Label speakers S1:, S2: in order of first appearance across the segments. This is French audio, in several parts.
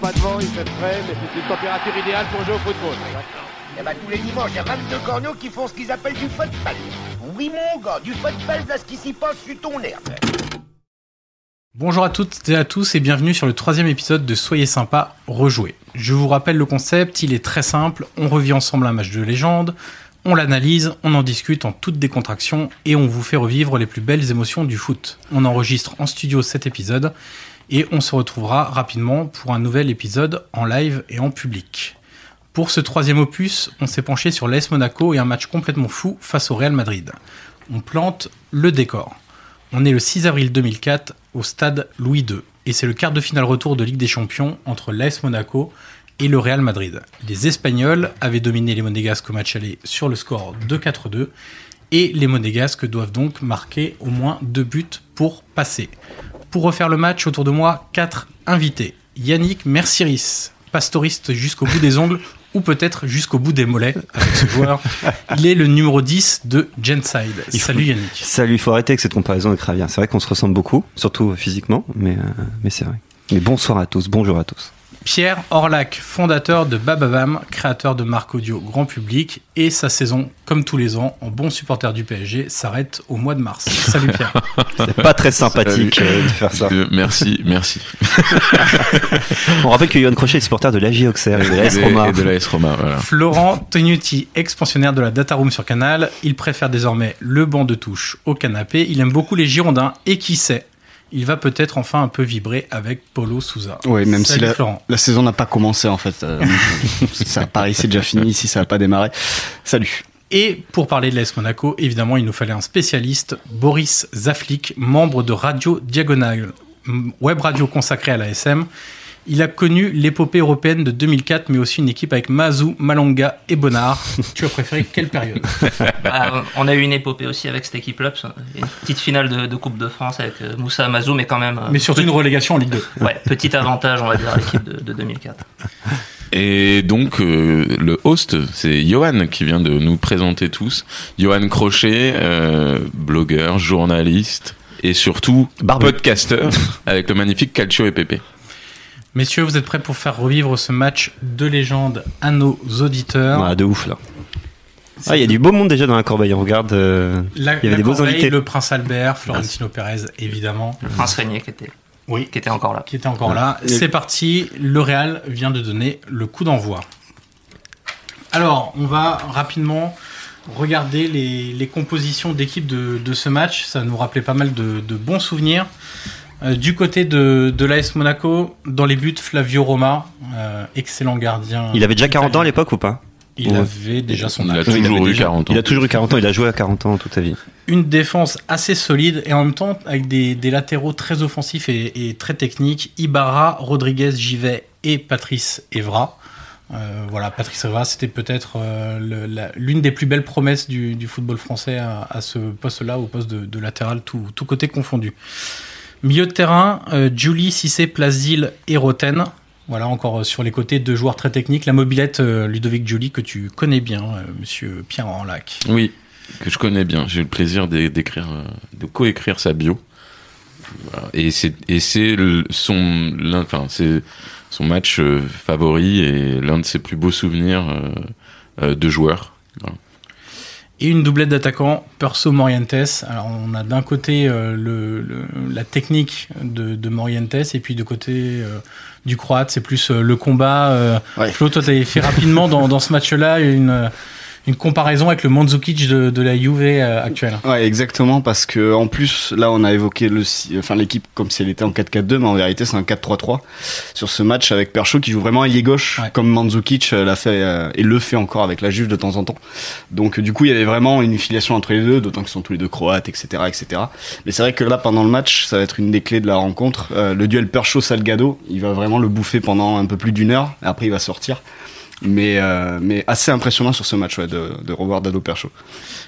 S1: pas de vent, il fait frais, mais c'est une température idéale pour jouer au football.
S2: Eh ben, tous les dimanches, il y a 22 corneaux qui font ce qu'ils appellent du football. Oui, mon gars, du football, voilà ce qui s'y passe sur ton herbe.
S3: Bonjour à toutes et à tous et bienvenue sur le troisième épisode de Soyez sympa, rejouez. Je vous rappelle le concept, il est très simple, on revit ensemble un match de légende, on l'analyse, on en discute en toute décontraction et on vous fait revivre les plus belles émotions du foot. On enregistre en studio cet épisode et on se retrouvera rapidement pour un nouvel épisode en live et en public. Pour ce troisième opus, on s'est penché sur l'AS Monaco et un match complètement fou face au Real Madrid. On plante le décor. On est le 6 avril 2004 au stade Louis II et c'est le quart de finale retour de Ligue des Champions entre l'AS Monaco et le Real Madrid. Les Espagnols avaient dominé les Monégasques au match aller sur le score de 4-2 et les Monégasques doivent donc marquer au moins deux buts pour passer. Pour refaire le match, autour de moi, quatre invités. Yannick Merciris, pastoriste jusqu'au bout des ongles ou peut-être jusqu'au bout des mollets avec ce joueur. Il est le numéro 10 de Genside.
S4: Il faut-
S3: Salut Yannick.
S4: Salut, il faut arrêter avec cette comparaison avec Ravien. C'est vrai qu'on se ressemble beaucoup, surtout physiquement, mais, euh, mais c'est vrai. Mais bonsoir à tous, bonjour à tous.
S3: Pierre Orlac, fondateur de Bababam, créateur de marque audio grand public, et sa saison, comme tous les ans, en bon supporter du PSG, s'arrête au mois de mars. Salut Pierre.
S4: C'est pas très sympathique
S5: Salut.
S4: euh, de faire ça.
S5: Euh, merci, merci.
S4: On rappelle que Johan Crochet est supporter de l'AG Auxerre et de l'AS
S5: Et-
S4: Roma.
S5: Et de la S Roma, voilà.
S3: Florent Tenuti, expansionnaire de la Data Room sur Canal, il préfère désormais le banc de touche au canapé, il aime beaucoup les Girondins, et qui sait, il va peut-être enfin un peu vibrer avec Paulo Souza.
S6: Oui, même
S3: Salut
S6: si la,
S3: Florent.
S6: la saison n'a pas commencé en fait. Euh, ça, Paris, c'est déjà fini. Ici, ça n'a pas démarré. Salut.
S3: Et pour parler de l'AS Monaco, évidemment, il nous fallait un spécialiste, Boris Zaflik, membre de Radio Diagonale, m- web radio consacrée à l'ASM. Il a connu l'épopée européenne de 2004, mais aussi une équipe avec Mazou, Malonga et Bonnard. tu as préféré quelle période
S7: Ah, on on a eu une épopée aussi avec cette équipe-là, parce qu'on a eu une petite finale de, de Coupe de France avec euh, Moussa Mazou, mais quand même, euh,
S3: Mais surtout une relégation en Ligue 2.
S7: ouais, petit avantage, on va dire, à l'équipe de, de 2004.
S5: Et donc, euh, le host, c'est Johan qui vient de nous présenter tous. Johan Crochet, euh, blogueur, journaliste et surtout
S4: Barbu.
S5: podcasteur avec le magnifique Calcio et Pépé.
S3: Messieurs, vous êtes prêts pour faire revivre ce match de légende à nos auditeurs
S4: Ouais, de ouf là. Ah, il y a du beau monde déjà dans la corbeille. On regarde. euh,
S3: La-
S4: il y
S3: la
S4: avait des beaux
S3: Corbeille,
S4: invités.
S3: Le Prince Albert, Florentino Pérez, évidemment,
S4: Mmh.
S7: Le prince Régnier qui était,
S3: Oui.
S7: qui était encore là.
S3: qui était encore là. C'est parti, le Real vient de donner le coup d'envoi. Alors, on va rapidement regarder les, les compositions d'équipe de, de ce match. Ça nous rappelait pas mal de, de bons souvenirs. Euh, du côté de, de l'AS Monaco, dans les buts, Flavio Roma, euh, excellent gardien.
S4: Il avait déjà 40 ans à l'époque ou pas
S3: Il
S4: Ouais.
S3: avait déjà son
S5: Il a
S3: âge.
S4: il
S5: toujours
S4: avait
S5: eu
S4: déjà-
S5: 40 ans.
S4: Il a toujours eu 40 ans, il a joué à 40 ans toute sa vie.
S3: une défense assez solide et en même temps avec des, des latéraux très offensifs et, et très techniques. Ibarra, Rodriguez, Givet et Patrice Evra. Euh, voilà, Patrice Evra, c'était peut-être euh, le- la- l'une des plus belles promesses du, du football français à, à ce poste-là, au poste de, de latéral, tout, tout côté confondu. Milieu de terrain, euh, Julie, Cissé, Plazil et Roten. Voilà, encore euh, sur les côtés, deux joueurs très techniques. La mobilette, euh, Ludovic Julie, que tu connais bien, euh, monsieur Pierre Orlac.
S5: Oui, que je connais bien. J'ai eu le plaisir d'é- d'écrire, euh, de coécrire sa bio. Voilà. Et c'est et c'est le- son l'un- enfin c'est son match euh, favori et l'un de ses plus beaux souvenirs euh, euh, de joueur. Voilà.
S3: et une doublette d'attaquants Perso Morientes. Alors on a d'un côté euh, le, le- la technique de, de Morientes et puis de côté euh, du croate c'est plus euh, le combat. euh.
S6: Ouais.
S3: Flo, toi t'avais fait rapidement dans, dans ce match-là une, euh, une comparaison avec le Mandzukic de, de la Juve euh, actuelle.
S6: Ouais, exactement, parce que en plus, là, on a évoqué le, si- enfin l'équipe comme si elle était en 4-4-2, mais en vérité, c'est un 4-3-3 sur ce match avec Percho qui joue vraiment ailier gauche,
S3: Ouais.
S6: comme Mandzukic euh, l'a fait euh, et le fait encore avec la Juve de temps en temps. Donc, euh, du coup, il y avait vraiment une filiation entre les deux, d'autant qu'ils sont tous les deux croates, etc., etc. Mais c'est vrai que là, pendant le match, ça va être une des clés de la rencontre. Euh, le duel Percho-Salgado, il va vraiment le bouffer pendant un peu plus d'une heure. et Après, il va sortir. Mais, euh, mais assez impressionnant sur ce match ouais, de, de revoir Dado Percho.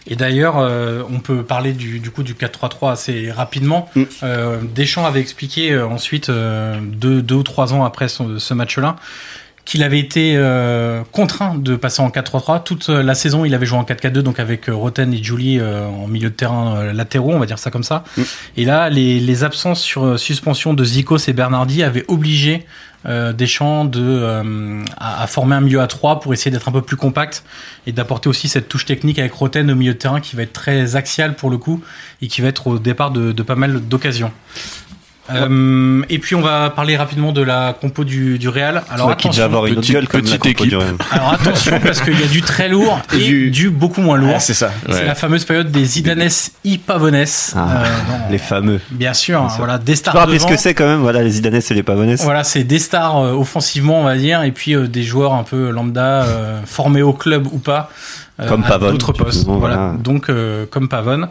S3: Et d'ailleurs, euh, on peut parler du, du coup du 4-3-3 assez rapidement.
S6: Mm.
S3: Euh, Deschamps avait expliqué euh, ensuite, euh, deux, deux ou trois ans après son- ce match-là, qu'il avait été euh, contraint de passer en 4-3-3. Toute euh, la saison, il avait joué en 4-4-2, donc avec euh, Roten et Julie euh, en milieu de terrain euh, latéraux, on va dire ça comme ça.
S6: Mm.
S3: Et là, les, les absences sur euh, suspension de Zikos et Bernardi avaient obligé euh, Deschamps de, euh, à, à former un milieu à 3 pour essayer d'être un peu plus compact et d'apporter aussi cette touche technique avec Roten au milieu de terrain qui va être très axial pour le coup et qui va être au départ de, de pas mal d'occasions. Euh, et puis on va parler rapidement de la compo du, du Real. Alors
S4: qui devait
S3: attention,
S4: avoir une autre
S5: petite-
S4: gueule comme la
S5: petite
S4: compo du
S5: équipe.
S4: Real.
S3: alors attention parce qu'il y a du très lourd et du,
S6: Du-
S3: beaucoup moins lourd.
S6: Ouais, c'est ça.
S3: C'est
S5: Ouais.
S3: la fameuse période des Zidanes I Pavones. Euh,
S4: Ah,
S3: non,
S4: les fameux.
S3: Bien sûr, hein,
S4: sûr.
S3: voilà, des stars
S4: Je rappeler ce
S3: devant.
S4: que c'est quand même, voilà, les Idanais et les Pavonais.
S3: Voilà, c'est des stars euh, offensivement, on va dire, et puis euh, des joueurs un peu lambda, euh, formés au club ou pas. euh,
S4: Comme
S3: à
S4: Pavone,
S3: d'autres
S4: du coup,
S3: postes.
S4: voilà.
S3: Voilà. Donc, euh, comme Pavone.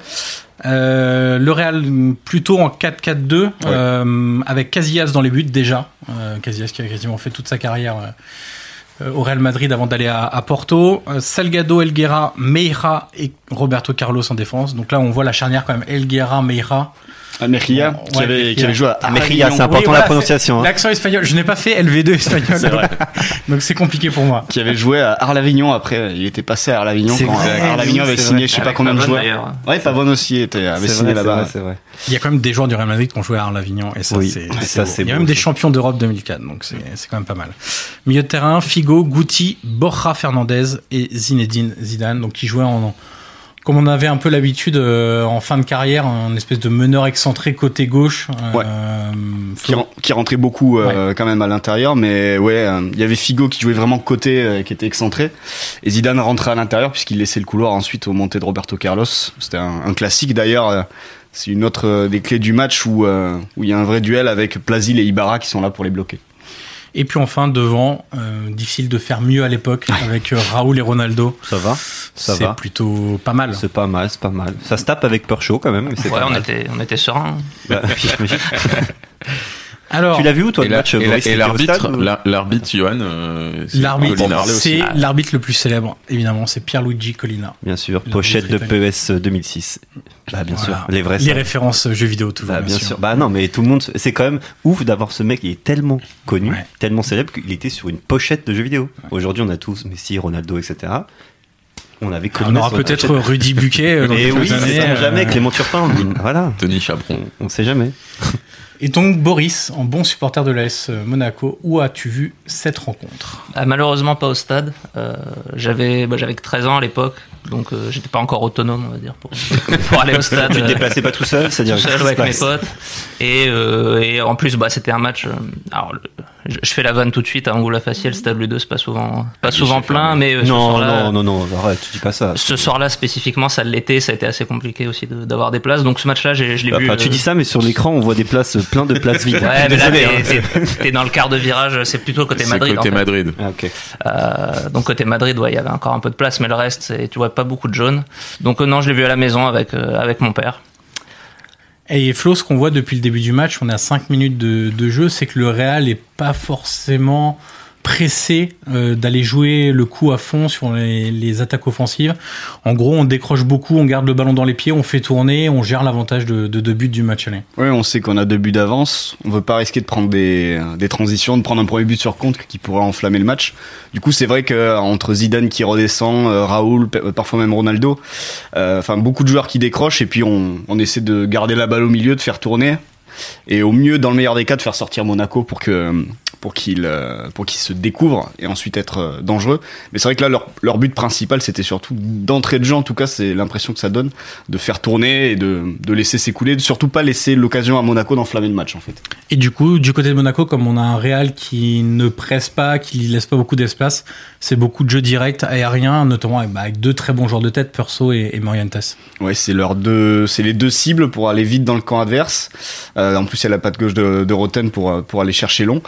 S3: Euh, le Real mm, plutôt en 4-4-2 euh, avec Casillas dans les buts déjà Euh, Casillas qui a quasiment fait toute sa carrière euh, euh, au Real Madrid avant d'aller à, à Porto Euh, Salgado, Elguera, Meira et Roberto Carlos en défense donc là on voit la charnière quand même Elguera, Meira
S6: Ah, Mejia,
S3: Ouais,
S6: qui, avait, qui
S3: Mejia.
S6: avait joué à
S4: Mejia,
S6: Avignon,
S4: c'est important
S3: Ah, Oui, voilà,
S4: la prononciation. hein.
S3: l'accent espagnol je n'ai pas fait LV2 espagnol
S6: C'est vrai.
S3: donc c'est compliqué pour moi
S6: qui avait joué à Arlavignon après. Il était passé à Arlavignon
S4: C'est
S6: quand
S4: vrai,
S6: Arlavignon
S4: oui,
S6: avait
S4: c'est
S6: signé,
S4: vrai.
S6: je sais pas
S7: Avec
S6: combien de
S7: Pavone,
S6: joueurs.
S7: d'ailleurs.
S6: Ouais, Pavone aussi était,
S5: Ah,
S6: avait
S4: C'est
S6: signé
S4: vrai, c'est
S6: là-bas.
S4: vrai, c'est vrai.
S3: Il y a quand même des joueurs du Real Madrid qui ont joué à Arlavignon et ça,
S4: Oui,
S3: c'est,
S4: ça,
S3: c'est beau.
S4: c'est
S3: Il y a
S4: beau,
S3: même des
S4: ça.
S3: champions d'Europe 2004, donc c'est, c'est quand même pas mal. Milieu de terrain, Figo, Guti, Borja Fernandez et Zinedine Zidane, donc qui jouaient en, comme on avait un peu l'habitude euh, en fin de carrière, un espèce de meneur excentré côté gauche. euh,
S6: Ouais. qui,
S3: Flo.
S6: ren- qui rentrait beaucoup euh, quand même à l'intérieur, mais ouais, euh, il y avait Figo qui jouait vraiment côté, euh, qui était excentré, et Zidane rentrait à l'intérieur puisqu'il laissait le couloir ensuite au montée de Roberto Carlos. C'était un, un classique d'ailleurs. euh, c'est une autre euh, des clés du match où euh, où il y a un vrai duel avec Plasil et Ibarra qui sont là pour les bloquer.
S3: Et puis enfin, devant, euh, difficile de faire mieux à l'époque avec euh, Raoul et Ronaldo.
S4: Ça va, ça
S3: c'est
S4: va.
S3: plutôt pas mal.
S4: C'est pas mal, c'est pas mal. Ça se tape avec Percho quand même. mais c'est
S7: Ouais,
S4: pas
S7: on
S4: mal.
S7: était, on était serein.
S4: Bah, j'imagine.
S3: Alors,
S4: tu l'as vu où toi
S5: Et
S4: le
S5: la-
S4: match
S5: et la-
S4: Boris,
S5: et
S4: t'étais au
S5: l'arbitre,
S4: stade, ou-
S5: la- l'arbitre Johan, euh, c'est Colin
S3: l'arbitre,
S5: Harley aussi. Ah,
S3: c'est l'arbitre le plus célèbre, évidemment, c'est Pierluigi Collina.
S4: Bien sûr,
S3: La
S4: pochette de
S3: Boris
S4: PES 2006. Bah bien
S3: Voilà.
S4: sûr, les vrais.
S3: Les
S4: ça.
S3: références euh, jeux vidéo, toujours.
S4: Bah, bien sûr. Bah non, mais tout le monde, c'est quand même ouf d'avoir ce mec. Il est tellement connu,
S3: Ouais.
S4: tellement célèbre qu'il était sur une pochette de jeux vidéo. Aujourd'hui, on a tous Messi, Ronaldo, etc. On avait
S3: Ah, On
S4: connu.
S3: aura peut-être Rudy Buquet euh, dans
S4: Et
S3: quelques
S4: Eh oui,
S3: années,
S4: c'est
S3: euh,
S4: jamais Clément Turpin. voilà,
S5: Tony Chaperon.
S4: on sait jamais.
S3: Et donc, Boris, en bon supporter de l'AS Monaco, où as-tu vu cette rencontre
S7: Ah, malheureusement pas au stade. Euh, j'avais, bah, j'avais que 13 ans à l'époque, donc euh, j'étais pas encore autonome, on va dire, pour, pour aller au stade.
S4: Tu te
S7: euh,
S4: déplaçais pas tout seul, c'est-à-dire
S7: tout
S4: qu'est-ce
S7: seul
S4: qui se
S7: avec
S4: passe
S7: mes potes. Et, euh, et en plus, bah, c'était un match. euh, alors, le- je, je fais la vanne tout de suite. à Angoula facial, Stade Bleu 2, c'est pas souvent,
S4: Ah,
S7: pas souvent plein, mais euh, ce
S4: Non,
S7: soir-là,
S4: non, non, non, arrête, tu dis pas ça.
S7: ce soir-là spécifiquement, ça l'était. Ça a été assez compliqué aussi de- d'avoir des places. Donc ce match-là, j'ai- je l'ai vu.
S4: Bah, Enfin, tu
S7: euh,
S4: dis ça, mais sur l'écran, on voit des places, plein de places vides.
S7: Ouais, mais là,
S4: Désolé,
S7: t'es-
S4: hein.
S7: t'es t'es dans le quart de virage. C'est plutôt côté
S5: C'est
S7: Madrid. en
S5: côté
S7: fait.
S5: Madrid.
S4: Ah, ok.
S7: Euh, donc côté Madrid, ouais, il y avait encore un peu de place, mais le reste, c'est, tu vois, pas beaucoup de jaunes. Donc euh, non, je l'ai vu à la maison avec euh, avec mon père.
S3: Et Flo, ce qu'on voit depuis le début du match, on est à 5 minutes de, de jeu, c'est que le Real n'est pas forcément pressé euh, d'aller jouer le coup à fond sur les, les attaques offensives. En gros, on décroche beaucoup, on garde le ballon dans les pieds, on fait tourner, on gère l'avantage de, de deux buts du match aller.
S6: Ouais, on sait qu'on a deux buts d'avance. On veut pas risquer de prendre des, des transitions, de prendre un premier but sur contre qui pourrait enflammer le match. Du coup, c'est vrai que euh, entre Zidane qui redescend, euh, Raoul, pe- euh, parfois même Ronaldo, euh, enfin beaucoup de joueurs qui décrochent et puis on, on essaie de garder la balle au milieu, de faire tourner et au mieux, dans le meilleur des cas, de faire sortir Monaco pour que pour qu'il euh, pour qu'il se découvre et ensuite être euh, dangereux. Mais c'est vrai que là, leur, leur but principal, c'était surtout d'entrée de jeu. En tout cas, c'est l'impression que ça donne de faire tourner et de, de laisser s'écouler, de surtout pas laisser l'occasion à Monaco d'enflammer le match en fait.
S3: Et du coup, du côté de Monaco, comme on a un Real qui ne presse pas, qui laisse pas beaucoup d'espace, c'est beaucoup de jeux directs aériens, notamment avec, bah, avec deux très bons joueurs de tête, Perso et, et Morientes.
S6: Ouais, c'est leurs deux, c'est les deux cibles pour aller vite dans le camp adverse. Euh, en plus, il y a la patte gauche de, de Roten pour euh, pour aller chercher long.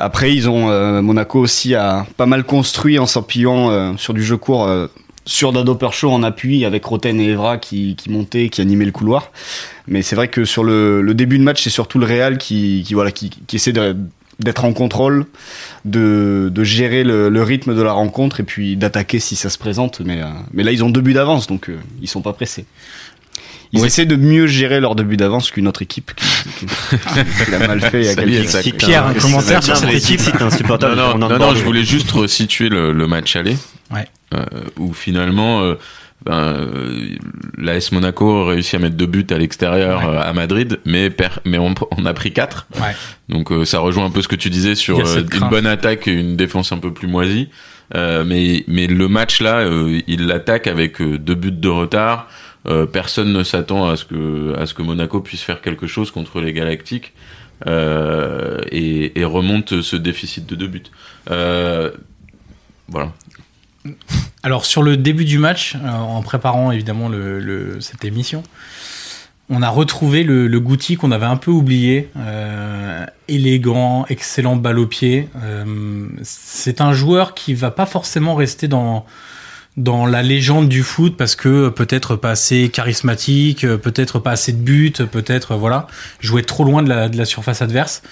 S6: Après, ils ont euh, Monaco aussi a pas mal construit en s'appuyant euh, sur du jeu court. euh, sur Dado Percho en appui avec Roten et Evra qui, qui montaient, qui animaient le couloir. Mais c'est vrai que sur le, le début de match, c'est surtout le Real qui, qui, voilà, qui, qui essaie de- d'être en contrôle, de, de gérer le, le rythme de la rencontre et puis d'attaquer si ça se présente. Mais, euh, mais là, ils ont deux buts d'avance, donc euh, ils sont pas pressés. Ils essaient de mieux gérer leur début d'avance qu'une autre équipe qui, qui- qui- qui l'a mal fait il y a
S5: Ça y
S6: quelques
S5: est,
S6: années.
S5: ça-
S4: Excite,
S3: Pierre,
S4: hein.
S3: un commentaire sur
S4: Non, mais
S3: cette équipe.
S4: excite un supporter.
S5: Non, non,
S4: on en
S5: non, non,
S4: parle.
S5: je voulais juste resituer le, le match aller.
S3: Ouais.
S5: Euh, où finalement, euh, ben, euh, l'AS Monaco réussit à mettre deux buts à l'extérieur
S3: Ouais.
S5: euh, à Madrid, mais, per- mais on, on a pris quatre.
S3: Ouais.
S5: Donc euh, ça rejoint un peu ce que tu disais
S3: Il y
S5: sur
S3: a
S5: euh,
S3: cette
S5: une
S3: crainte.
S5: bonne attaque et une défense un peu plus moisie. Euh, mais, mais le match là, euh, il l'attaque avec euh, deux buts de retard. Euh, personne ne s'attend à ce que à ce que Monaco puisse faire quelque chose contre les Galactiques euh, et, et remonte ce déficit de deux buts. Euh, voilà.
S3: Alors sur le début du match, euh, en préparant évidemment le, le- cette émission, on a retrouvé le, le Guti qu'on avait un peu oublié, euh, élégant, excellent balle au pied. Euh, c'est un joueur qui va pas forcément rester dans dans la légende du foot parce que euh, peut-être pas assez charismatique, euh, peut-être pas assez de buts, peut-être euh, voilà jouer trop loin de la, de la surface adverse.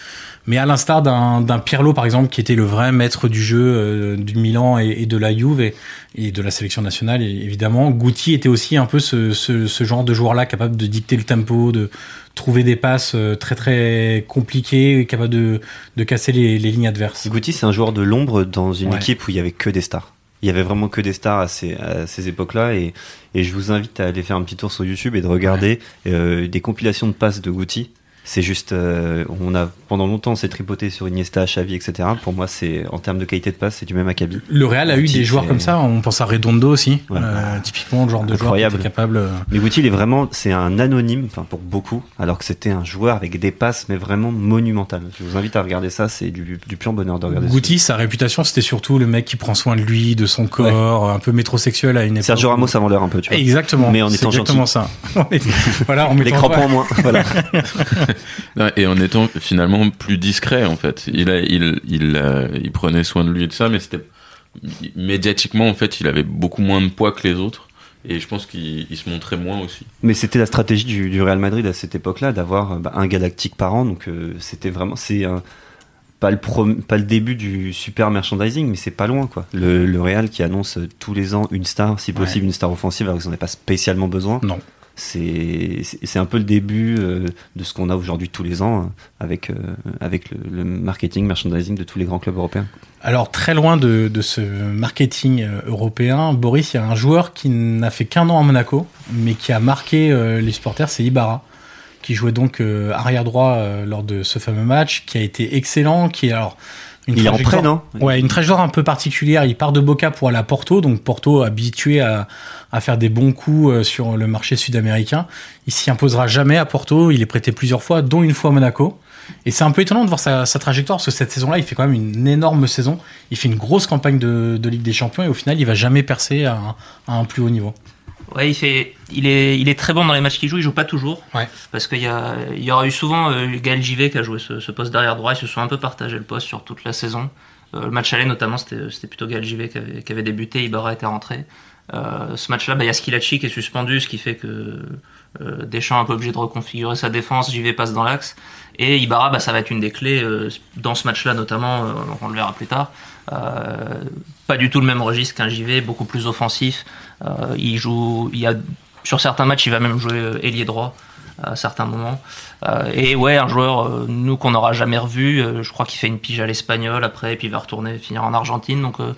S3: Mais à l'instar d'un d'un Pirlo par exemple qui était le vrai maître du jeu euh, du Milan et, et de la Juve et, et de la sélection nationale et évidemment, Guti était aussi un peu ce, ce- ce genre de joueur-là capable de dicter le tempo, de trouver des passes euh, très très compliquées, et capable de, de casser les, les lignes adverses.
S4: Guti, c'est un joueur de l'ombre dans une
S3: Ouais.
S4: équipe où il y avait que des stars. Il y avait vraiment que des stars à ces, à ces époques-là et, et je vous invite à aller faire un petit tour sur YouTube et de regarder euh, des compilations de passes de Guti. C'est juste, euh, on a pendant longtemps on s'est tripoté sur Iniesta, Xavi, etc. Pour moi, c'est en termes de qualité de passe, c'est du même acabit.
S3: Le Real a eu
S4: Guti,
S3: des joueurs
S4: c'est-
S3: comme ça, on pense à Redondo aussi,
S4: Ouais.
S3: euh, typiquement le genre de joueur qui
S4: Incroyable.
S3: était capable... euh,
S4: Mais Guti, il est vraiment, c'est un anonyme, enfin pour beaucoup, alors que c'était un joueur avec des passes mais vraiment monumentales. Je vous invite à regarder ça, c'est du, du pur bonheur de regarder. ça.
S3: Guti, sa réputation, c'était surtout le mec qui prend soin de lui, de son corps, un peu métrosexuel à une époque.
S4: Sergio Ramos avant l'heure un peu, tu vois.
S3: Exactement.
S4: Mais en
S3: c'est
S4: étant
S3: exactement ça. On Eh, est- voilà, on met
S4: Les crampons en moins, voilà.
S5: Ouais, Et en étant finalement plus discret en fait, il a, il, il, euh, il prenait soin de lui et de ça, mais c'était médiatiquement en fait, il avait beaucoup moins de poids que les autres, et je pense qu'il il se montrait moins aussi.
S4: Mais c'était la stratégie du, du Real Madrid à cette époque-là, d'avoir euh, bah, un galactique par an. Donc euh, c'était vraiment, c'est euh, pas le prom- pas le début du super merchandising, mais c'est pas loin quoi. Le, le Real qui annonce euh, tous les ans une star, si possible une star offensive, alors qu'ils n'en avaient pas spécialement besoin.
S3: Non.
S4: C'est c'est c'est un peu le début euh, de ce qu'on a aujourd'hui tous les ans euh, avec euh, avec le, le marketing, merchandising de tous les grands clubs européens.
S3: Alors, très loin de, de ce marketing euh, européen, Boris, il y a un joueur qui n'a fait qu'un an à Monaco, mais qui a marqué euh, les supporters, c'est Ibarra, qui jouait donc euh, arrière-droit euh, lors de ce fameux match, qui a été excellent, qui est alors... Une
S4: Il est en
S3: trajectoire-
S4: prêt, non
S3: Ouais, une trajectoire un peu particulière. Il part de Boca pour aller à Porto, donc Porto habitué à, à faire des bons coups euh, sur le marché sud-américain. Il s'y imposera jamais à Porto. Il est prêté plusieurs fois, dont une fois à Monaco. Et c'est un peu étonnant de voir sa, sa trajectoire parce que cette saison-là, il fait quand même une énorme saison. Il fait une grosse campagne de, de Ligue des Champions et au final, il va jamais percer à un, à un plus haut niveau.
S7: Ouais, il, fait, il, est, il est très bon dans les matchs qu'il joue, il joue pas toujours.
S3: Ouais.
S7: Parce qu'il y, a- il y aura eu souvent euh, Gaël Givet qui a joué ce, ce poste derrière droit, ils se sont un peu partagé le poste sur toute la saison. Euh, le match aller notamment, c'était euh, c'était plutôt Gaël Givet qui avait, qui avait débuté, Ibarra était rentré. Euh, ce match-là, bah, il y a Skilacci qui est suspendu, ce qui fait que euh, Deschamps est un peu obligé de reconfigurer sa défense, Givet passe dans l'axe. Et Ibarra, bah, ça va être une des clés euh, dans ce match-là notamment, euh, on le verra plus tard. Euh, pas du tout le même registre qu'un JV, beaucoup plus offensif. Euh, il joue, il y a, sur certains matchs, il va même jouer euh, ailier droit à certains moments. Euh, et ouais, un joueur, euh, nous, qu'on n'aura jamais revu. euh, je crois qu'il fait une pige à l'espagnol après, et puis il va retourner finir en Argentine. Donc, euh,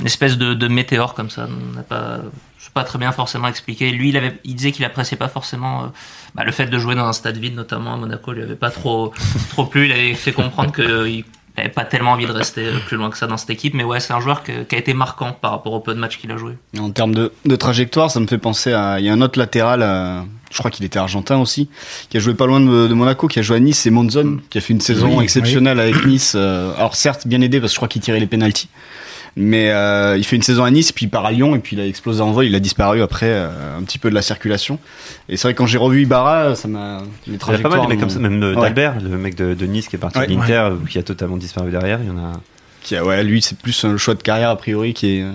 S7: une espèce de, de météore comme ça. On n'a pas, je sais pas très bien forcément expliqué. Lui, il, avait, il disait qu'il appréciait pas forcément euh, bah, le fait de jouer dans un stade vide, notamment à Monaco. Il lui avait pas trop, trop plu. Il avait fait comprendre qu'il n'avait pas tellement envie de rester euh, plus loin que ça dans cette équipe. Mais ouais, c'est un joueur que- qui a été marquant par rapport au peu de matchs qu'il a joué.
S6: En termes de, de trajectoire, ça me fait penser à. Il y a un autre latéral, euh, je crois qu'il était argentin aussi, qui a joué pas loin de, de Monaco, qui a joué à Nice, c'est
S4: Mm.
S6: Monzon, qui a fait une saison
S3: Oui,
S6: exceptionnelle avec Nice. euh, alors certes, bien aidé parce que je crois qu'il tirait les pénalties. Mais euh, il fait une saison à Nice, puis il part à Lyon, et puis il a explosé en vol, il a disparu après euh, un petit peu de la circulation. Et c'est vrai que quand j'ai revu Ibarra, ça m'a. Les
S4: Il y a pas mal de mecs comme ça, même euh,
S6: Ouais.
S4: d'Albert, le mec de, de Nice qui est parti
S6: Ouais.
S4: de l'Inter, euh, qui a totalement disparu derrière. Il y en a.
S6: Qui a- ouais, lui, c'est plus euh, le choix de carrière a priori qui est. euh,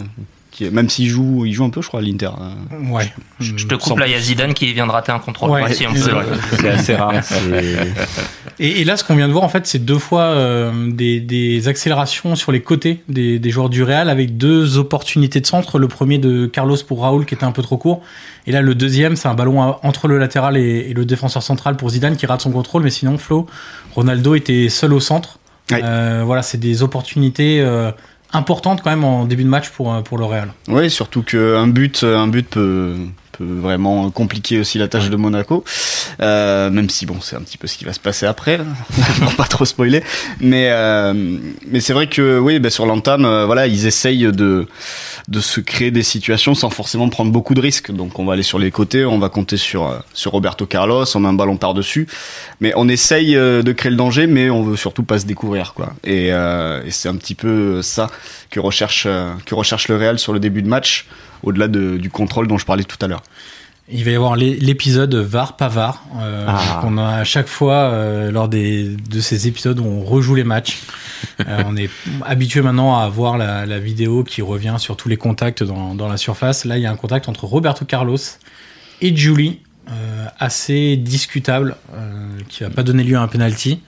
S6: Qui est même s'il joue, il joue un peu, je crois, à l'Inter. euh,
S3: Ouais.
S7: Je te coupe là, il y a Zidane qui vient de rater un contrôle.
S3: Ouais,
S7: si on
S3: c'est
S7: peut-
S3: vrai.
S4: C'est assez rare. c'est-
S3: Et, et là, ce qu'on vient de voir, en fait, c'est deux fois euh, des, des accélérations sur les côtés des, des joueurs du Real avec deux opportunités de centre. Le premier de Carlos pour Raoul qui était un peu trop court. Et là, le deuxième, c'est un ballon à- entre le latéral et, et le défenseur central pour Zidane qui rate son contrôle. Mais sinon, Flo, Ronaldo était seul au centre.
S6: Ouais.
S3: Euh, voilà, c'est des opportunités euh, importante quand même en début de match pour, euh, pour le Real.
S6: Oui, surtout qu'un but, un but peut, peut vraiment compliquer aussi la tâche de Monaco. Euh, même si, bon, c'est un petit peu ce qui va se passer après, hein, pour pas trop spoiler. Mais, euh, mais c'est vrai que, oui, bah, sur l'entame, euh, voilà, ils essayent de, de se créer des situations sans forcément prendre beaucoup de risques. Donc, on va aller sur les côtés, on va compter sur, euh, sur Roberto Carlos, on met un ballon par-dessus. Mais on essaye euh, de créer le danger, mais on veut surtout pas se découvrir, quoi. Et, euh, et c'est un petit peu ça que recherche, euh, que recherche le Real sur le début de match, au-delà de- du contrôle dont je parlais tout à l'heure.
S3: Il va y avoir l'é- l'épisode VAR, pas VAR, euh,
S4: Ah.
S3: qu'on a à chaque fois euh, lors des, de ces épisodes où on rejoue les matchs. Euh, on est habitué maintenant à voir la, la vidéo qui revient sur tous les contacts dans, dans la surface. Là, il y a un contact entre Roberto Carlos et Julie, euh, assez discutable, euh, qui va pas donner lieu à un penalty.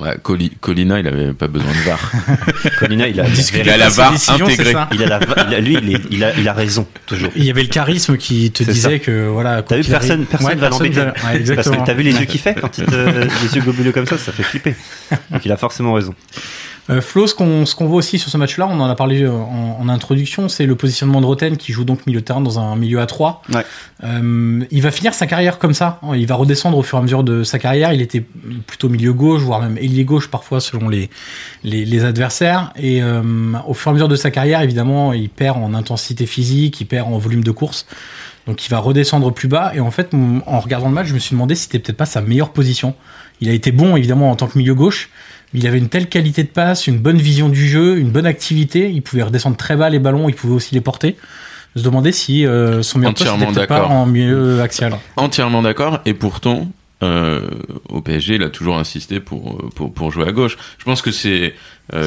S5: Ouais, Coli- Colina, il avait pas besoin de VAR.
S4: Colina, il a,
S5: Il a la
S3: Ses
S5: VAR
S3: décisions, c'est
S5: intégrée.
S3: ça.
S4: il a la- il a- lui, il, est- il a, il a raison toujours.
S3: Il y avait le charisme qui te
S4: C'est
S3: disait que voilà.
S4: T'as
S3: quoi
S4: vu,
S3: qu'il
S4: personne,
S3: arrive-
S4: personne
S3: Ouais,
S4: va l'embêter.
S3: va- ouais,
S4: Parce
S3: exactement.
S4: que t'as vu les yeux qu'il fait quand il te, les yeux globuleux comme ça, ça fait flipper. Donc il a forcément raison.
S3: Euh, Flo, ce qu'on ce qu'on voit aussi sur ce match-là, on en a parlé euh, en, en introduction, c'est le positionnement de Roten qui joue donc milieu de terrain dans un milieu à 3.
S6: Ouais.
S3: il va finir sa carrière comme ça. hein, Il va redescendre au fur et à mesure de sa carrière. Il était plutôt milieu gauche, voire même ailier gauche parfois selon les, les, les adversaires. Et euh, au fur et à mesure de sa carrière, évidemment, il perd en intensité physique, il perd en volume de course. Donc il va redescendre plus bas. Et en fait, m- en regardant le match, je me suis demandé si c'était peut-être pas sa meilleure position. Il a été bon, évidemment, en tant que milieu gauche. mais Il avait une telle qualité de passe, une bonne vision du jeu, une bonne activité. Il pouvait redescendre très bas les ballons, il pouvait aussi les porter. Je me demandais si euh, son meilleur poste
S5: Entièrement
S3: n'était pas
S5: d'accord.
S3: en milieu axial.
S5: Entièrement d'accord. Et pourtant, euh, au PSG, il a toujours insisté pour, euh, pour, pour jouer à gauche. Je pense que c'est. euh,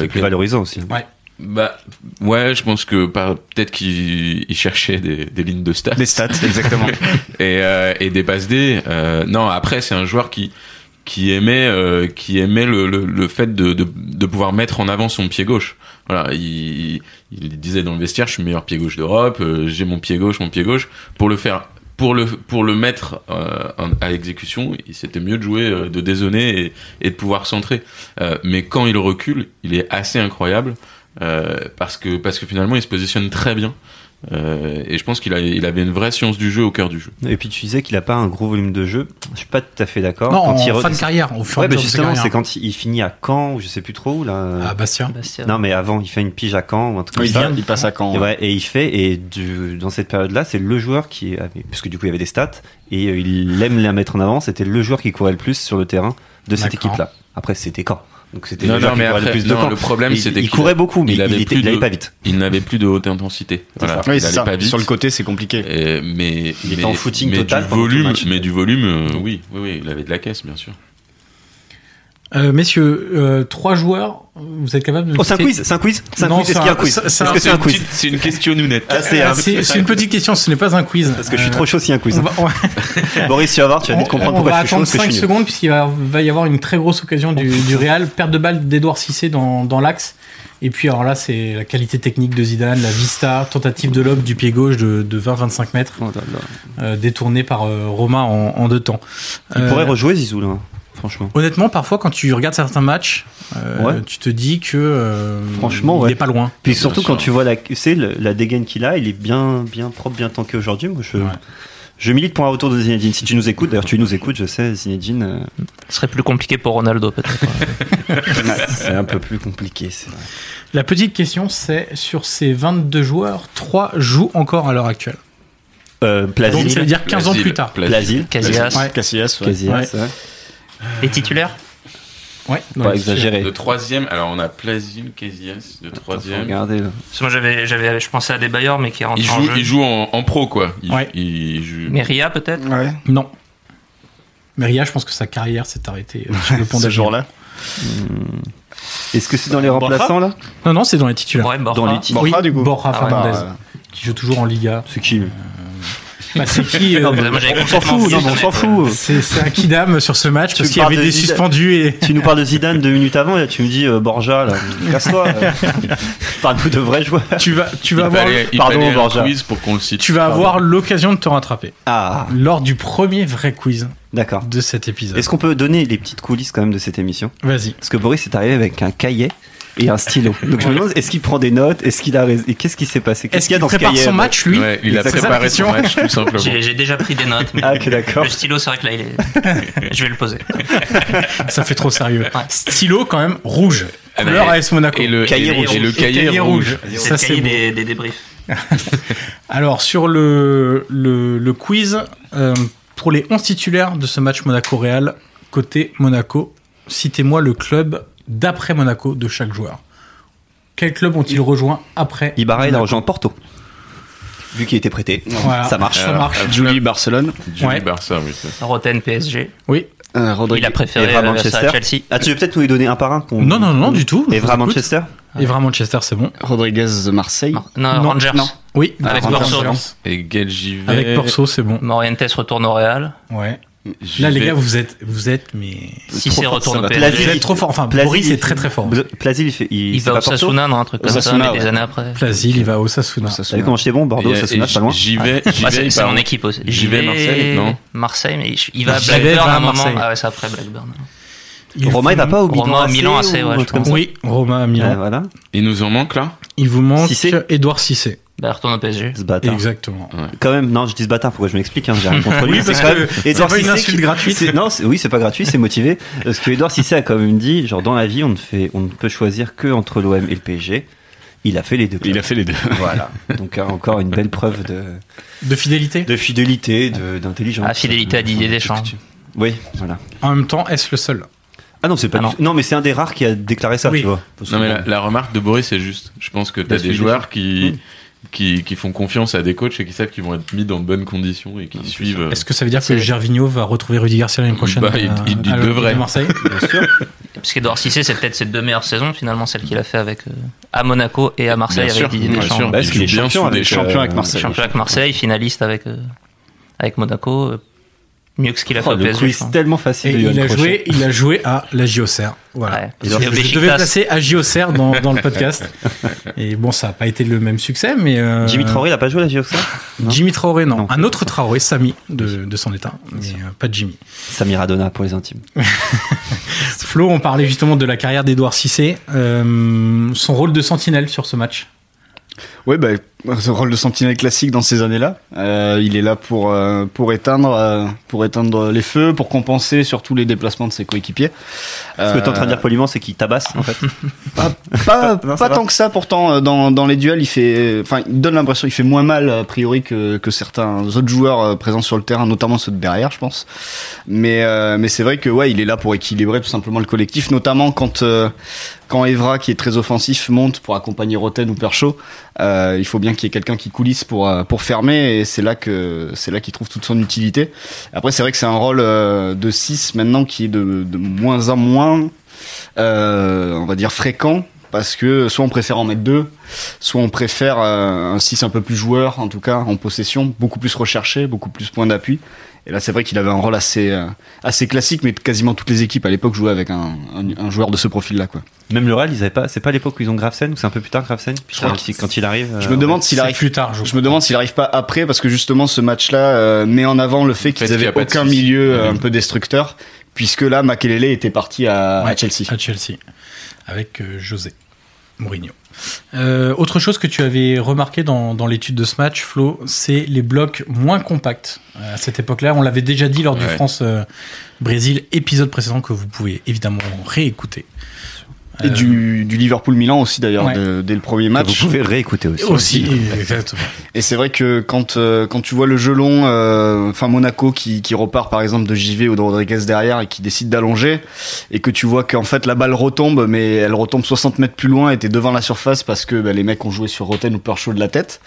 S4: C'est plus
S5: quel-
S4: valorisant aussi. hein.
S5: bah, ouais, je pense que par- peut-être qu'il il cherchait des, des lignes de stats.
S6: Les stats, exactement.
S5: et, euh, et des passes D. Euh, non, après c'est un joueur qui qui aimait euh, qui aimait le, le, le fait de, de, de pouvoir mettre en avant son pied gauche. Voilà, il, il disait dans le vestiaire, je suis meilleur pied gauche d'Europe, euh, j'ai mon pied gauche, mon pied gauche pour le faire pour le pour le mettre euh, en- à exécution, il- c'était mieux de jouer euh, de désonner et, et de pouvoir centrer. Euh, mais quand il recule, il est assez incroyable euh, parce que parce que finalement il se positionne très bien. Euh, et je pense qu'il a, il avait une vraie science du jeu au cœur du jeu.
S4: Et puis tu disais qu'il a pas un gros volume de jeu. Je suis pas tout à fait d'accord.
S3: Non,
S4: Quand
S3: en
S4: il re-
S3: fin de carrière, au fur et
S4: Ouais,
S3: à
S4: mais
S3: mesure de sa
S4: justement, c'est
S3: carrière. Ah,
S4: quand il finit à Caen ou je sais plus trop où là.
S3: À Bastia.
S7: Bastia.
S4: Non, mais avant, il fait une pige à Caen ou un truc comme
S6: Oui,
S4: ça.
S6: ça, il passe à Caen.
S4: Et,
S6: ouais.
S4: ouais, et il fait, et du- dans cette période-là, c'est le joueur qui avait, parce que du coup il y avait des stats, et euh, il aime la mettre en avant, c'était le joueur qui courait le plus sur le terrain de cette
S3: D'accord.
S4: équipe-là. Après c'était quand Donc c'était
S5: Non,
S4: le joueur
S5: non,
S4: qui
S5: mais
S4: courait
S5: après,
S4: le plus de
S5: non,
S4: Caen.
S5: le problème,
S4: Il-
S5: c'était
S4: il
S5: qu'il
S4: courait beaucoup, mais
S5: il
S4: il,
S5: avait
S4: était-
S5: plus
S4: il allait
S5: de-
S4: pas vite.
S5: Il n'avait plus de haute intensité. Voilà,
S6: Oui,
S5: il
S6: c'est
S5: allait
S6: ça.
S5: pas vite.
S6: Sur le côté, c'est compliqué.
S5: Et- mais,
S4: Il était
S5: mais-
S4: en footing
S5: mais
S4: total
S5: Du
S4: pendant tout le
S5: volume,
S4: match.
S5: mais du volume, euh, oui, oui, oui, il avait de la caisse, bien sûr.
S3: Euh, messieurs, euh, trois joueurs, vous êtes capables de.
S4: Oh, c'est un
S3: citer-
S4: quiz, c'est un quiz, c'est un
S3: Non,
S4: quiz. Est-ce
S3: c'est
S4: qu'il y a
S3: un-
S4: un quiz
S3: c'est- c'est
S4: Est-ce
S3: un-
S4: que Ah, c'est un
S5: une
S4: quiz
S5: petite- C'est une question nounette.
S4: Ah, c'est un-
S3: Ah, C'est c'est une petite question, ce n'est pas un quiz.
S4: Parce que je suis trop chaud si un
S3: Euh,
S4: quiz.
S3: on va- on va-
S4: Boris, tu vas voir, tu vas vite comprendre
S3: Euh, on va
S4: pourquoi je suis chaud
S3: attendre
S4: parce que je
S3: 5
S4: suis nul.
S3: secondes puisqu'il va, va y avoir une très grosse occasion du, du Real. Perte de balle d'Edouard Cissé dans, dans l'axe. Et puis alors là, c'est la qualité technique de Zidane, la vista, tentative de lob du pied gauche de, de 20-25 mètres,
S4: Oh
S3: euh, détournée par euh, Romain en, en deux temps.
S4: Il
S3: Euh,
S4: pourrait rejouer Zizou là, hein, franchement.
S3: Honnêtement, parfois, quand tu regardes certains matchs, euh,
S4: Ouais.
S3: tu te dis que euh,
S4: Franchement,
S3: il
S4: ouais.
S3: est pas loin.
S4: Puis
S5: Bien
S4: surtout
S5: sûr.
S4: quand tu vois la, tu sais, le- la dégaine qu'il a, il est bien, bien propre, bien tanké aujourd'hui. Moi, je,
S3: Ouais.
S4: je milite pour un retour de Zinedine. Si tu nous écoutes, d'ailleurs, tu nous écoutes, je sais, Zinedine, euh,
S7: Ce serait plus compliqué pour Ronaldo peut-être.
S4: c'est un peu plus compliqué. c'est vrai.
S3: La petite question, c'est sur ces 22 joueurs, 3 jouent encore à l'heure actuelle.
S4: Euh,
S3: Donc ça veut
S4: Plasil,
S3: dire 15 ans
S5: Plasil,
S3: plus tard.
S5: Plasil.
S4: Plasil,
S7: Casillas.
S3: Ouais.
S6: Casillas, ouais.
S4: Casillas, ouais.
S7: Les titulaires
S3: Ouais, dans
S4: pas
S3: les-
S5: Le
S4: exagéré.
S5: troisième, alors on a Plasil, Casillas, le troisième.
S4: Regardez, là.
S7: Parce que moi j'avais, j'avais, je pensais à des bailleurs mais qui rentrent
S5: Il
S7: en
S5: joue,
S7: jeu.
S5: il joue en, en pro, quoi. Il,
S3: Ouais.
S5: il joue.
S7: Meria peut-être.
S6: Ouais.
S3: Non. Mais Ria, je pense que sa carrière s'est arrêtée euh, sur le pont Bah,
S6: Ce
S3: d'Avignon.
S6: jour-là.
S4: Hmm. Est-ce que c'est dans les
S6: Borja
S4: remplaçants là
S3: Non, non, c'est dans les titulaires.
S7: Ouais, Borja.
S4: Dans les titres.
S6: Borja,
S3: oui,
S6: du coup.
S3: Borja
S7: Ah ouais.
S3: Fernandez,
S6: Bah, euh,
S3: qui joue toujours en Liga.
S4: C'est qui
S3: Bah, c'est qui euh,
S7: Non, mais- Moi, j'avais
S4: On s'en
S7: complètement
S4: fout, non, mais on
S7: oublié,
S4: s'en fout.
S3: C'est c'est à qui dame sur ce match
S4: Tu
S3: parce qu'il y
S4: parles
S3: avait
S4: de
S3: des
S4: Zidane.
S3: suspendus et.
S4: Tu nous parles de Zidane deux minutes avant, et là, tu me dis euh, Borja, là. Casse-toi. euh. Parle-nous de vrais joueurs.
S3: Tu vas, tu
S5: Il
S3: vas avoir,
S5: fallait, il
S4: Pardon,
S5: fallait un
S4: Borja.
S5: quiz pour qu'on le cite.
S3: tu vas avoir l'occasion de te rattraper
S4: Ah,
S3: lors du premier vrai quiz
S4: D'accord.
S3: de cet épisode.
S4: Est-ce qu'on peut donner les petites coulisses quand même de cette émission
S3: Vas-y.
S4: Parce que Boris est arrivé avec un cahier et un stylo. Donc je me demande, est-ce qu'il prend des notes Est-ce qu'il a rés- et qu'est-ce qui s'est passé
S3: Est-ce
S4: qu'il y a
S3: qu'il
S4: dans ce
S3: prépare
S4: cahier
S3: son match, lui
S5: Ouais, il a
S4: c'est ça la
S5: préparé son
S3: question.
S5: match, tout simplement.
S7: J'ai j'ai déjà pris des notes, mais
S4: Ah, ok, d'accord.
S7: le stylo, c'est vrai que là, il est... je vais le poser.
S3: Ça fait trop sérieux.
S7: Ouais.
S3: Stylo, quand même, rouge.
S5: Ah,
S3: Couleur
S5: mais-
S3: AS Monaco.
S5: Et le
S4: Cahier
S5: et-
S4: rouge.
S5: et le
S3: Et
S5: cahier rouge.
S7: C'est
S3: Ça,
S7: le
S3: c'est
S7: cahier
S3: beau.
S7: des, des débriefs.
S3: Alors, sur le, le, le quiz, euh, pour les 11 titulaires de ce match Monaco-Real, côté Monaco, citez-moi le club d'après Monaco de chaque joueur. Quel club ont-ils rejoint après
S4: Ibarra, il a
S3: Monaco
S4: rejoint Porto. Vu qu'il était prêté.
S3: Voilà. Euh.
S4: Ça marche.
S3: Ça marche.
S6: Julie Barcelone.
S5: Julie
S3: Ouais.
S5: Barça, oui. ça.
S7: Roten PSG.
S6: Euh,
S7: Il
S6: Rodrigue.
S7: a préféré
S4: Evra
S7: euh, ça
S4: Manchester.
S7: à Chelsea.
S4: Ah, tu veux peut-être nous les donner un par un qu'on-
S3: Non, non, non, du tout.
S4: euh, Evra
S3: Je vous écoute.
S4: Manchester
S3: Evra Manchester, c'est bon.
S6: Rodriguez de Marseille.
S7: Non, non,
S3: Non,
S7: Rangers.
S6: non.
S3: Oui,
S7: Avec
S3: Evra
S7: Porso.
S3: Manchester.
S5: Et Gelgivet.
S3: Avec Porso, c'est bon.
S7: Morientes retourne au Real.
S3: Ouais. Là, les gars, vous êtes, vous êtes, mais.
S6: Trop
S7: Si c'est
S6: fort, ça
S7: retourne au
S6: va.
S3: Vous
S4: Plasie,
S7: PSG,
S3: êtes trop fort. Enfin,
S4: Plasil,
S3: Boris
S4: il
S3: est très
S4: fait-
S3: très fort.
S4: Plasil, il fait. Il,
S7: il
S4: c'est
S7: va
S4: pas
S7: au
S4: Porto
S7: Sasuna, non, un truc comme
S6: Osasuna,
S7: ça, mais des
S6: ouais.
S7: années après.
S3: Plasil, il va au Sasuna.
S4: T'as vu comment j'étais bon Bordeaux, ça se pas loin.
S5: J'y vais, j'y
S7: Bah,
S5: vais.
S7: c'est
S5: il
S7: c'est
S5: part-
S7: mon équipe aussi.
S5: J'y vais, Marseille, non
S7: Marseille, mais il- il va à
S3: J'y vais,
S7: Blackburn
S3: va
S7: à
S3: à
S7: un moment.
S3: Marseille.
S7: Ah ouais, c'est après Blackburn.
S3: Il
S4: Roma, il
S3: vous
S4: va pas au Milan
S7: Roma, Milan AC,
S4: ou
S7: ouais,
S4: un
S7: je
S4: truc comme
S7: pense.
S4: ça
S3: Oui, Roma à Milan.
S4: Ah, Voilà,
S5: Il nous en manque là
S3: Il vous manque
S4: Cissé.
S3: Edouard Cissé.
S7: Bah, il retourne au PSG.
S4: ce bâtard.
S3: Exactement.
S4: Quand même, non, je dis ce bâtard, pourquoi je m'explique, hein, j'ai rien contre lui.
S3: Oui, parce
S4: c'est quand
S3: que
S4: même-
S3: c'est
S4: Edouard
S3: pas une
S4: Cissé
S3: insulte
S4: qui-
S3: gratuite.
S4: c'est- Non, c'est- oui, c'est pas gratuit, c'est motivé. Parce que Edouard Cissé a quand même dit, genre, dans la vie, on ne, fait, on ne peut choisir que entre l'OM et le PSG. Il a fait les deux.
S6: Il a fait les deux.
S4: Voilà. Donc, hein, encore une belle preuve de,
S3: De fidélité.
S4: de fidélité, de- d'intelligence.
S7: Ah, fidélité à Didier Deschamps.
S4: Oui, voilà.
S3: En même temps, est-ce le seul
S4: Ah non, c'est pas
S7: Ah
S4: du-
S7: non.
S4: non. mais c'est un des rares qui a déclaré ça,
S3: Oui.
S4: tu vois. Parce
S5: Non,
S4: que-
S5: mais la, la remarque de Boris est juste. Je pense que tu as
S4: Parce
S5: des
S4: qu'il
S5: joueurs qui,
S4: Hmm.
S5: qui, qui font confiance à des coachs et qui savent qu'ils vont être mis dans de bonnes conditions et qui suivent. euh,
S3: Est-ce que ça veut dire que
S7: c'est-
S3: Gervinho va retrouver Rudy Garcia l'année prochaine
S5: Bah,
S3: à-
S5: il- il- il
S3: à l'Olympique
S5: devrait.
S3: de Marseille
S4: Bien sûr.
S7: Parce qu'Edouard Cissé, c'est peut-être ses deux meilleures saisons, finalement, celle qu'il a fait avec, euh, à Monaco et à Marseille
S5: Bien
S7: avec
S5: sûr,
S7: Didier
S5: bien
S7: Deschamps.
S5: sûr.
S4: Bah,
S5: Il
S4: parce qu'il
S5: joue
S4: est
S5: bien
S4: champion
S5: sous
S4: avec, euh,
S5: des
S6: champions avec euh, Marseille.
S7: Champion avec Marseille, finaliste avec, euh, avec Monaco. euh, mieux que ce qu'il a fait
S4: Oh,
S7: au
S4: le
S7: PSG.
S4: quiz
S7: je pense.
S4: tellement
S3: Et
S4: facile de
S3: il
S4: Johan
S3: a,
S4: Crochet.
S3: joué, il a joué à la JOCR. Voilà.
S7: Ouais.
S4: Et donc,
S7: Et au
S4: je
S3: Je devais
S7: Beşiktaş,
S3: placer à JOCR dans, dans le podcast. Et bon, ça n'a pas été le même succès, mais. euh,
S4: Jimmy Traoré, il a pas joué à la Gioxa non
S3: Jimmy Traoré, non.
S4: Non.
S3: Un autre Traoré, Samy, de, de son état, mais euh, pas de Jimmy.
S4: Samir Adona pour les intimes.
S3: Flo, on parlait justement de la carrière d'Edouard Cissé, euh, son rôle de sentinelle sur ce match.
S6: Oui, bah, ce rôle de sentinelle classique dans ces années-là. Euh, il est là pour, euh, pour, éteindre, euh, pour éteindre les feux, pour compenser sur tous les déplacements de ses coéquipiers.
S4: Ce que t'es en train de
S6: Euh,
S4: dire poliment, c'est qu'il tabasse, en fait.
S6: Pas,
S4: Non, ça
S6: pas
S4: va.
S6: tant que ça, pourtant, euh, dans, dans les duels, il fait, enfin, il donne l'impression, il fait moins mal, a priori, que, que certains autres joueurs euh, présents sur le terrain, notamment ceux de derrière, je pense. Mais, euh, mais c'est vrai que, ouais, il est là pour équilibrer tout simplement le collectif, notamment quand, euh, quand Evra, qui est très offensif, monte pour accompagner Roten ou Perchaud, euh, il faut bien qu'il y ait quelqu'un qui coulisse pour, euh, pour fermer, et c'est là que, c'est là qu'il trouve toute son utilité. Après, c'est vrai que c'est un rôle euh, de 6 maintenant qui est de, de moins en moins, euh, on va dire, fréquent. Parce que soit on préfère en mettre deux, soit on préfère euh, un 6 un peu plus joueur, en tout cas en possession, beaucoup plus recherché, beaucoup plus point d'appui. Et là, c'est vrai qu'il avait un rôle assez, euh, assez classique, mais quasiment toutes les équipes à l'époque jouaient avec un, un- un joueur de ce profil-là. quoi.
S4: Même le Real, ils avaient pas, c'est pas l'époque où ils ont Gravesen, ou c'est un peu plus tard Gravesen, puis
S6: crois
S4: quand,
S6: que-
S4: il- quand il arrive.
S6: Je
S4: euh,
S6: me demande
S3: C'est
S6: s'il arrive
S3: plus tard, je
S6: Je me demande s'il arrive pas après, parce que justement ce match-là euh, met en avant le fait
S5: fait
S6: qu'ils
S5: qu'il y
S6: avaient
S5: a pas de
S6: aucun
S5: six.
S6: milieu euh,
S5: Ouais.
S6: un peu destructeur, puisque là Makelele était parti à, à
S3: Ouais,
S6: Chelsea.
S3: À Chelsea, avec euh, José Mourinho. Euh, autre chose que tu avais remarqué dans, dans l'étude de ce match, Flo, c'est les blocs moins compacts. Euh, À cette époque-là, on l'avait déjà dit lors du
S5: Ouais.
S3: France-Brésil, euh, épisode précédent que vous pouvez évidemment réécouter.
S6: Et du, du Liverpool-Milan aussi d'ailleurs,
S3: Ouais.
S6: de- dès le premier
S4: que
S6: match.
S4: Vous pouvez réécouter aussi.
S3: Aussi, exactement.
S6: Et c'est vrai que quand euh, quand tu vois le jeu long, euh, enfin Monaco qui, qui repart par exemple de JV ou de Rodriguez derrière et qui décide d'allonger, et que tu vois qu'en fait la balle retombe, mais elle retombe 60 mètres plus loin et t'es devant la surface parce que bah, les mecs ont joué sur Roten ou Perchaud de la tête.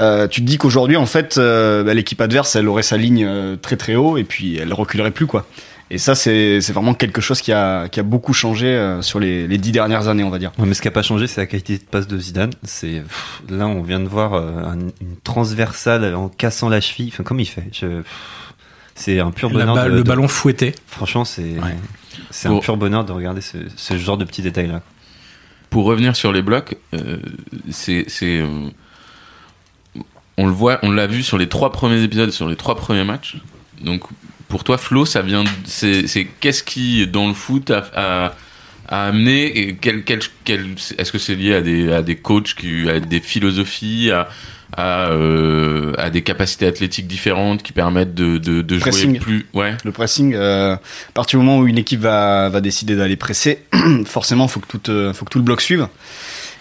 S6: Euh, tu te dis qu'aujourd'hui en fait euh, bah, l'équipe adverse elle aurait sa ligne euh, très très haut et puis elle reculerait plus quoi. Et ça c'est c'est vraiment quelque chose qui a qui a beaucoup changé euh, sur les les dix dernières années on va dire.
S4: Ouais, mais ce qui a pas changé, c'est la qualité de passe de Zidane. C'est pff, là, on vient de voir euh, un- une transversale en cassant la cheville. Enfin, comment il fait Je- pff, C'est un pur
S3: La
S4: bonheur.
S3: balle-
S4: de-
S3: le
S4: de-
S3: ballon fouetté.
S4: Franchement, c'est
S3: Ouais.
S4: c'est un
S5: Pour-
S4: pur bonheur de regarder ce, ce genre de petits détails là.
S5: Pour revenir sur les blocs, euh, c'est. c'est, euh, on le voit, on l'a vu sur les trois premiers épisodes, sur les trois premiers matchs. Donc, Pour toi, Flo, ça vient. de- C'est c'est- qu'est-ce qui dans le foot a, a- a amené et quel, quel, quel- Est-ce que c'est lié à des, à des coachs, qui, à des philosophies, à, à, euh, à des capacités athlétiques différentes qui permettent de, de, de jouer
S6: Pressing.
S5: plus Ouais.
S6: Le pressing, euh, à partir du moment où une équipe va, va décider d'aller presser, forcément, faut que tout, euh, faut que tout le bloc suive.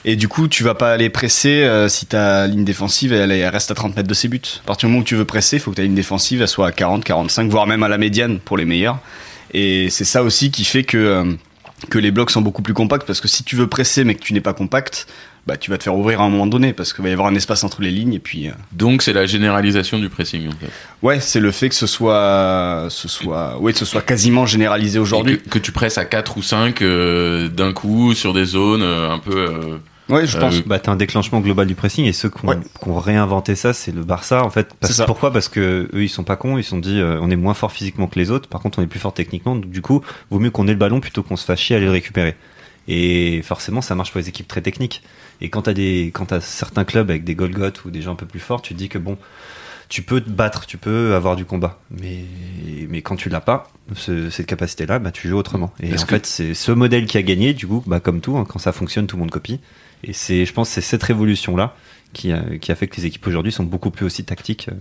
S6: Et du coup, tu vas pas aller presser euh, si ta ligne défensive elle, elle reste à 30 mètres de ses buts. À partir du moment où tu veux presser, faut que ta ligne défensive elle soit à 40, 45, voire même à la médiane pour les meilleurs. Et c'est ça aussi qui fait que euh, que les blocs sont beaucoup plus compacts parce que si tu veux presser mais que tu n'es pas compact, bah tu vas te faire ouvrir à un moment donné parce qu'il va y avoir un espace entre les lignes et puis euh,
S5: Donc c'est la généralisation du pressing. En fait.
S6: Ouais, c'est le fait que ce soit, ce soit, ouais, que ce soit quasiment généralisé
S5: Et
S6: aujourd'hui.
S5: que, que tu presses à 4 ou 5 d'un coup sur des zones euh, un peu. euh,
S6: Ouais, je
S5: Euh,
S6: pense.
S4: Bah, t'as un déclenchement global du pressing et ceux qui ont,
S6: Mm. Ouais.
S4: qui ont réinventé ça, c'est le Barça en fait. Parce-
S6: C'est ça.
S4: pourquoi Parce que eux ils sont pas cons, ils se sont dit euh, on est moins fort physiquement que les autres, par contre on est plus fort techniquement, donc du coup vaut mieux qu'on ait le ballon plutôt qu'on se fasse chier à aller le récupérer. Et forcément ça marche pour les équipes très techniques. Et quand t'as des, quand t'as certains clubs avec des Golgoth ou des gens un peu plus forts, tu te dis que bon, tu peux te battre, tu peux avoir du combat, mais mais quand tu l'as pas ce- cette capacité-là, bah tu joues autrement. Et
S5: Est-ce
S4: en
S5: que-
S4: fait c'est ce modèle qui a gagné, du coup bah comme tout, hein, quand ça fonctionne tout le monde copie. Et c'est, je pense, c'est cette révolution-là qui a, qui a fait que les équipes aujourd'hui sont beaucoup plus aussi tactiques euh,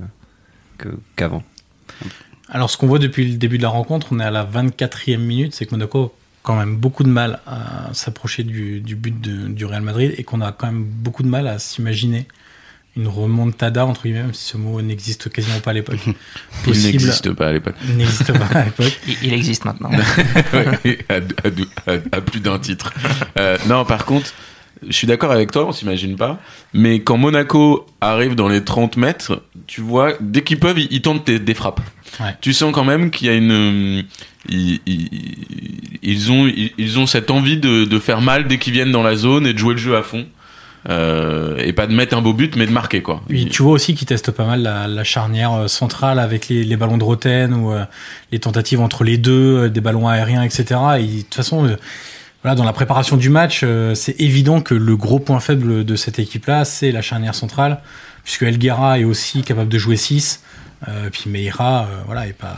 S4: que- qu'avant.
S3: Alors, ce qu'on voit depuis le début de la rencontre, on est à la 24e minute, c'est que Monaco a quand même beaucoup de mal à s'approcher du, du but de- du Real Madrid et qu'on a quand même beaucoup de mal à s'imaginer une remontada, entre guillemets, même si ce mot n'existe quasiment pas à l'époque.
S5: il
S3: Possible-
S5: n'existe pas bah, à l'époque.
S3: N'existe pas à l'époque.
S7: Il, il existe maintenant.
S5: Bah. Ouais, à, à- à- à plus d'un titre. Euh, non, par contre, je suis d'accord avec toi, on s'imagine pas. Mais quand Monaco arrive dans les 30 mètres, tu vois, dès qu'ils peuvent, ils, ils tentent des, des frappes.
S3: Ouais.
S5: Tu sens quand même qu'il y a une. euh, Ils, ils- ils ont, ils, ils ont cette envie de, de faire mal dès qu'ils viennent dans la zone et de jouer le jeu à fond. Euh, et pas de mettre un beau but, mais de marquer, quoi.
S3: Oui, tu vois aussi qu'ils testent pas mal la, la charnière euh, centrale avec les, les ballons de Roten ou euh, les tentatives entre les deux, euh, des ballons aériens, etc. Et ils- de toute façon, euh, voilà, dans la préparation du match, euh, c'est évident que le gros point faible de cette équipe-là, c'est la charnière centrale, puisque Elguera est aussi capable de jouer 6. Euh, puis Meira, euh, voilà, est pas.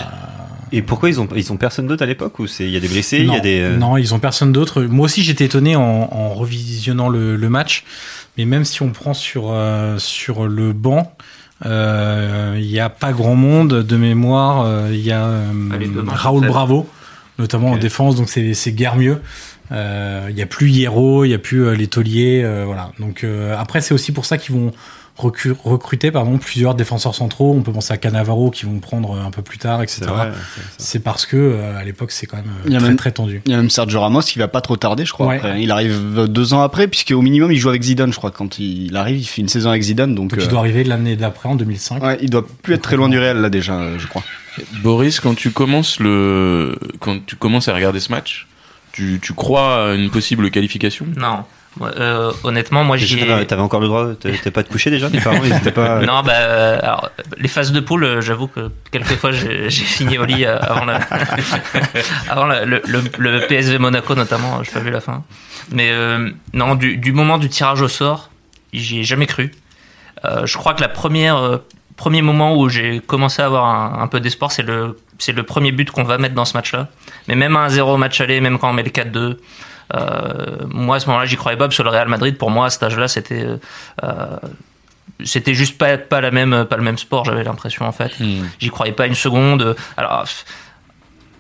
S4: Et pourquoi ils ont, ils ont personne d'autre à l'époque Ou c'est- il y a des blessés, il y
S3: non,
S4: a des. euh,
S3: non, ils ont personne d'autre. Moi aussi, j'étais étonné en, en revisionnant le, le match. Mais même si on prend sur, euh, sur le banc, euh, il n'y a pas grand monde de mémoire. euh, Il y a euh,
S7: Allez, demain,
S3: Raoul
S7: peut-être.
S3: Bravo, notamment en
S4: Ok.
S3: défense, donc c'est c'est guère mieux. Euh, Il n'y a plus Hierro, il n'y a plus euh, les tauliers. euh, voilà. Donc, euh, après, c'est aussi pour ça qu'ils vont recu- recruter pardon, plusieurs défenseurs centraux. On peut penser à Canavaro qui vont prendre un peu plus tard, etc.
S4: C'est vrai.
S3: C'est parce que euh, à l'époque c'est quand même euh,
S6: Il y a
S3: très
S6: même-
S3: très tendu.
S6: Il y a même Sergio Ramos qui va pas trop tarder, je crois.
S3: Ouais.
S6: après. Il arrive deux ans après, puisque au minimum il joue avec Zidane, je crois. Quand il arrive, il fait une saison avec Zidane, donc,
S3: Donc
S6: euh,
S3: il doit arriver l'année d'après en 2005.
S6: ouais, il doit plus être très loin du Real là déjà, euh, je crois.
S5: Boris, quand tu commences le, quand tu commences à regarder ce match, tu, tu crois à une possible qualification
S7: non. Moi, euh, honnêtement, moi j'y ai-
S4: T'avais t'avais encore le droit, t'es t'es pas de coucher déjà Tes parents, ils étaient pas.
S7: Non, bah, euh, alors, les phases de poule, euh, j'avoue que quelquefois j'ai j'ai fini au lit euh, avant, la- avant la- le, le- le PSV Monaco notamment, euh, je n'ai pas vu la fin. Mais euh, non, du, du moment du tirage au sort, j'y ai jamais cru. Euh, je crois que la première, euh, premier moment où j'ai commencé à avoir un, un peu d'espoir, c'est le, c'est le premier but qu'on va mettre dans ce match-là. Mais même à 1-0 au match aller, même quand on met le 4-2, euh, moi à ce moment-là, j'y croyais pas parce que le Real Madrid, pour moi, à cet âge-là, c'était euh, euh, c'était juste pas, pas, la même, pas le même sport, j'avais l'impression en fait.
S5: Hmm.
S7: J'y croyais pas une seconde. Alors, pff,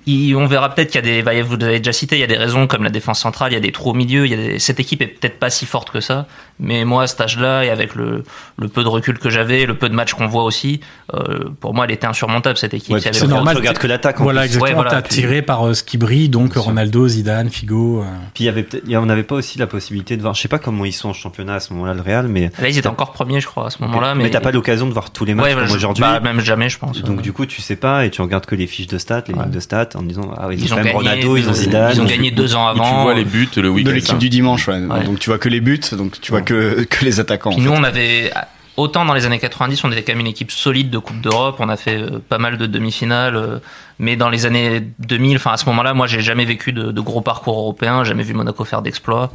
S7: il- on verra peut-être qu'il y a des. bah, Vous avez déjà cité, il y a des raisons comme la défense centrale, il y a des trous au milieu. il Y a des- cette équipe est peut-être pas si forte que ça. Mais moi, à cet âge-là, et avec le, le peu de recul que j'avais, le peu de matchs qu'on voit aussi, euh, pour moi, elle était insurmontable cette équipe.
S4: Ouais,
S7: Il y avait
S4: c'est
S7: pas-
S3: normal.
S4: Tu regardes que l'attaque. en
S3: Voilà
S4: plus.
S3: exactement.
S7: Ouais, voilà,
S3: T'as
S7: puis-
S3: tiré par euh, ce qui brille donc
S4: Bien sûr.
S3: Ronaldo, Zidane, Figo. euh,
S4: Puis il y avait peut-être, il y en- on n'avait pas aussi la possibilité de voir. Je sais pas comment ils sont en championnat à ce moment-là le Real, mais.
S7: Là, ils étaient encore premiers, je crois, à ce moment-là. Mais,
S4: t'as pas l'occasion de voir tous les matchs
S7: Ouais, voilà,
S4: comme
S7: je-
S4: aujourd'hui.
S7: bah, même jamais, je pense.
S4: donc du coup tu sais pas et tu regardes que les fiches de stats, les
S7: Ouais.
S4: lignes de stats en disant ah oui ils, ont
S7: Ils ont
S4: quand même
S7: gagné
S4: Ronaldo, ils ont
S7: deux-
S4: Zidane,
S7: ils ont
S4: donc-
S7: gagné deux ans
S5: Où tu
S7: avant.
S5: vois les buts le
S6: de
S5: week-end.
S6: l'équipe du dimanche, ouais.
S7: Ouais.
S6: Donc tu vois que les buts, donc tu vois que, que les attaquants.
S7: Puis
S6: en
S7: nous,
S6: fait.
S7: on avait. Autant dans les années 90, on était quand même une équipe solide de Coupe d'Europe, on a fait euh, pas mal de demi-finales, euh, mais dans les années 2000, enfin à ce moment-là, moi j'ai jamais vécu de, de gros parcours européen, jamais vu Monaco faire d'exploits.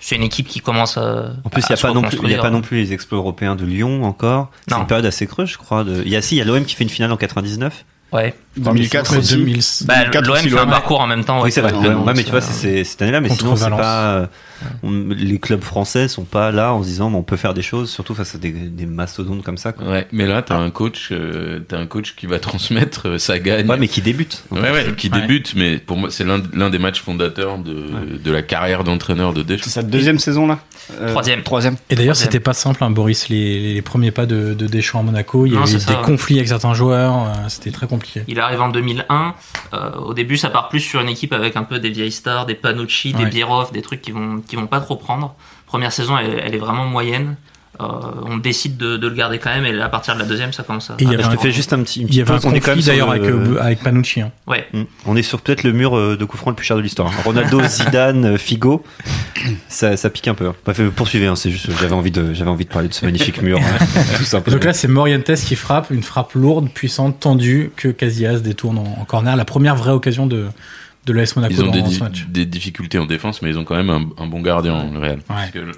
S7: C'est une équipe qui commence à.
S4: En plus, il
S7: à
S4: n'y a,
S7: se
S4: pas non plus- il y a
S7: reconstruire.
S4: pas non plus les exploits européens de Lyon encore. C'est
S7: Non.
S4: une période assez creuse, je crois. de- Il y a si, il y a l'OM qui fait une finale en 99.
S7: Ouais,
S6: 2004 aussi.
S3: 2000.
S7: Bah,
S6: Quatre
S7: L'OM fait
S6: Silhouettes.
S7: un parcours en même temps.
S4: oui, c'est vrai.
S6: ouais,
S4: Ouais,
S6: ouais,
S4: mais
S7: euh,
S4: tu vois, c'est- c'est cette année-là, mais
S3: Contre
S4: sinon, c'est
S3: Valence.
S4: pas. euh, on- les clubs français sont pas là en se disant, mais on peut faire des choses, surtout face à des, des mastodontes comme ça. quoi.
S5: Ouais, mais là, t'as un coach, euh, t'as un coach qui va transmettre euh, sa gagne.
S4: Ouais, mais qui débutent.
S5: Ouais, ouais, qui
S3: Ouais.
S5: débute, mais pour moi, c'est l'un l'un des matchs fondateurs de, de la carrière d'entraîneur de Deschamps.
S6: C'est sa deuxième saison là Euh,
S7: Troisième.
S6: Troisième.
S3: Et d'ailleurs,
S7: Troisième.
S3: c'était pas simple, hein, Boris, les, les- les premiers pas de, de Deschamps à Monaco. Il y
S7: Non,
S3: avait
S7: c'est
S3: des
S7: ça, ouais.
S3: conflits avec certains joueurs, euh, c'était très compliqué.
S7: Il arrive en 2001. Euh, au début, ça part plus sur une équipe avec un peu des vieilles stars, des Panucci, des
S3: Ouais.
S7: Bierhoff, des trucs qui vont, qui vont pas trop prendre. Première saison, elle, elle est vraiment moyenne. Euh, on décide de, de le garder quand même, et à partir de la deuxième, ça commence à.
S3: Et il y
S7: à
S3: avait
S4: Ah, Je
S3: un-
S4: te fais juste un petit. une
S3: Il y
S4: petite
S3: avait un
S4: pause, on est quand même
S3: conflit
S4: sur
S3: d'ailleurs
S4: le-
S3: avec, euh, avec Panucci. hein.
S7: Ouais.
S4: Mm. On est sur peut-être le mur euh, de coup franc le plus cher de l'histoire. hein. Ronaldo, Zidane, euh, Figo, ça, ça pique un peu. hein. Bref, euh, poursuivez, hein, c'est juste euh, j'avais envie de j'avais envie de parler de ce magnifique mur. hein, tout
S3: Et donc
S4: simplement.
S3: là, c'est Morientes qui frappe, une frappe lourde, puissante, tendue, que Casillas détourne en, en corner. La première vraie occasion de, de l'AS Monaco
S5: Ils ont
S3: dans,
S5: des,
S3: dans
S5: di-
S3: ce match.
S5: des difficultés en défense, mais ils ont quand même un, un bon gardien, le Real. Parce
S3: Ouais.
S5: que le-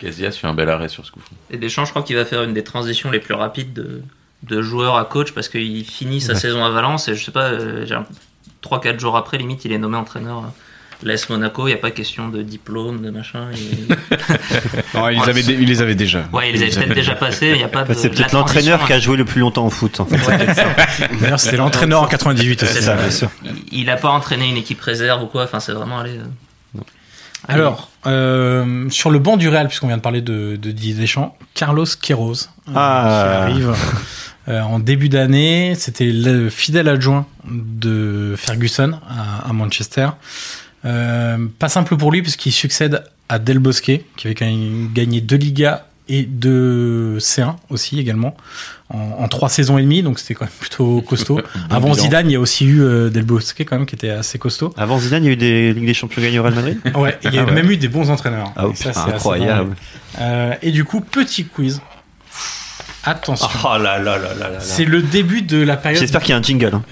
S5: Casillas fait un bel arrêt sur ce coup.
S7: Et Deschamps, je crois qu'il va faire une des transitions les plus rapides de, de joueur à coach parce qu'il finit sa saison à Valence et je sais pas, euh, 3-4 jours après, limite, il est nommé entraîneur. euh, L'AS Monaco, il n'y a pas question de diplôme, de machin. et-
S6: Non, ils,
S7: Ah,
S6: avaient
S7: c'est-
S6: dé- ils les avaient déjà.
S7: Ouais, ils avaient peut-être déjà passé, il n'y a pas de.
S4: Bah, C'est
S7: la
S4: peut-être
S7: transition,
S4: l'entraîneur qui
S7: hein.
S4: a joué le plus longtemps au foot. En fait.
S3: D'ailleurs, c'était l'entraîneur en 98 aussi.
S7: C'est ça,
S4: bien sûr.
S7: Il n'a pas entraîné une équipe réserve ou quoi, enfin, c'est vraiment allé. euh, allé-
S3: Alors, euh, sur le banc du Real, puisqu'on vient de parler de, de Didier Deschamps, Carlos Queiroz, euh,
S4: Ah.
S3: qui arrive euh, en début d'année. C'était le fidèle adjoint de Ferguson à, à Manchester. Euh, pas simple pour lui, puisqu'il succède à Del Bosque, qui avait quand même gagné deux Ligas et deux C1 aussi également, en, en trois saisons et demie, donc c'était quand même plutôt costaud. Avant
S5: bilan.
S3: Zidane, il y a aussi eu euh, Del Bosque quand même, qui était assez costaud.
S4: Avant Zidane, il y a eu des Ligues des Champions gagnées au Real Madrid.
S3: Ouais, il y a
S4: Ah ouais.
S3: même eu des bons entraîneurs.
S4: Ah, oh,
S3: Et ça,
S4: putain,
S3: c'est assez
S4: incroyable.
S3: dingue. Euh, et du coup, petit quiz. Attention.
S4: Oh là là là là là.
S3: C'est le début de la période.
S4: J'espère qu'il y a un jingle. hein.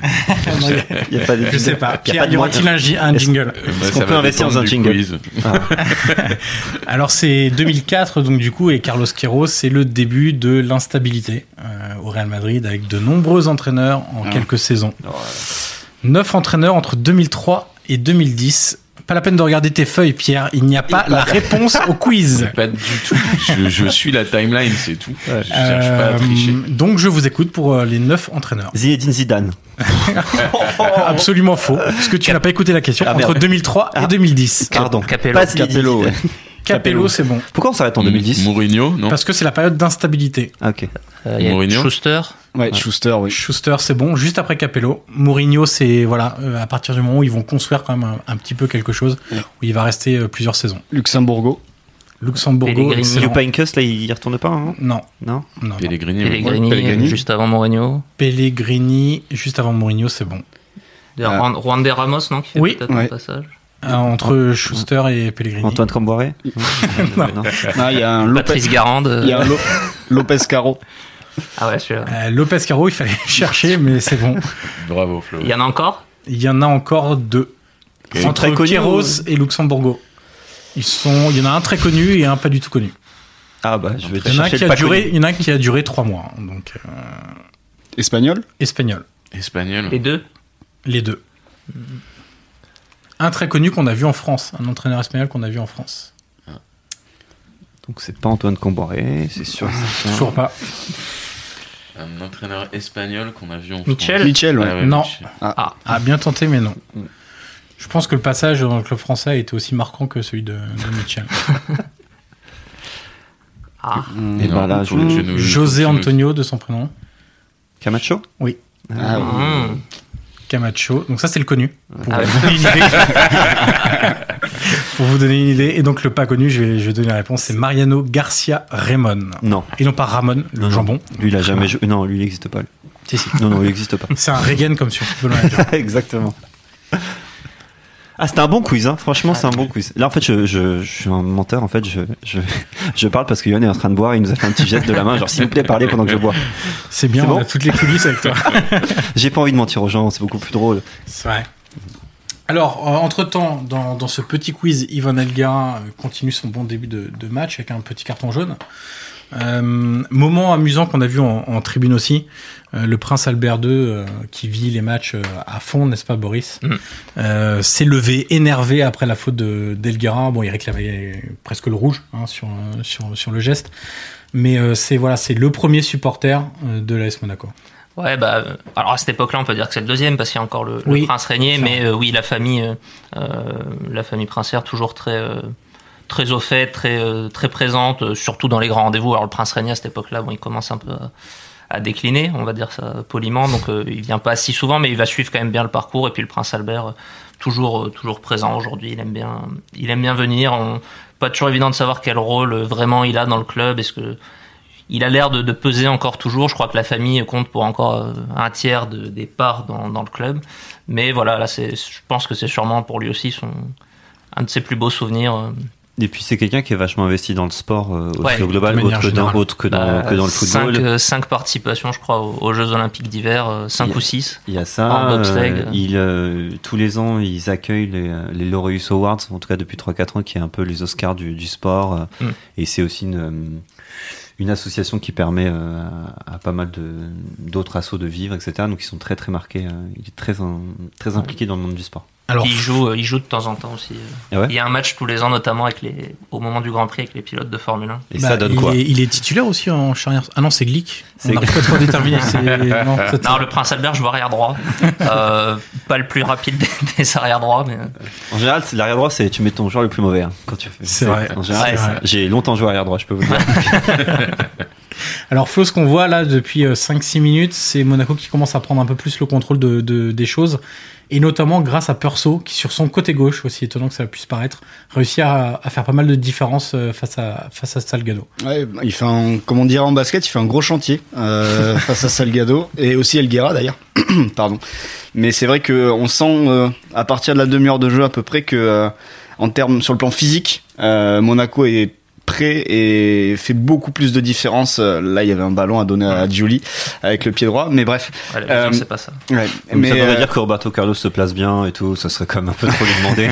S4: Il y a pas de
S3: Je sais
S4: jingle.
S3: pas.
S4: Il y a
S3: Pierre,
S4: pas de
S3: y
S4: moyen.
S3: aura-t-il un, gi- un
S4: Est-ce-
S3: jingle
S5: Euh, bah,
S4: qu'on
S5: ça
S4: peut
S5: va
S4: investir dans
S5: dépendre
S4: un
S5: du
S4: jingle
S5: quiz.
S3: Alors, c'est 2004, donc du coup, et Carlos Queiroz, c'est le début de l'instabilité euh, au Real Madrid avec de nombreux entraîneurs en
S6: Ah.
S3: quelques saisons.
S4: Oh
S3: Neuf entraîneurs entre 2003 et 2010. Pas la peine de regarder tes feuilles, Pierre. Il n'y a pas la réponse au quiz.
S5: Pas du tout. Je, je suis la timeline, c'est tout. Je cherche pas à
S3: Euh,
S5: tricher.
S3: donc, je vous écoute pour euh, les neuf entraîneurs.
S4: Zinedine Zidane.
S3: Absolument faux, parce que tu n'as pas écouté la question.
S4: Ah, merde.
S3: Entre 2003 et
S4: Ah.
S3: 2010.
S4: Pardon.
S7: Capello.
S4: Pas Zinedine
S6: Capello,
S4: Zidane.
S6: ouais.
S3: Capello, c'est bon.
S4: Pourquoi on
S3: Mm.
S4: s'arrête en 2010
S5: Mourinho, non
S3: Parce que c'est la période d'instabilité.
S4: Ah, ok.
S7: Euh, il y a
S5: Mourinho.
S7: Schuster.
S6: Ouais, Schuster, oui.
S3: Schuster, c'est bon, juste après Capello. Mourinho, c'est voilà, euh, à partir du moment où ils vont construire quand même un, un petit peu quelque chose, où il va rester euh, plusieurs saisons.
S6: Luxembourgo.
S3: Luxembourgo,
S7: Pellegrini.
S3: excellent.
S4: New Pinkus, là, il y retourne pas, hein
S3: Non,
S4: Non
S3: non, non.
S5: Pellegrini. oui.
S7: Pellegrini,
S6: Pellegrini.
S7: euh, juste avant Mourinho.
S3: Pellegrini, juste avant Mourinho, c'est bon.
S7: De
S6: Ah.
S7: Juan- Juan de Ramos, non qui fait
S3: Oui.
S7: peut-être
S6: Ouais.
S7: un passage.
S3: Euh, entre Schuster et Pellegrini.
S4: Antoine Camboiré Non.
S6: Ah, il y a un Lopez.
S7: Patrice Garande. euh,
S6: Il y a un Lo- Lopez Caro.
S7: Ah ouais, celui-là.
S3: Euh, Lopez Caro, il fallait chercher, mais c'est bon.
S5: Bravo, Flo.
S7: Il y en a encore
S3: Il y en a encore deux.
S5: Ok.
S3: Entre
S4: Très connu
S3: Queiroz et Luxembourgo. Ils sont, il y en a un très connu et un pas du tout connu.
S4: Ah bah, je vais
S3: Il y en a un
S4: chercher
S3: qui
S4: le
S3: a
S4: pas
S3: duré,
S4: connu.
S3: il y en a un qui a duré trois mois. hein, Donc, euh,
S6: Espagnol.
S3: espagnol,
S5: Espagnol.
S7: Les deux
S3: les deux. Un très connu qu'on a vu en France, un entraîneur espagnol qu'on a vu en France.
S4: Donc c'est pas Antoine Camboiré, c'est sûr.
S3: Ah, Toujours pas.
S5: Un entraîneur espagnol qu'on a vu en
S7: Michel
S6: Michel, ouais.
S5: Ah ouais,
S3: Non.
S5: Michel.
S3: Ah, bien tenté, mais non. Je pense que le passage dans le club français a été aussi marquant que celui de, de Mitchell.
S7: Ah,
S4: Et
S5: Non,
S4: bah là,
S5: faut que
S4: je-
S5: tu nous-
S3: José
S5: faut que tu nous-
S3: Antonio de son prénom.
S4: Camacho
S6: Ah, ouais.
S7: Mmh.
S3: Camacho. Donc ça, c'est le connu. Pour,
S7: Ah ouais.
S3: vous donner une idée. Pour vous donner une idée. Et donc le pas connu, je vais, je vais donner la réponse, c'est Mariano Garcia Raymond.
S4: Non.
S3: Et non pas Ramon, le
S4: Non, non.
S3: jambon. Ah.
S4: Lui, il a jamais joué. Non, lui, il n'existe pas. lui.
S3: Si, si.
S4: Non, non, il n'existe pas.
S3: C'est un Reagan comme sur Football Manager.
S4: Exactement. Ah, c'était un bon quiz, hein. franchement, c'est un bon quiz. Là, en fait, je, je, je suis un menteur, en fait, je, je, je parle parce que Yann est en train de boire et il nous a fait un petit geste de la main, genre, s'il vous plaît, parlez pendant que je bois.
S3: C'est bien,
S4: C'est
S3: on
S4: bon
S3: a toutes les coulisses avec toi.
S4: J'ai pas envie de mentir aux gens, c'est beaucoup plus drôle.
S3: C'est vrai. Alors, euh, entre-temps, dans, dans ce petit quiz, Ivan Elgarin euh, continue son bon début de, de match avec un petit carton jaune. Euh, moment amusant qu'on a vu en, en tribune aussi, euh, le prince Albert II euh, qui vit les matchs euh, à fond, n'est-ce pas Boris
S7: Mhm.
S3: Euh, S'est levé, énervé après la faute de d'Elguera. Bon, il réclamait presque le rouge hein, sur, euh, sur, sur le geste. Mais euh, c'est voilà, c'est le premier supporter euh, de l'AS Monaco.
S7: Ouais, bah, euh, alors à cette époque-là, on peut dire que c'est le deuxième parce qu'il y a encore le, le
S3: Oui,
S7: prince régné,
S3: ça.
S7: mais euh, oui, la famille, euh, euh, la famille princière, toujours très, euh, très au fait, très, euh, très présente, euh, surtout dans les grands rendez-vous. Alors le prince régné à cette époque-là, bon, il commence un peu à, à décliner, on va dire ça poliment, donc euh, il vient pas si souvent, mais il va suivre quand même bien le parcours. Et puis le prince Albert, euh, toujours, euh, toujours présent aujourd'hui, il aime bien, il aime bien venir. On, pas toujours évident de savoir quel rôle euh, vraiment il a dans le club. Est-ce que il a l'air de, de peser encore toujours. Je crois que la famille compte pour encore euh, un tiers de- des parts dans, dans le club. Mais voilà, là, c'est, je pense que c'est sûrement pour lui aussi son, un de ses plus beaux souvenirs. euh,
S4: Et puis c'est quelqu'un qui est vachement investi dans le sport euh, au
S7: Ouais,
S4: niveau global,
S3: de
S4: autre
S3: manière
S4: que, dans,
S3: générale.
S4: autre que dans,
S7: bah,
S4: que dans le
S7: cinq,
S4: football.
S7: euh, cinq participations, je crois, aux, aux Jeux Olympiques d'hiver, euh, cinq
S4: Il y a-
S7: ou six.
S4: Il y a ça.
S7: En bobsleigh.
S4: euh, il, euh, tous les ans, ils accueillent les, euh, les Laureus Awards, en tout cas depuis 3-4 ans, qui est un peu les Oscars du, du sport. euh,
S7: Mm.
S4: Et c'est aussi une, euh, une association qui permet euh, à, à pas mal de- d'autres assos de vivre, etc. Donc ils sont très très marqués. euh, il est très, in- très impliqué dans le monde du sport.
S3: Alors,
S7: Puis il joue, euh, il joue de temps en temps aussi. euh.
S4: Oh. Ah ouais
S7: il y a un match tous les ans, notamment avec les, au moment du Grand Prix avec les pilotes de Formule 1.
S4: Et
S3: bah,
S4: ça donne
S3: il,
S4: quoi
S3: est, il est titulaire aussi en charnière. Ah non, c'est Glick.
S4: C'est
S3: On n'arrive pas trop à déterminer. c'est- non, ça,
S7: Non, le Prince Albert joue arrière droit. Euh, pas le plus rapide des, des arrière droits, mais.
S4: En général, c'est- l'arrière droit, c'est tu mets ton joueur le plus mauvais. hein, quand tu fais.
S3: C'est vrai.
S4: En général,
S7: Ouais,
S4: c'est-
S3: c'est vrai.
S4: j'ai longtemps joué arrière droit, je peux vous le dire.
S3: Alors Flo, ce qu'on voit là depuis euh, 5-6 minutes, c'est Monaco qui commence à prendre un peu plus le contrôle de, de- des choses, et notamment grâce à Perso, qui sur son côté gauche, aussi étonnant que ça puisse paraître, réussit à, à faire pas mal de différences euh, face à, face à Salgado.
S6: Ouais, il fait un, comment dire en basket, il fait un gros chantier euh, face à Salgado et aussi Elguera d'ailleurs. Pardon. Mais c'est vrai que on sent euh, à partir de la demi-heure de jeu à peu près que euh, en termes sur le plan physique, euh, Monaco est prêt et fait beaucoup plus de différence. Euh, Là, il y avait un ballon à donner à Julie avec le pied droit. Mais bref.
S7: Ouais, la vision,
S6: Euh,
S7: c'est pas ça.
S6: Ouais.
S4: Mais ça devrait
S6: euh,
S4: dire que Roberto Carlos se place bien et tout, ça serait quand même un peu trop lui demander.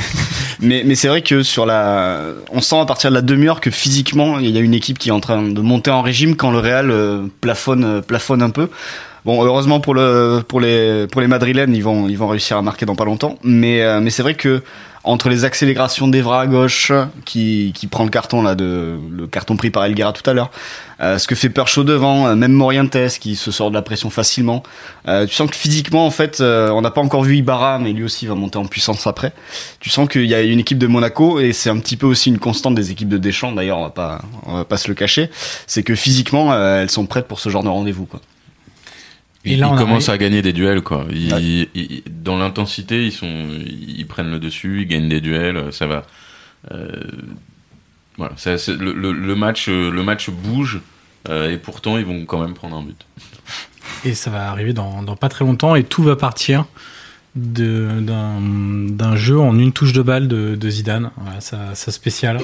S6: Mais, mais c'est vrai que sur la, on sent à partir de la demi-heure que physiquement, il y a une équipe qui est en train de monter en régime quand le Real euh, plafonne, euh, plafonne un peu. Bon, heureusement pour le, pour les, pour les Madrilènes, ils vont, ils vont réussir à marquer dans pas longtemps. Mais, euh, mais c'est vrai que entre les accélérations d'Evra à gauche, qui, qui prend le carton là, de, le carton pris par Elguera tout à l'heure, euh, ce que fait Percho devant, euh, même Morientes qui se sort de la pression facilement. Euh, tu sens que physiquement, en fait, euh, on n'a pas encore vu Ibarra, mais lui aussi va monter en puissance après tu sens qu'il y a une équipe de Monaco et c'est un petit peu aussi une constante des équipes de Deschamps d'ailleurs on va pas on va pas se le cacher c'est que physiquement euh, elles sont prêtes pour ce genre de rendez-vous quoi
S3: Et
S5: Ils
S3: là, on
S5: ils commencent
S3: arrive-
S5: à gagner des duels, quoi. Ils- ils- ils- dans l'intensité, ils sont, ils prennent le dessus, ils gagnent des duels, euh, ça va. Euh, voilà, ça- c'est- le, le- le match, euh, le match bouge, euh, et pourtant ils vont quand même prendre un but.
S3: Et ça va arriver dans, dans pas très longtemps, et tout va partir de- d'un d'un jeu en une touche de balle de, de Zidane, Voilà, sa, sa spéciale.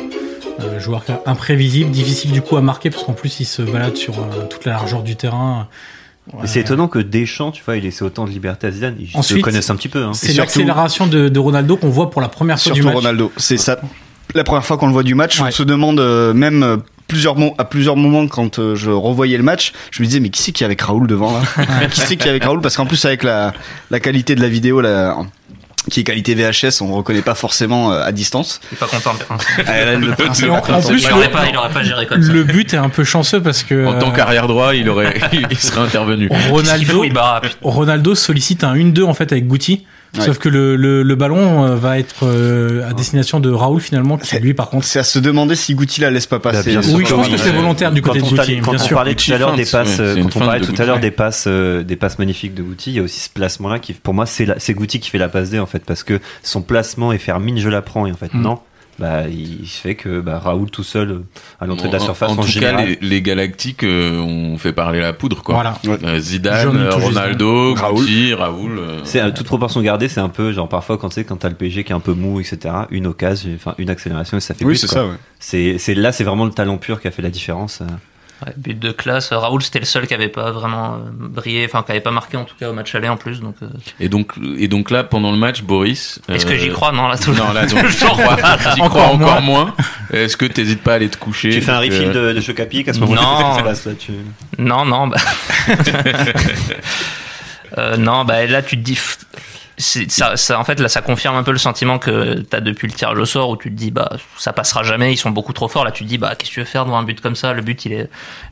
S3: Euh, joueur imprévisible, difficile du coup à marquer, parce qu'en plus il se balade sur euh, toute la largeur du terrain.
S4: Mais C'est
S3: Ouais.
S4: étonnant que Deschamps, tu vois, il laissait autant de liberté à Zidane. Ils se
S3: Ensuite,
S4: connaissent un petit peu. Hein.
S3: C'est
S6: surtout-
S3: l'accélération de, de Ronaldo qu'on voit pour la première fois
S6: surtout
S3: du match.
S6: Ronaldo c'est ça la première fois qu'on le voit du match
S3: Ouais.
S6: on se demande euh, même euh, plusieurs mo- à plusieurs moments quand euh, je revoyais le match je me disais mais qui c'est qui est avec Raoul devant là qui c'est qui est avec Raoul parce qu'en plus avec la la qualité de la vidéo la qui est qualité VHS, on reconnaît pas forcément euh, à distance.
S7: Il est pas content, le prince.
S6: Ah, là, le prince,
S3: Et en- en plus,
S7: il,
S3: le-
S7: aurait pas, il aurait pas géré comme ça.
S3: Le but est un peu chanceux parce que
S5: En tant qu'arrière droit, il aurait, il serait intervenu.
S3: euh,
S7: Qu'est-ce qu'il
S3: Ronaldo,
S7: fout, Ibarra, putain.
S3: Ronaldo sollicite un 1-2 en fait avec Guti.
S6: Ouais.
S3: Sauf que le, le, le ballon euh, va être euh, à destination de Raoul finalement, qui
S6: C'est-
S3: lui par contre.
S6: c'est à se demander si Goutti la laisse pas passer.
S4: bien sûr.
S3: Oui, je pense
S4: Quand
S3: que c'est
S5: il-
S3: volontaire du
S4: Quand
S3: côté de
S4: on, t'a-
S3: Guti,
S4: quand
S3: bien
S4: on
S3: sûr.
S4: parlait
S5: Guti
S4: tout à l'heure
S5: feinte,
S4: des passes,
S5: ouais,
S4: euh,
S5: c'est une
S4: quand on parlait
S5: feinte de
S4: tout à l'heure
S5: Guti.
S4: des passes, euh, des passes magnifiques de Guti, il y a aussi ce placement-là qui, pour moi, c'est la- c'est Guti qui fait la passe D en fait, parce que son placement et faire mine, je la prends et en fait
S3: Mm.
S4: non, bah il il fait que bah, Raoul tout seul euh, à l'entrée de la
S5: En-
S4: surface
S5: en,
S4: en,
S5: tout
S4: général.
S5: cas, les, les Galactiques euh, ont fait parler la poudre, quoi.
S3: Voilà.
S5: Euh, Zidane,
S3: Jaune,
S5: euh,
S3: tout juste.
S5: Ronaldo,
S6: Raoul.
S5: Guti, Raoul. euh,
S4: C'est à toute proportion gardée, c'est un peu genre parfois quand tu sais quand t'as le PG qui est un peu mou, etc. Une occasion, enfin une accélération et ça fait
S6: Oui,
S4: but,
S6: c'est
S4: quoi.
S6: ça. Ouais.
S4: C'est c'est- là, c'est vraiment le talent pur qui a fait la différence. euh.
S7: Ouais, but de classe. Euh, Raoul, c'était le seul qui avait pas vraiment euh, brillé, enfin qui avait pas marqué en tout cas au match aller en plus. Donc, euh,
S5: Et donc, et donc là, pendant le match, Boris.
S7: est-ce
S5: euh,
S7: que j'y crois Non, là, tout
S5: Non, là, donc, j'y
S7: toujours
S5: crois, j'y
S3: Encore
S5: crois encore
S3: moins.
S5: moins. Est-ce que t'hésites pas à aller te coucher
S4: Tu fais un
S5: donc,
S4: refill
S5: euh,
S4: de, de choc à pic à ce moment-là.
S7: Non.
S4: Ça passe, là, tu-
S7: Non, non, bah. Euh, non, bah là, tu te dis. pff, c'est- Ça, ça, en fait, là, ça confirme un peu le sentiment que t'as depuis le tirage au sort où tu te dis, bah, ça passera jamais, ils sont beaucoup trop forts. Là, tu te dis, bah, qu'est-ce que tu veux faire devant un but comme ça Le but, il est,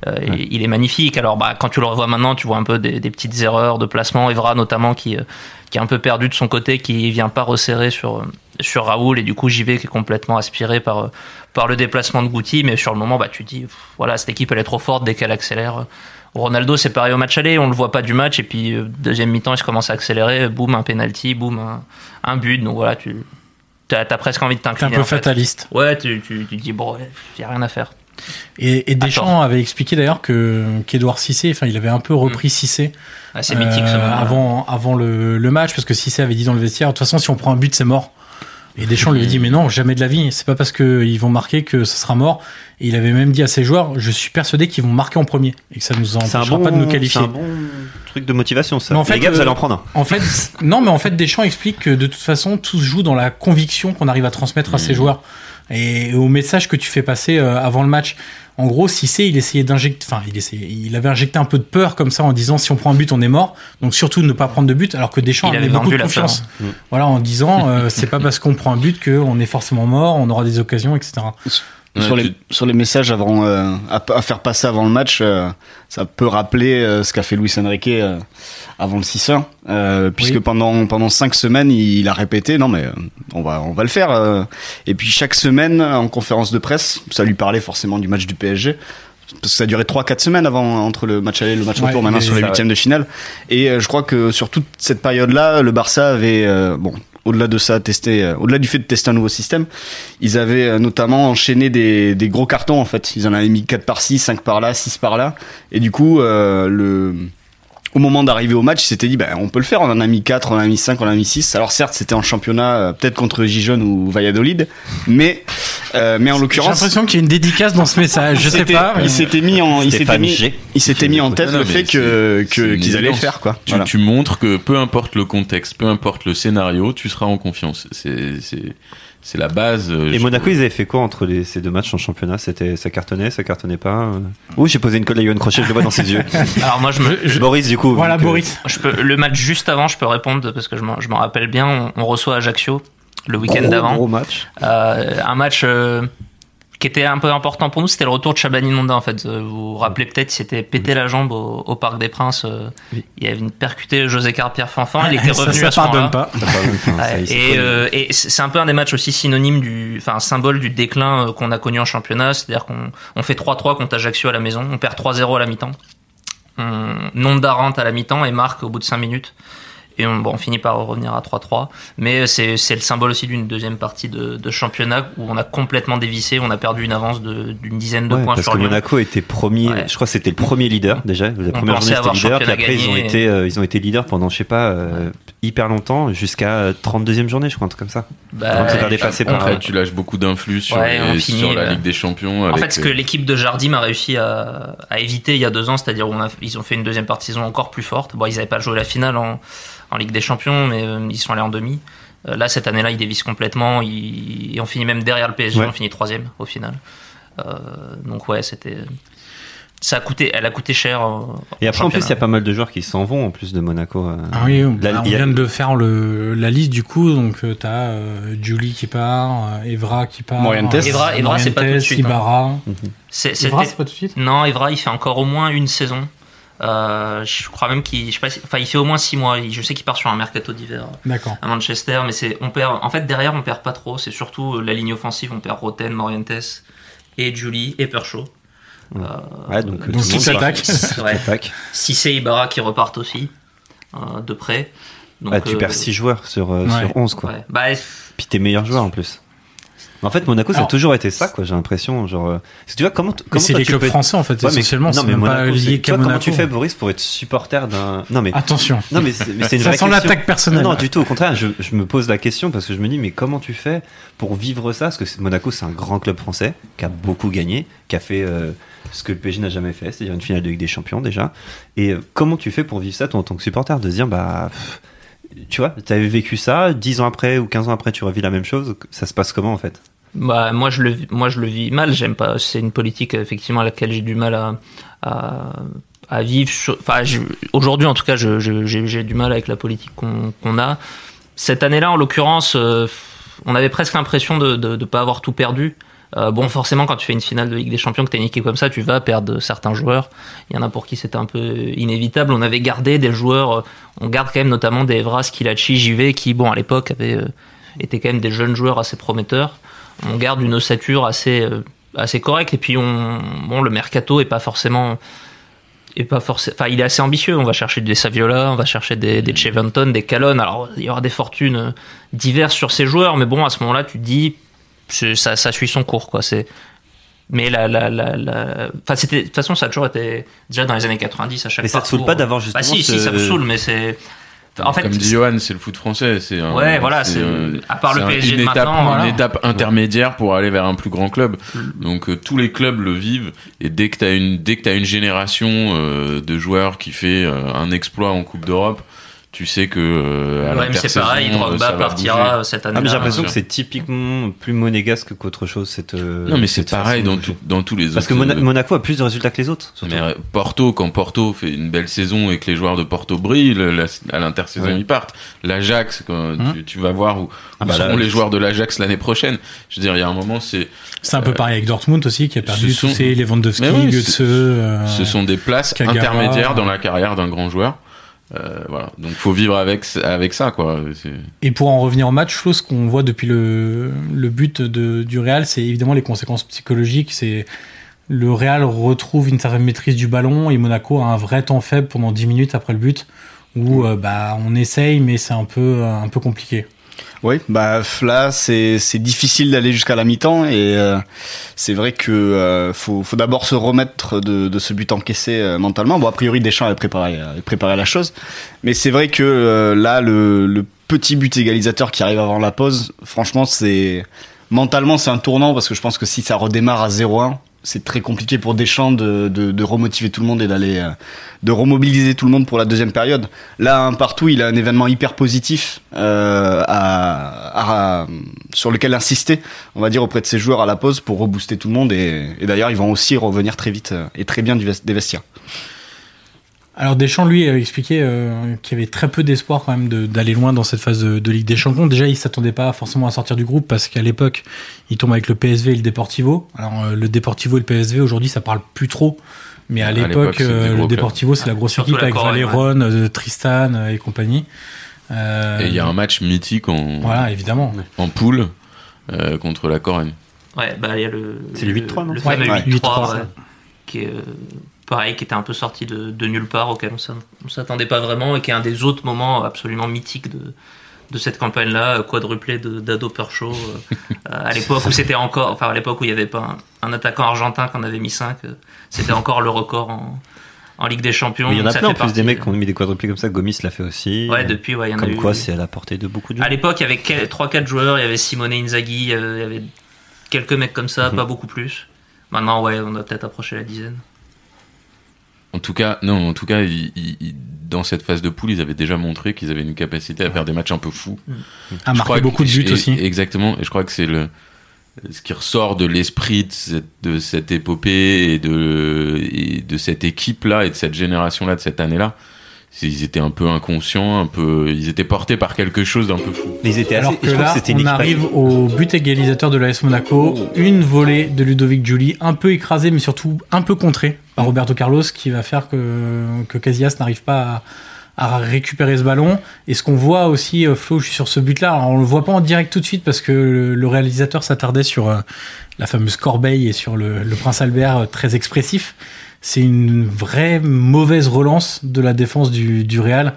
S7: euh, il- il est magnifique. Alors, bah, quand tu le revois maintenant, tu vois un peu des, des petites erreurs de placement. Evra, notamment, qui, euh, qui est un peu perdu de son côté, qui vient pas resserrer sur, euh, sur Raoul. Et du coup, JV qui est complètement aspiré par, euh, par le déplacement de Gouti. Mais sur le moment, bah, tu te dis, pff, voilà, cette équipe, elle est trop forte dès qu'elle accélère. euh, Ronaldo, c'est pareil au match aller, on le voit pas du match, et puis euh, deuxième mi-temps, il se commence à accélérer, boum, un penalty, boum, un, un but, donc voilà, tu as, presque envie de
S3: T'es un
S7: t'incliner.
S3: peu
S7: en fait.
S3: fataliste.
S7: Ouais, tu, tu, tu dis, bon, ouais, y a rien à faire.
S3: Et, et Deschamps
S7: Attends.
S3: avait expliqué d'ailleurs que qu'Edouard Cissé, enfin, il avait un peu
S4: Mm.
S3: repris Cissé
S7: Ah, c'est mythique ce
S3: euh,
S7: moment.
S3: avant avant le, le match parce que Cissé avait dit dans le vestiaire, de toute façon, si on prend un but, c'est mort. Et Deschamps lui a
S4: Mm.
S3: dit, mais non, jamais de la vie. C'est pas parce qu'ils vont marquer que ça sera mort. Et il avait même dit à ses joueurs, je suis persuadé qu'ils vont marquer en premier et que ça nous
S4: C'est un
S3: empêchera
S4: bon,
S3: pas de nous
S4: c'est
S3: qualifier.
S4: un bon truc de motivation, ça.
S3: Mais en fait,
S4: les gars, vous
S3: euh,
S4: allez en prendre un.
S3: En fait, non, mais en fait, Deschamps explique que de toute façon, tout se joue dans la conviction qu'on arrive à transmettre à
S7: Mmh.
S3: ses joueurs et au message que tu fais passer euh, avant le match. En gros, Cissé, il essayait d'injecter, enfin, il essayait, il avait injecté un peu de peur comme ça en disant si on prend un but, on est mort. Donc surtout ne pas prendre de but, alors que Deschamps
S7: Il
S3: avait
S7: avait
S3: beaucoup
S7: vendu
S3: de
S7: la hein. peur.
S3: confiance. Mmh. Voilà, en disant euh, c'est pas parce qu'on prend un but qu'on est forcément mort, on aura des occasions, etc.
S6: sur,
S5: ouais,
S6: les, sur les messages avant, euh, à, à faire passer avant le match, euh, ça peut rappeler euh, ce qu'a fait Luis Enrique euh, avant le 6-1, euh, puisque
S3: Oui.
S6: pendant pendant cinq semaines, il, il a répété non mais euh, on va on va le faire. euh. Et puis chaque semaine en conférence de presse, ça lui parlait forcément du match du PSG. Parce que ça a duré 3-4 semaines avant entre le match aller et le match
S3: Ouais,
S6: retour, maintenant
S3: et
S6: sur les
S4: ça,
S6: huitièmes de finale. Et euh, je crois que sur toute cette période-là, le Barça avait, euh, bon, au-delà de ça, testé, euh, au-delà du fait de tester un nouveau système, ils avaient euh, notamment enchaîné des, des gros cartons en fait. Ils en avaient mis 4 par-ci, 5 par-là, 6 par-là. Et du coup, euh, le... au moment d'arriver au match, ils s'étaient dit, bah, on peut le faire. On en a mis 4, on en a mis 5, on en a mis 6. Alors certes, c'était en championnat, euh, peut-être contre Gijón ou Valladolid, mais, euh, mais en
S3: J'ai
S6: l'occurrence.
S3: l'impression qu'il y a une dédicace dans ce message. Je sais
S6: c'était-
S3: pas. mais-
S6: Il s'était mis en, il s'était
S4: Stéphane
S6: mis,
S4: G.
S6: il s'était mis en tête
S5: Non, non,
S6: le
S5: mais
S6: fait que,
S5: c'est- c'est
S6: que-
S5: une
S6: qu'ils allaient le
S5: évidence.
S6: faire, quoi.
S5: Tu,
S6: Voilà.
S5: tu montres que peu importe le contexte, peu importe le scénario, tu seras en confiance. C'est c'est- c'est la base. euh,
S4: Et
S5: je-
S4: Monaco, ils avaient fait quoi entre les- ces deux matchs en championnat C'était ça cartonnait, ça cartonnait pas. euh. Ouh, j'ai posé une colle à Yohan Crochet, je le vois dans ses yeux.
S7: Alors moi, je me,
S4: Boris, du coup.
S3: Voilà,
S4: vu que-
S3: Boris.
S7: je peux, le match juste avant, je peux répondre parce que je m'en je m'en rappelle bien, on, on reçoit Ajaccio le week-end
S4: Gros,
S7: d'avant.
S4: Gros match.
S7: Euh, un match euh, qui était un peu important pour nous, c'était le retour de Chabani Nonda en fait. Euh, Vous vous rappelez peut-être, il s'était pété la jambe au, au Parc des Princes. euh,
S3: Oui. Ah,
S7: Il avait percuté José Carpierre Fanfan, il était
S3: ça,
S7: revenu
S3: ça
S7: à ce moment-là.
S3: pardonne pas.
S4: Ah, pardon, putain, ça,
S7: Ouais,
S4: il s'est
S7: et
S4: connu.
S7: euh, et c'est c'est un peu un des matchs aussi synonyme du, enfin symbole du déclin euh, qu'on a connu en championnat, c'est-à-dire qu'on on fait 3-3 contre Ajaccio à la maison, on perd 3-0 à la mi-temps, on Nonda rentre à la mi-temps et marque au bout de 5 minutes, et on, bon, on finit par revenir à 3-3, mais euh, c'est c'est le symbole aussi d'une deuxième partie de, de championnat où on a complètement dévissé, on a perdu une avance de- d'une dizaine de
S4: Ouais,
S7: points
S4: parce
S7: sur
S4: que
S7: Lyon.
S4: Monaco était premier,
S7: Ouais.
S4: je crois que c'était le premier leader déjà, la première journée
S7: pensait
S4: c'était
S7: avoir
S4: leader, puis
S7: championnat
S4: après ils ont,
S7: gagné.
S4: été, euh, ils ont été leaders pendant je sais pas euh, hyper longtemps, jusqu'à euh, 32e journée je crois, un truc comme ça.
S7: Bah,
S4: Donc, se faire dépasser par- euh,
S5: Après, tu lâches beaucoup d'influx sur,
S7: Ouais,
S5: les-
S7: on finit,
S5: sur la
S7: là.
S5: Ligue des Champions.
S7: En
S5: avec, euh,
S7: fait, ce que
S4: euh,
S7: l'équipe de Jardim a réussi à, à éviter il y a deux ans, c'est-à-dire on a- ils ont fait une deuxième partie de saison encore plus forte. Bon, ils n'avaient pas joué la finale en, en Ligue des Champions, mais euh, ils sont allés en demi. Euh, là, cette année-là, ils dévissent complètement. Ils, et on finit même derrière le PSG,
S4: Ouais.
S7: on finit troisième au final. Euh, donc ouais, c'était. Ça a coûté, elle a coûté cher. euh,
S4: Et après en plus il y a
S7: championnat.
S4: pas mal de joueurs qui s'en vont en plus de Monaco. euh.
S3: Ah oui, on,
S4: La-
S3: bah, on
S4: il y a-
S3: vient de faire le, la liste du coup, donc euh, t'as euh, Julie qui part, euh, Evra qui part,
S6: Morientes.
S7: Evra- Evra, c'est pas tout de
S3: Morientes,
S7: suite, hein.
S3: Ibarra.
S7: C'est- c'était-
S3: Evra, c'est pas tout de suite
S7: Non, Evra, il fait encore au moins une saison. Euh, je crois même qu'il, je sais pas, si- enfin, il fait au moins six mois. Il- Je sais qu'il part sur un mercato d'hiver.
S3: D'accord.
S7: à Manchester, mais c'est on perd. En fait, derrière, on perd pas trop. C'est surtout euh, la ligne offensive. On perd Roten, Morientes et Julie et Pershaw. Euh,
S4: Ouais,
S3: Donc,
S4: donc, euh, tout le monde
S3: six
S4: part.
S3: attaques.
S7: ouais.
S4: Attaque.
S7: Cissé et Ibarra qui repartent aussi euh, de près. Donc,
S4: Bah, tu
S7: euh,
S4: perds 6 joueurs sur, euh,
S3: Ouais.
S4: sur 11 quoi.
S7: ouais. Bah,
S4: Puis tes meilleurs joueurs en plus. En fait, Monaco, ça a
S3: Alors,
S4: toujours été ça, quoi. J'ai l'impression, genre. euh, Parce que tu vois comment. t-
S3: Mais
S4: comment
S3: c'est
S4: toi,
S3: les
S4: tu
S3: clubs
S4: peux-
S3: français en fait,
S4: Ouais, mais-
S3: essentiellement.
S4: non,
S3: c'est
S4: mais
S3: même pas
S4: Monaco,
S3: lié
S4: c'est-
S3: qu'à
S4: toi, comment
S3: Monaco.
S4: tu fais, Boris, pour être supporter d'un. Non mais.
S3: Attention.
S4: Non mais c'est mais c'est une
S3: Ça
S4: vraie
S3: sent
S4: question.
S3: l'attaque personnelle.
S4: Non, non, du tout. Au contraire, je, je me pose la question parce que je me dis, mais comment tu fais pour vivre ça Parce que c'est- Monaco, c'est un grand club français qui a beaucoup gagné, qui a fait euh, ce que le PSG n'a jamais fait, c'est-à-dire une finale de Ligue des Champions déjà. Et euh, comment tu fais pour vivre ça, toi, en tant que supporter De se dire, bah. pff, tu vois, tu avais vécu ça, 10 ans après ou 15 ans après, tu revis la même chose. Ça se passe comment en fait
S7: Bah, moi, je le, vis- moi, je le vis mal. J'aime pas. C'est une politique, effectivement, à laquelle j'ai du mal à, à, à vivre. sur- Enfin, je- aujourd'hui, en tout cas, je- je- j'ai j'ai du mal avec la politique qu'on qu'on a. Cette année-là, en l'occurrence, euh, on avait presque l'impression de ne pas avoir tout perdu. Euh, bon, forcément, quand tu fais une finale de Ligue des Champions, que t'es niqué comme ça, tu vas perdre certains joueurs. Il y en a pour qui c'était un peu inévitable. On avait gardé des joueurs. euh, On garde quand même notamment des Evra, Kilachi, JV, qui, bon, à l'époque, avaient euh, été quand même des jeunes joueurs assez prometteurs on garde une ossature assez euh, assez correcte et puis on bon le mercato est pas forcément est pas forcément enfin il est assez ambitieux on va chercher des Saviola on va chercher des
S4: Mm.
S7: des Cheventon des Calonne alors il y aura des fortunes euh, diverses sur ces joueurs mais bon à ce moment-là tu te dis c'est- ça ça suit son cours quoi c'est mais la, la, la, la- Enfin, c'était. De toute façon, ça a toujours été. Déjà dans les années 90, à chaque
S4: Mais ça te saoule
S7: parcours,
S4: pas
S7: euh,
S4: d'avoir
S7: Bah,
S4: justement.
S7: si, si,
S4: ce-
S7: ça me saoule, mais c'est. En fait,
S5: comme dit Johan, c'est le foot français. C'est un-
S7: Ouais, voilà, c'est-
S5: euh,
S7: à part le
S5: c'est un-
S7: PSG
S5: une
S7: de
S5: étape,
S7: maintenant,
S5: une
S7: voilà. Mm.
S5: étape intermédiaire pour aller vers un plus grand club. Donc euh, tous les clubs le vivent. Et dès que t'as une, dès que t'as une génération euh, de joueurs qui fait euh, un exploit en Coupe d'Europe, tu sais que. euh, à
S7: ouais, mais c'est
S5: l'intersaison,
S7: pareil,
S5: euh, ça
S7: Drogba
S5: va
S7: partira
S5: bouger.
S7: euh, cette année.
S4: Ah, mais j'ai l'impression
S5: sûr.
S4: que c'est typiquement plus monégasque qu'autre chose. Cette, euh,
S5: Non, mais c'est
S4: cette façon
S5: pareil
S4: de
S5: dans,
S4: jouer.
S5: tout- dans tous les
S4: Parce que
S5: autres.
S4: Mona- Monaco a plus de résultats que les autres. surtout.
S5: Mais euh, Porto, quand Porto fait une belle saison et que les joueurs de Porto brillent, le- la- à l'intersaison
S4: Ouais.
S5: ils partent. L'Ajax, quand
S3: Hum.
S5: tu, tu vas voir où,
S4: Ah
S5: où
S4: bah,
S5: seront
S4: là-
S5: les joueurs de l'Ajax l'année prochaine. Je veux dire, il y a un moment, c'est,
S3: C'est un peu
S5: Euh,
S3: pareil avec Dortmund aussi, qui a perdu
S5: ce sont-
S3: tous ces Lewandowski,
S5: Mais oui,
S3: Goetze.
S5: ce-
S3: euh,
S5: ce sont des places
S3: Kagawa.
S5: intermédiaires dans la carrière d'un grand joueur. Euh, voilà, donc faut vivre avec avec ça quoi. C'est-
S3: Et pour en revenir au match, chose qu'on voit depuis le, le but de, du Real, c'est évidemment les conséquences psychologiques. C'est le Real retrouve une certaine maîtrise du ballon et Monaco a un vrai temps faible pendant 10 minutes après le but où euh, bah on essaye mais c'est un peu un peu compliqué.
S6: Oui, bah f- là c'est c'est difficile d'aller jusqu'à la mi-temps et euh, c'est vrai que euh, faut, faut d'abord se remettre de, de ce but encaissé euh, mentalement. Bon a priori Deschamps avait préparé euh, avait préparé la chose, mais c'est vrai que euh, là le, le petit but égalisateur qui arrive avant la pause, franchement c'est mentalement c'est un tournant parce que je pense que si ça redémarre à 0-1 c'est très compliqué pour Deschamps de, de, de remotiver tout le monde et d'aller euh, de remobiliser tout le monde pour la deuxième période. Là, un partout, il a un événement hyper positif euh, à, à- sur lequel insister, on va dire, auprès de ses joueurs à la pause pour rebooster tout le monde. Et, et d'ailleurs, ils vont aussi revenir très vite euh, et très bien du vest- des vestiaires.
S3: Alors Deschamps lui a expliqué euh, qu'il y avait très peu d'espoir quand même de- d'aller loin dans cette phase de, de Ligue des Champions. Déjà il s'attendait pas forcément à sortir du groupe parce qu'à l'époque il tombe avec le PSV et le Deportivo. Alors euh, le Deportivo et le PSV aujourd'hui ça parle plus trop. Mais à
S5: À l'époque,
S3: l'époque,
S5: c'était
S3: euh,
S5: des
S3: le
S5: gros clubs.
S3: Deportivo, c'est la grosse
S7: Surtout
S3: équipe
S7: la
S3: avec
S7: Corogne, ouais.
S3: Valéron, euh, Tristan euh, et compagnie. Euh,
S5: Et il y a un match mythique en
S3: Voilà, évidemment.
S5: en poule euh, contre la Corogne.
S7: Ouais, bah, il y a le.
S4: C'est le 8-3, non
S7: Le fameux
S3: Ouais, ouais,
S7: 8-3,
S3: 8-3,
S7: ouais, qui est euh, pareil, qui était un peu sorti de, de nulle part, auquel on s'att- on s'attendait pas vraiment, et qui est un des autres moments absolument mythiques de, de cette campagne-là, euh, quadruplé de- d'Ado Percho, euh, à l'époque où c'était encore, enfin à l'époque où il n'y avait pas un, un attaquant argentin qu'on avait mis 5, c'était encore le record en, en Ligue des Champions.
S4: Mais il y en
S7: donc
S4: a
S7: ça
S4: plein en
S7: fait
S4: plus
S7: partie
S4: des mecs
S7: de-
S4: qui ont mis des quadruplés comme ça. Gomis l'a fait aussi.
S7: Ouais, depuis, ouais, il y en a
S4: Comme
S7: eu-
S4: quoi, c'est à la portée de beaucoup de gens.
S7: à l'époque, il y avait 3-4 joueurs, il y avait Simone Inzaghi, il y avait, il y avait quelques mecs comme ça,
S4: Mhm.
S7: pas beaucoup plus. Maintenant, ouais, on a peut-être approché la dizaine.
S5: En tout cas, non, en tout cas, ils- ils- ils- dans cette phase de poule, ils avaient déjà montré qu'ils avaient une capacité à faire des matchs un peu fous.
S3: A
S5: Je
S3: marqué
S5: crois que-
S3: beaucoup de buts
S5: et-
S3: aussi.
S5: Exactement, et je crois que c'est le ce qui ressort de l'esprit de cette, de cette épopée et de, et de cette équipe-là et de cette génération-là, de cette année-là. c'est- Ils étaient un peu inconscients, un peu, ils étaient portés par quelque chose d'un peu fou.
S4: Mais ils étaient
S3: Alors
S4: assez.
S3: que
S4: je trouve
S3: là,
S4: que c'était une
S3: on
S4: équipe Oh. assez-
S3: arrive au but égalisateur de l'AS Monaco. Une volée de Ludovic Julie, un peu écrasée, mais surtout un peu contrée par Roberto Carlos, qui va faire que, que Casillas n'arrive pas à, à récupérer ce ballon. Et ce qu'on voit aussi, euh, Flo, je suis sur ce but-là. Alors, on le voit pas en direct tout de suite parce que le, le réalisateur s'attardait sur euh, la fameuse corbeille et sur le, le Prince Albert euh, très expressif. C'est une vraie mauvaise relance de la défense du, du Real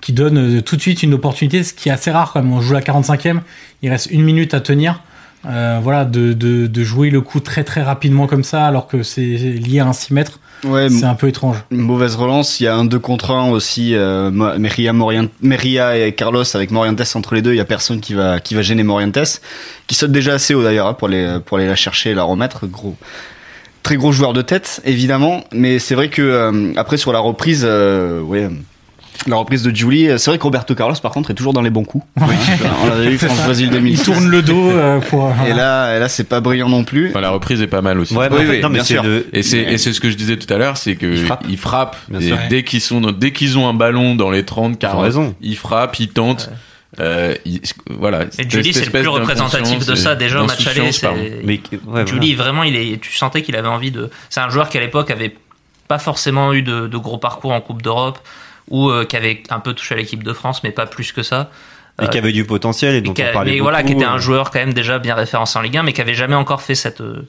S3: qui donne euh, tout de suite une opportunité, ce qui est assez rare quand même. On joue la 45e, il reste une minute à tenir. Euh, voilà, de, de, de jouer le coup très très rapidement comme ça, alors que c'est lié à un 6 mètres,
S6: Ouais,
S3: c'est un peu étrange.
S6: Une mauvaise relance, il y a un 2 contre 1 aussi, euh, Mo- Meria, Morien- Meria et Carlos avec Morientes entre les deux, il y a personne qui va, qui va gêner Morientes, qui saute déjà assez haut d'ailleurs hein, pour, les, pour aller la chercher et la remettre, gros. Très gros joueur de tête, évidemment, mais c'est vrai que euh, après sur la reprise, euh, ouais, la reprise de Julie, euh, c'est vrai que Roberto Carlos par contre est toujours dans les bons coups. Hein, On l'avait vu France-Brésil
S3: Il
S6: 2006.
S3: tourne le dos euh, pour.
S6: Et là, et là c'est pas brillant non plus.
S5: Enfin, la reprise est pas mal aussi.
S4: Ouais, mais
S6: Oui,
S4: en fait,
S6: oui,
S4: non, mais
S6: bien
S4: c'est
S6: sûr.
S4: le-
S5: Et c'est et c'est ce que je disais tout à l'heure, c'est que
S4: Ils frappent.
S5: ils frappent.
S4: Bien
S5: Et
S4: sûr.
S5: dès qu'ils sont dans- dès qu'ils ont un ballon dans les 30 40,
S4: raison.
S5: ils frappent, ils tentent. Euh, ils- voilà.
S7: Et Julie, c'est le plus représentatif de ça.
S5: euh,
S7: Déjà, au match aller, c'est-
S4: Mais qui- ouais,
S7: Julie, vraiment, il est, tu sentais qu'il avait envie de. C'est un joueur qui, à l'époque, avait pas forcément eu de, de gros parcours en Coupe d'Europe ou euh, qui avait un peu touché à l'équipe de France, mais pas plus que ça.
S4: voilà. Et qui avait du potentiel et
S7: Et
S4: dont
S7: qui a-
S4: on parlait
S7: mais voilà, qui
S4: beaucoup. euh.
S7: était un joueur quand même déjà bien référencé en Ligue 1, mais qui avait jamais encore fait cette, euh,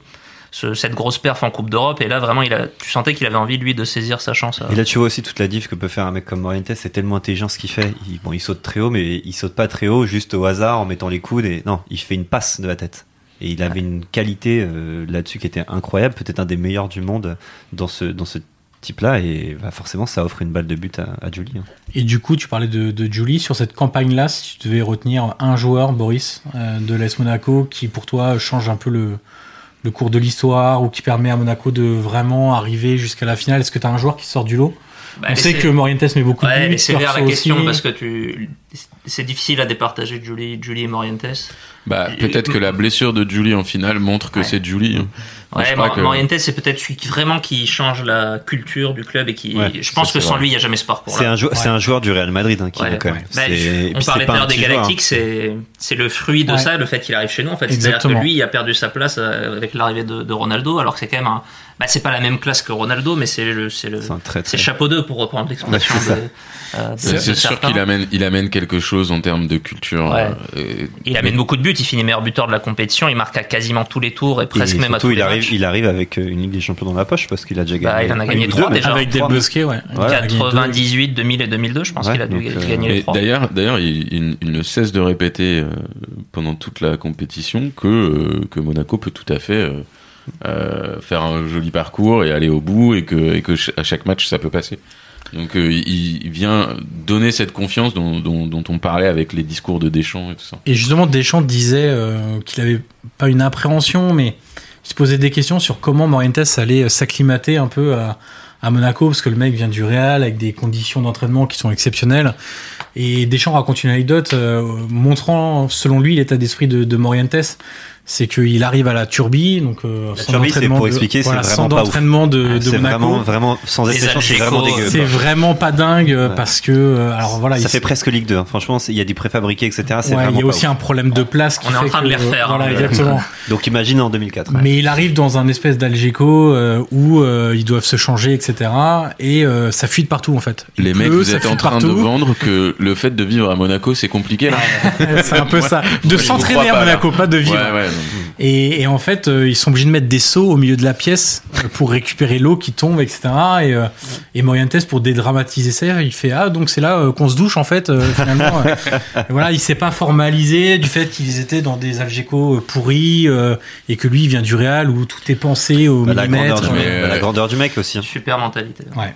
S7: ce- cette grosse perf en Coupe d'Europe. Et là, vraiment, il a, tu sentais qu'il avait envie, lui, de saisir sa chance. euh. à-
S4: Et là, tu vois aussi toute la diff que peut faire un mec comme Morientes. C'est tellement intelligent ce qu'il fait. Il, bon, il saute très haut, mais il saute pas très haut juste au hasard en mettant les coudes. Et non, il fait une passe de la tête. Et il avait une qualité euh, là-dessus qui était incroyable, peut-être un des meilleurs du monde dans ce dans ce type-là. Et bah, forcément, ça offre une balle de but à, à Julie. hein.
S3: Et du coup, tu parlais de, de Julie. Sur cette campagne-là, si tu devais retenir un joueur, Boris, euh, de l'AS Monaco, qui pour toi change un peu le, le cours de l'histoire ou qui permet à Monaco de vraiment arriver jusqu'à la finale, est-ce que tu as un joueur qui sort du lot
S7: Bah,
S3: On
S7: mais
S3: sait
S7: c'est-
S3: que Morientes met beaucoup
S7: Ouais,
S3: de
S7: mais
S3: buts.
S7: c'est vers la
S3: Corso
S7: question
S3: aussi.
S7: parce que tu, c'est difficile à départager Julie, Julie et Morientes.
S5: Bah, peut-être que la blessure de Julie en finale montre que
S7: Ouais.
S5: c'est Julie. hein. Moi, je
S7: Ouais,
S5: crois
S7: Mor-
S5: que-
S7: Morientes, c'est peut-être celui qui vraiment qui change la culture du club et qui,
S4: Ouais,
S7: je pense
S5: ça,
S7: que
S5: c'est
S7: sans
S5: vrai.
S7: lui, il n'y a jamais ce parcours-là.
S4: C'est un, jou- c'est un joueur du Real Madrid hein, qui
S7: Ouais.
S4: est quand même.
S7: Bah,
S4: C'est- et
S7: on
S4: puis, c'est
S7: parlait
S4: pas un
S7: d'ailleurs des
S4: petit joueur, hein.
S7: Galactiques, c'est c'est le fruit de
S3: Ouais.
S7: ça, le fait qu'il arrive chez nous. En fait, c'est-à-dire que
S3: Exactement.
S7: lui, il a perdu sa place euh, avec l'arrivée de, de Ronaldo, alors que c'est quand même un. Bah, c'est pas la même classe que Ronaldo, mais c'est le, c'est le,
S4: C'est un très,
S7: c'est
S4: très...
S7: chapeau 2 pour reprendre l'expression
S4: Ouais, c'est ça.
S7: de, euh, de- de
S5: C'est c'est sûr
S7: certains.
S5: qu'il amène, il amène quelque chose en termes de culture.
S7: Ouais.
S5: euh,
S7: Il amène beaucoup de buts, il finit meilleur buteur de la compétition, il marque à quasiment tous les tours et
S4: Et
S7: presque même à tous
S4: surtout, il
S7: les
S4: arrive,
S7: matchs.
S4: il arrive avec euh, une Ligue des Champions dans la poche parce qu'il a déjà
S7: Bah,
S4: gagné.
S7: il en a
S4: une
S7: gagné
S4: ou
S7: trois
S4: deux,
S7: déjà.
S4: mais-
S3: Avec Del Bosque, ouais. Il a gagné deux.
S7: 98, 2000 et 2002, je pense
S4: Ouais,
S7: qu'il a dû
S4: donc, euh,
S7: gagner les
S5: Et
S7: trois.
S5: d'ailleurs, d'ailleurs, il, il- il ne cesse de répéter euh, pendant toute la compétition que euh, que Monaco peut tout à fait euh, euh, faire un joli parcours et aller au bout et que et que ch- à chaque match ça peut passer. Donc euh, il, il vient donner cette confiance dont, dont, dont on parlait avec les discours de Deschamps et tout ça.
S3: Et justement, Deschamps disait euh, qu'il avait pas une appréhension, mais il se posait des questions sur comment Morientes allait euh, s'acclimater un peu à, à Monaco, parce que le mec vient du Real avec des conditions d'entraînement qui sont exceptionnelles. Et Deschamps raconte une anecdote euh, montrant, selon lui, l'état d'esprit de, de Morientes. C'est qu'il arrive à la Turbie, donc euh,
S4: La Turbie, c'est pour
S3: de-
S4: expliquer, c'est
S3: voilà,
S4: vraiment
S3: sans
S4: pas ouf. Ah,
S3: d'entraînement de, euh, de
S4: C'est
S3: Monaco.
S4: vraiment, vraiment, sans
S7: Les
S4: exception, c'est
S7: Algéco,
S4: vraiment dégueu.
S3: C'est vraiment pas dingue euh,
S4: Ouais.
S3: parce que euh, alors voilà,
S4: ça
S3: il-
S4: fait presque Ligue 2. hein. Franchement, c'est- il y a du préfabriqué, etc. C'est
S3: ouais,
S4: vraiment
S3: il y a
S4: pas
S3: aussi
S4: ouf.
S3: un problème de place qui
S7: On est en
S3: fait
S7: train
S3: que-
S7: de les refaire,
S3: Voilà,
S7: hein.
S3: exactement.
S4: Donc imagine en 2004. ouais.
S3: Mais il arrive dans un espèce d'Algeco euh, où euh, ils doivent se changer, etc. Et euh, ça fuit de partout en fait. Il
S5: Les
S3: pleut,
S5: mecs, vous
S3: ça
S5: êtes
S3: fuit
S5: en
S3: de
S5: train de
S3: partout.
S5: vendre que le fait de vivre à Monaco c'est compliqué là.
S3: C'est un peu ça.
S5: je
S3: De
S5: vous
S3: s'entraîner
S5: crois pas,
S3: à Monaco, pas de vivre.
S5: Ouais, ouais.
S3: Et, et en fait, euh, ils sont obligés de mettre des seaux au milieu de la pièce euh, pour récupérer l'eau qui tombe, etc. Et, euh, et Morientes, pour dédramatiser ça, il fait Ah, donc c'est là euh, qu'on se douche, en fait, euh, finalement. Et voilà, il s'est pas formalisé du fait qu'ils étaient dans des Algeco pourris euh, et que lui, il vient du Real où tout est pensé au
S4: Bah, la, grandeur
S3: millimètre. euh,
S4: du,
S5: mais-
S4: bah, la grandeur du mec aussi. hein.
S7: Super mentalité.
S3: Ouais.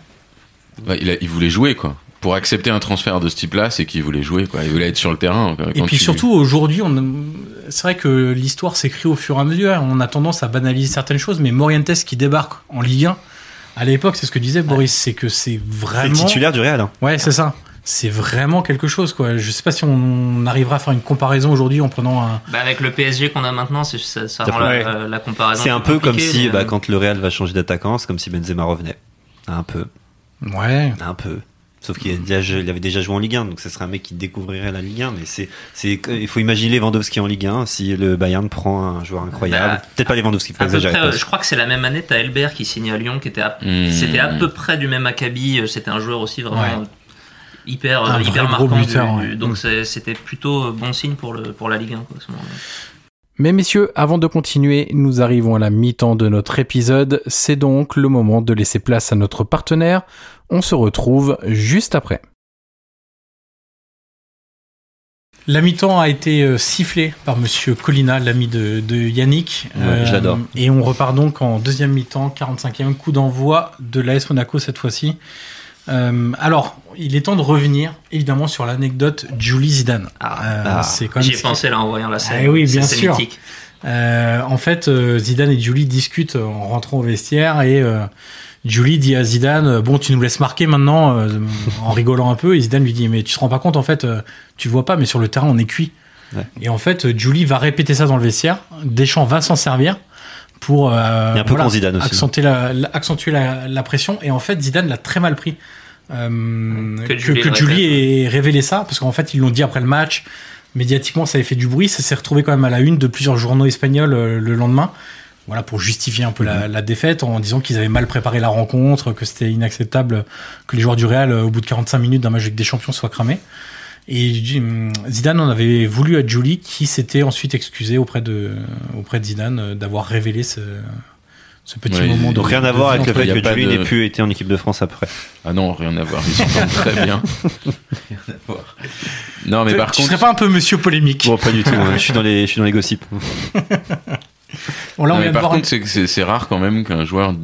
S5: Ouais, il, a- il voulait jouer quoi. Pour accepter un transfert de ce type-là, c'est qu'il voulait jouer quoi. Il voulait être sur le terrain. quoi.
S3: Et
S5: Quand
S3: puis
S5: tu-
S3: surtout, aujourd'hui, on... c'est vrai que l'histoire s'écrit au fur et à mesure. hein. On a tendance à banaliser certaines choses, mais Morientes qui débarque en Ligue 1, à l'époque, c'est ce que disait Boris, c'est que c'est
S4: C'est le
S3: vraiment.
S4: titulaire du Real. hein.
S7: Ah
S3: Ouais, c'est ça. C'est vraiment quelque chose, quoi. Je sais pas si on arrivera à faire une comparaison aujourd'hui en prenant un.
S7: Bah, avec le PSG qu'on a maintenant, c'est- ça, ça
S4: Ça
S7: rend
S4: fait-
S7: la, euh, la comparaison.
S4: C'est un
S7: plus
S4: peu comme
S7: compliquée,
S4: si,
S7: mais,
S4: bah,
S7: euh,
S4: quand le Real va changer d'attaquant, c'est comme si Benzema revenait. Un peu,
S3: Ouais.
S4: un peu. Sauf qu'il a déjà- il avait déjà joué en Ligue 1, donc ce serait un mec qui découvrirait la Ligue 1. Mais c'est, c'est, il faut imaginer Lewandowski en Ligue 1 si le Bayern prend un joueur incroyable.
S7: Bah,
S4: Peut-être pas Lewandowski, faut
S7: à peu
S4: exagérer.
S7: près,
S4: pas.
S7: euh, je crois que c'est la même année, t'as Elbert qui signe à Lyon, qui était à,
S5: Mmh.
S7: c'était à peu près du même acabit. euh, C'était un joueur aussi vraiment
S3: Ouais.
S7: euh, hyper,
S3: Un
S7: euh, hyper
S3: vrai gros
S7: marquant. du-
S3: buteur,
S7: du-
S3: ouais.
S7: Donc c'est- c'était plutôt euh, bon signe pour, le, pour la Ligue 1. Quoi, à ce moment-là.
S8: Mais messieurs, avant de continuer, nous arrivons à la mi-temps de notre épisode. C'est donc le moment de laisser place à notre partenaire. On se retrouve juste après.
S3: La mi-temps a été euh, sifflée par Monsieur Colina, l'ami de, de Yannick. Euh,
S4: Ouais, je l'adore.
S3: Et on repart donc en deuxième mi-temps, 45e coup d'envoi de l'AS Monaco cette fois-ci. Euh, alors, il est temps de revenir évidemment sur l'anecdote Julie Zidane. Euh,
S4: Ah.
S3: c'est quand même
S7: J'y ai
S3: ce qui-
S7: pensé là en voyant la scène.
S3: Ah oui,
S7: Ça,
S3: bien
S7: c'est
S3: sûr.
S7: mythique.
S3: Euh, en fait, euh, Zidane et Julie discutent euh, en rentrant au vestiaire et euh, Julie dit à Zidane euh, Bon, tu nous laisses marquer maintenant, euh, en rigolant un peu. Et Zidane lui dit Mais tu te rends pas compte, en fait, euh, tu le vois pas, mais sur le terrain, on est cuit.
S4: Ouais.
S3: Et en fait, euh, Julie va répéter ça dans le vestiaire. Deschamps va s'en servir pour euh,
S4: Et un peu pour Zidane aussi.
S3: accentuer, la, la- accentuer la- la pression. Et en fait, Zidane l'a très mal pris. Euh,
S7: Que
S3: que,
S7: Julie
S3: que
S7: le
S3: Julie ait révélé ça, parce qu'en fait, ils l'ont dit après le match. Médiatiquement, ça avait fait du bruit. Ça s'est retrouvé quand même à la une de plusieurs journaux espagnols euh, le lendemain. Voilà, pour justifier un peu
S4: Mhm.
S3: la, la défaite en disant qu'ils avaient mal préparé la rencontre, que c'était inacceptable que les joueurs du Real, euh, au bout de 45 minutes d'un match avec des champions, soient cramés. Et hum, Zidane en avait voulu à Julie, qui s'était ensuite excusé auprès de, auprès de Zidane euh, d'avoir révélé ce, ce petit
S5: Ouais,
S3: moment. de-
S4: Donc rien à
S3: de
S4: voir
S3: vie
S4: avec le
S3: entre
S5: il
S4: fait
S5: y a
S4: que
S5: pas
S4: Julie
S5: de-
S4: n'ait plus été en équipe de France après.
S5: Ah non, rien à voir. Ils s'entendent très bien. Non, mais
S3: Tu-
S5: par
S3: tu
S5: contre.
S3: serais pas un peu monsieur polémique
S4: Bon, pas du tout. hein. Je suis dans les, je suis dans les gossips.
S3: Bon, là, on
S5: Non, mais
S3: vient de
S5: par
S3: voir un-
S5: contre, c'est, que c'est, c'est rare quand même qu'un joueur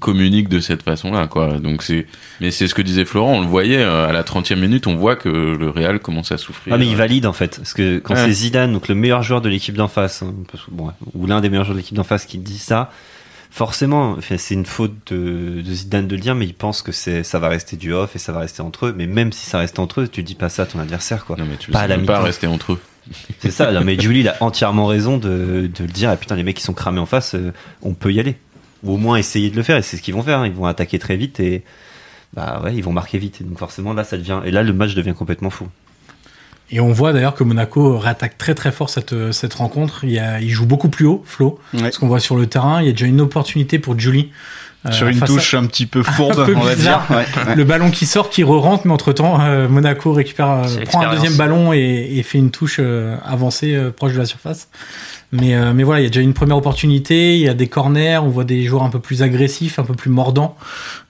S5: communique de cette façon-là, quoi. Donc c'est, mais c'est ce que disait Florent. On le voyait euh, à la 30e minute, on voit que le Real commence à souffrir.
S4: Ah mais il valide en fait, parce que quand
S5: Ouais.
S4: c'est Zidane, donc le meilleur joueur de l'équipe d'en face, hein, parce que, bon, ou l'un des meilleurs joueurs de l'équipe d'en face qui dit ça, forcément, enfin, c'est une faute de, de Zidane de le dire, mais il pense que c'est ça va rester du off et ça va rester entre eux. Mais même si ça reste entre eux, tu dis pas ça à ton adversaire quoi.
S5: Non mais tu
S4: Pas
S5: pas
S4: à la
S5: même pas
S4: mi-temps.
S5: rester entre eux.
S4: C'est ça. Non, mais Julie il a entièrement raison de, de le dire. Ah, putain, les mecs qui sont cramés en face, euh, on peut y aller, ou au moins essayer de le faire. Et c'est ce qu'ils vont faire. hein. Ils vont attaquer très vite et bah ouais, ils vont marquer vite. Et donc forcément là, ça devient et là le match devient complètement fou.
S3: Et on voit d'ailleurs que Monaco réattaque très très fort cette, euh, cette rencontre. Il, y a- il joue beaucoup plus haut, Flo.
S6: Ouais.
S3: Ce qu'on voit sur le terrain, il y a déjà une opportunité pour Julie. euh,
S6: Sur une
S3: face à-
S6: touche un petit peu fourbe,
S3: Un peu
S6: on va dire.
S3: bizarre.
S6: Ouais, ouais.
S3: Le ballon qui sort, qui re-rentre, mais entre-temps, euh, Monaco récupère, euh,
S7: C'est
S3: prend un
S7: l'expérience.
S3: deuxième ballon et, et fait une touche euh, avancée euh, proche de la surface. Mais, euh, mais voilà, il y a déjà une première opportunité, il y a des corners, on voit des joueurs un peu plus agressifs, un peu plus mordants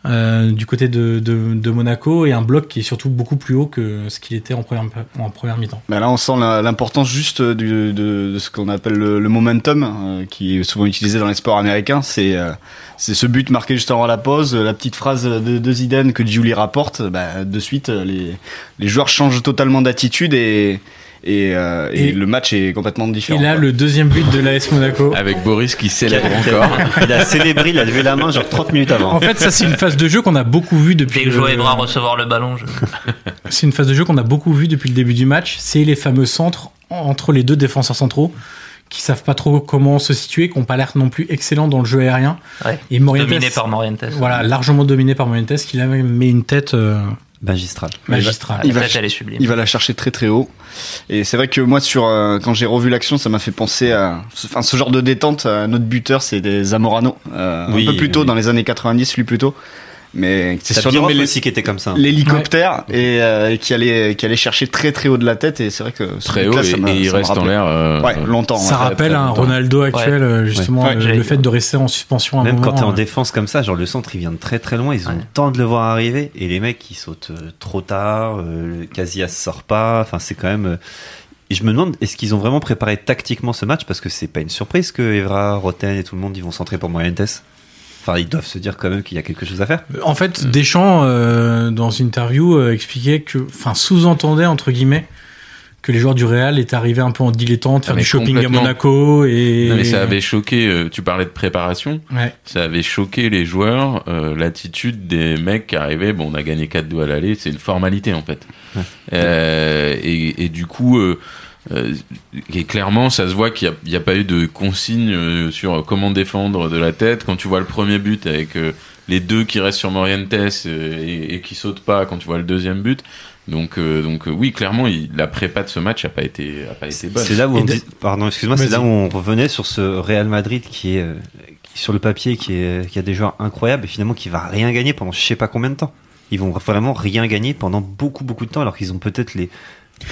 S3: euh, du côté de, de, de Monaco et un bloc qui est surtout beaucoup plus haut que ce qu'il était en première, en première mi-temps.
S6: Bah là, on sent la- l'importance juste du- de, de ce qu'on appelle le, le momentum, euh, qui est souvent utilisé dans les sports américains. C'est euh, c'est ce but marqué juste avant la pause, euh, la petite phrase de, de Zidane que Julie rapporte. Bah, de suite, euh, les, les joueurs changent totalement d'attitude et, et, euh, et
S3: Et-
S6: le match est complètement
S3: Et
S6: différent.
S3: là,
S6: quoi.
S3: le deuxième but de l'AS
S7: Ah
S3: Monaco.
S5: Avec Boris qui célèbre encore.
S4: il a célébré, il a levé la main genre 30 minutes avant.
S3: En fait, ça, c'est une phase de jeu qu'on a beaucoup vue depuis.
S7: Dès que je
S3: le-
S7: vois Evra recevoir le ballon, je...
S3: C'est une phase de jeu qu'on a beaucoup vue depuis le début du match. C'est les fameux centres entre les deux défenseurs centraux qui savent pas trop comment se situer, qui n'ont pas l'air non plus excellents dans le jeu aérien.
S7: ouais.
S3: Et Morientes,
S7: dominé par Morientes.
S3: voilà, largement dominé par Morientes, qui là même met une tête euh,
S4: Magistral.
S3: magistrale.
S6: Il
S7: La
S6: va-
S7: tête, elle est sublime.
S6: Il va la chercher très très haut. Et c'est vrai que moi, sur euh, quand j'ai revu l'action, ça m'a fait penser à, enfin, ce genre de détente. à notre buteur, c'est des Zamorano, euh,
S4: Oui,
S6: un peu plus tôt
S4: oui.
S6: dans les années 90, lui plutôt. Mais c'est
S4: C'est
S6: surnommé
S4: Sabirov
S6: l'hé-
S4: aussi qui était comme ça.
S6: l'hélicoptère et, euh, et qui allait qui allait chercher très très haut de la tête. Et c'est vrai que ce
S5: Très haut
S6: but-là,
S5: et,
S6: ça m'a-
S5: et il
S6: ça m'a
S5: reste en
S6: rappelé.
S5: l'air. euh,
S6: Ouais, longtemps.
S3: Ça
S6: ouais.
S3: rappelle un
S5: longtemps.
S3: Ronaldo actuel, euh, justement,
S6: Ouais,
S3: le-
S7: j'allais
S3: le
S7: dire.
S3: fait de rester en suspension à un
S4: Même
S3: moment.
S4: quand t'es en
S3: euh,
S4: défense comme ça, genre le centre il vient de très très loin, ils ont
S7: Ouais.
S4: le temps de le voir arriver et les mecs ils sautent euh, trop tard, euh, le Casillas sort pas, enfin c'est quand même. euh, et je me demande est-ce qu'ils ont vraiment préparé tactiquement ce match parce que c'est pas une surprise que Evra, Roten et tout le monde ils vont centrer pour Morientes. Enfin ils doivent se dire quand même qu'il y a quelque chose à faire.
S3: En fait, Deschamps, euh, dans une interview, euh, expliquait que, enfin, sous-entendait, entre guillemets, que les joueurs du Real étaient arrivés un peu en dilettante, faire
S5: Ah, mais
S3: du shopping à
S5: complètement.
S3: Monaco et.
S5: Non, mais ça avait choqué. euh, tu parlais de préparation.
S3: Ouais.
S5: Ça avait choqué les joueurs. euh, l'attitude des mecs qui arrivaient. Bon, on a gagné 4 doigts à l'aller. C'est une formalité en fait. Euh, et, et du coup. euh, euh, et clairement, ça se voit qu'il n'y a, il y a pas eu de consigne euh, sur comment défendre de la tête. Quand tu vois le premier but avec euh, les deux qui restent sur Morientes euh, et, et qui sautent pas, quand tu vois le deuxième but. Donc, euh, donc euh, oui, clairement, il- la prépa de ce match a pas été, a pas été bonne.
S4: C'est là où
S3: Et
S4: on
S3: de-
S4: dit- pardon, excuse-moi,
S3: Vas-y.
S4: c'est là où on revenait sur ce Real Madrid qui est euh, qui- sur le papier qui est qui a des joueurs incroyables et finalement qui va rien gagner pendant je sais pas combien de temps. Ils vont vraiment rien gagner pendant beaucoup beaucoup de temps alors qu'ils ont peut-être les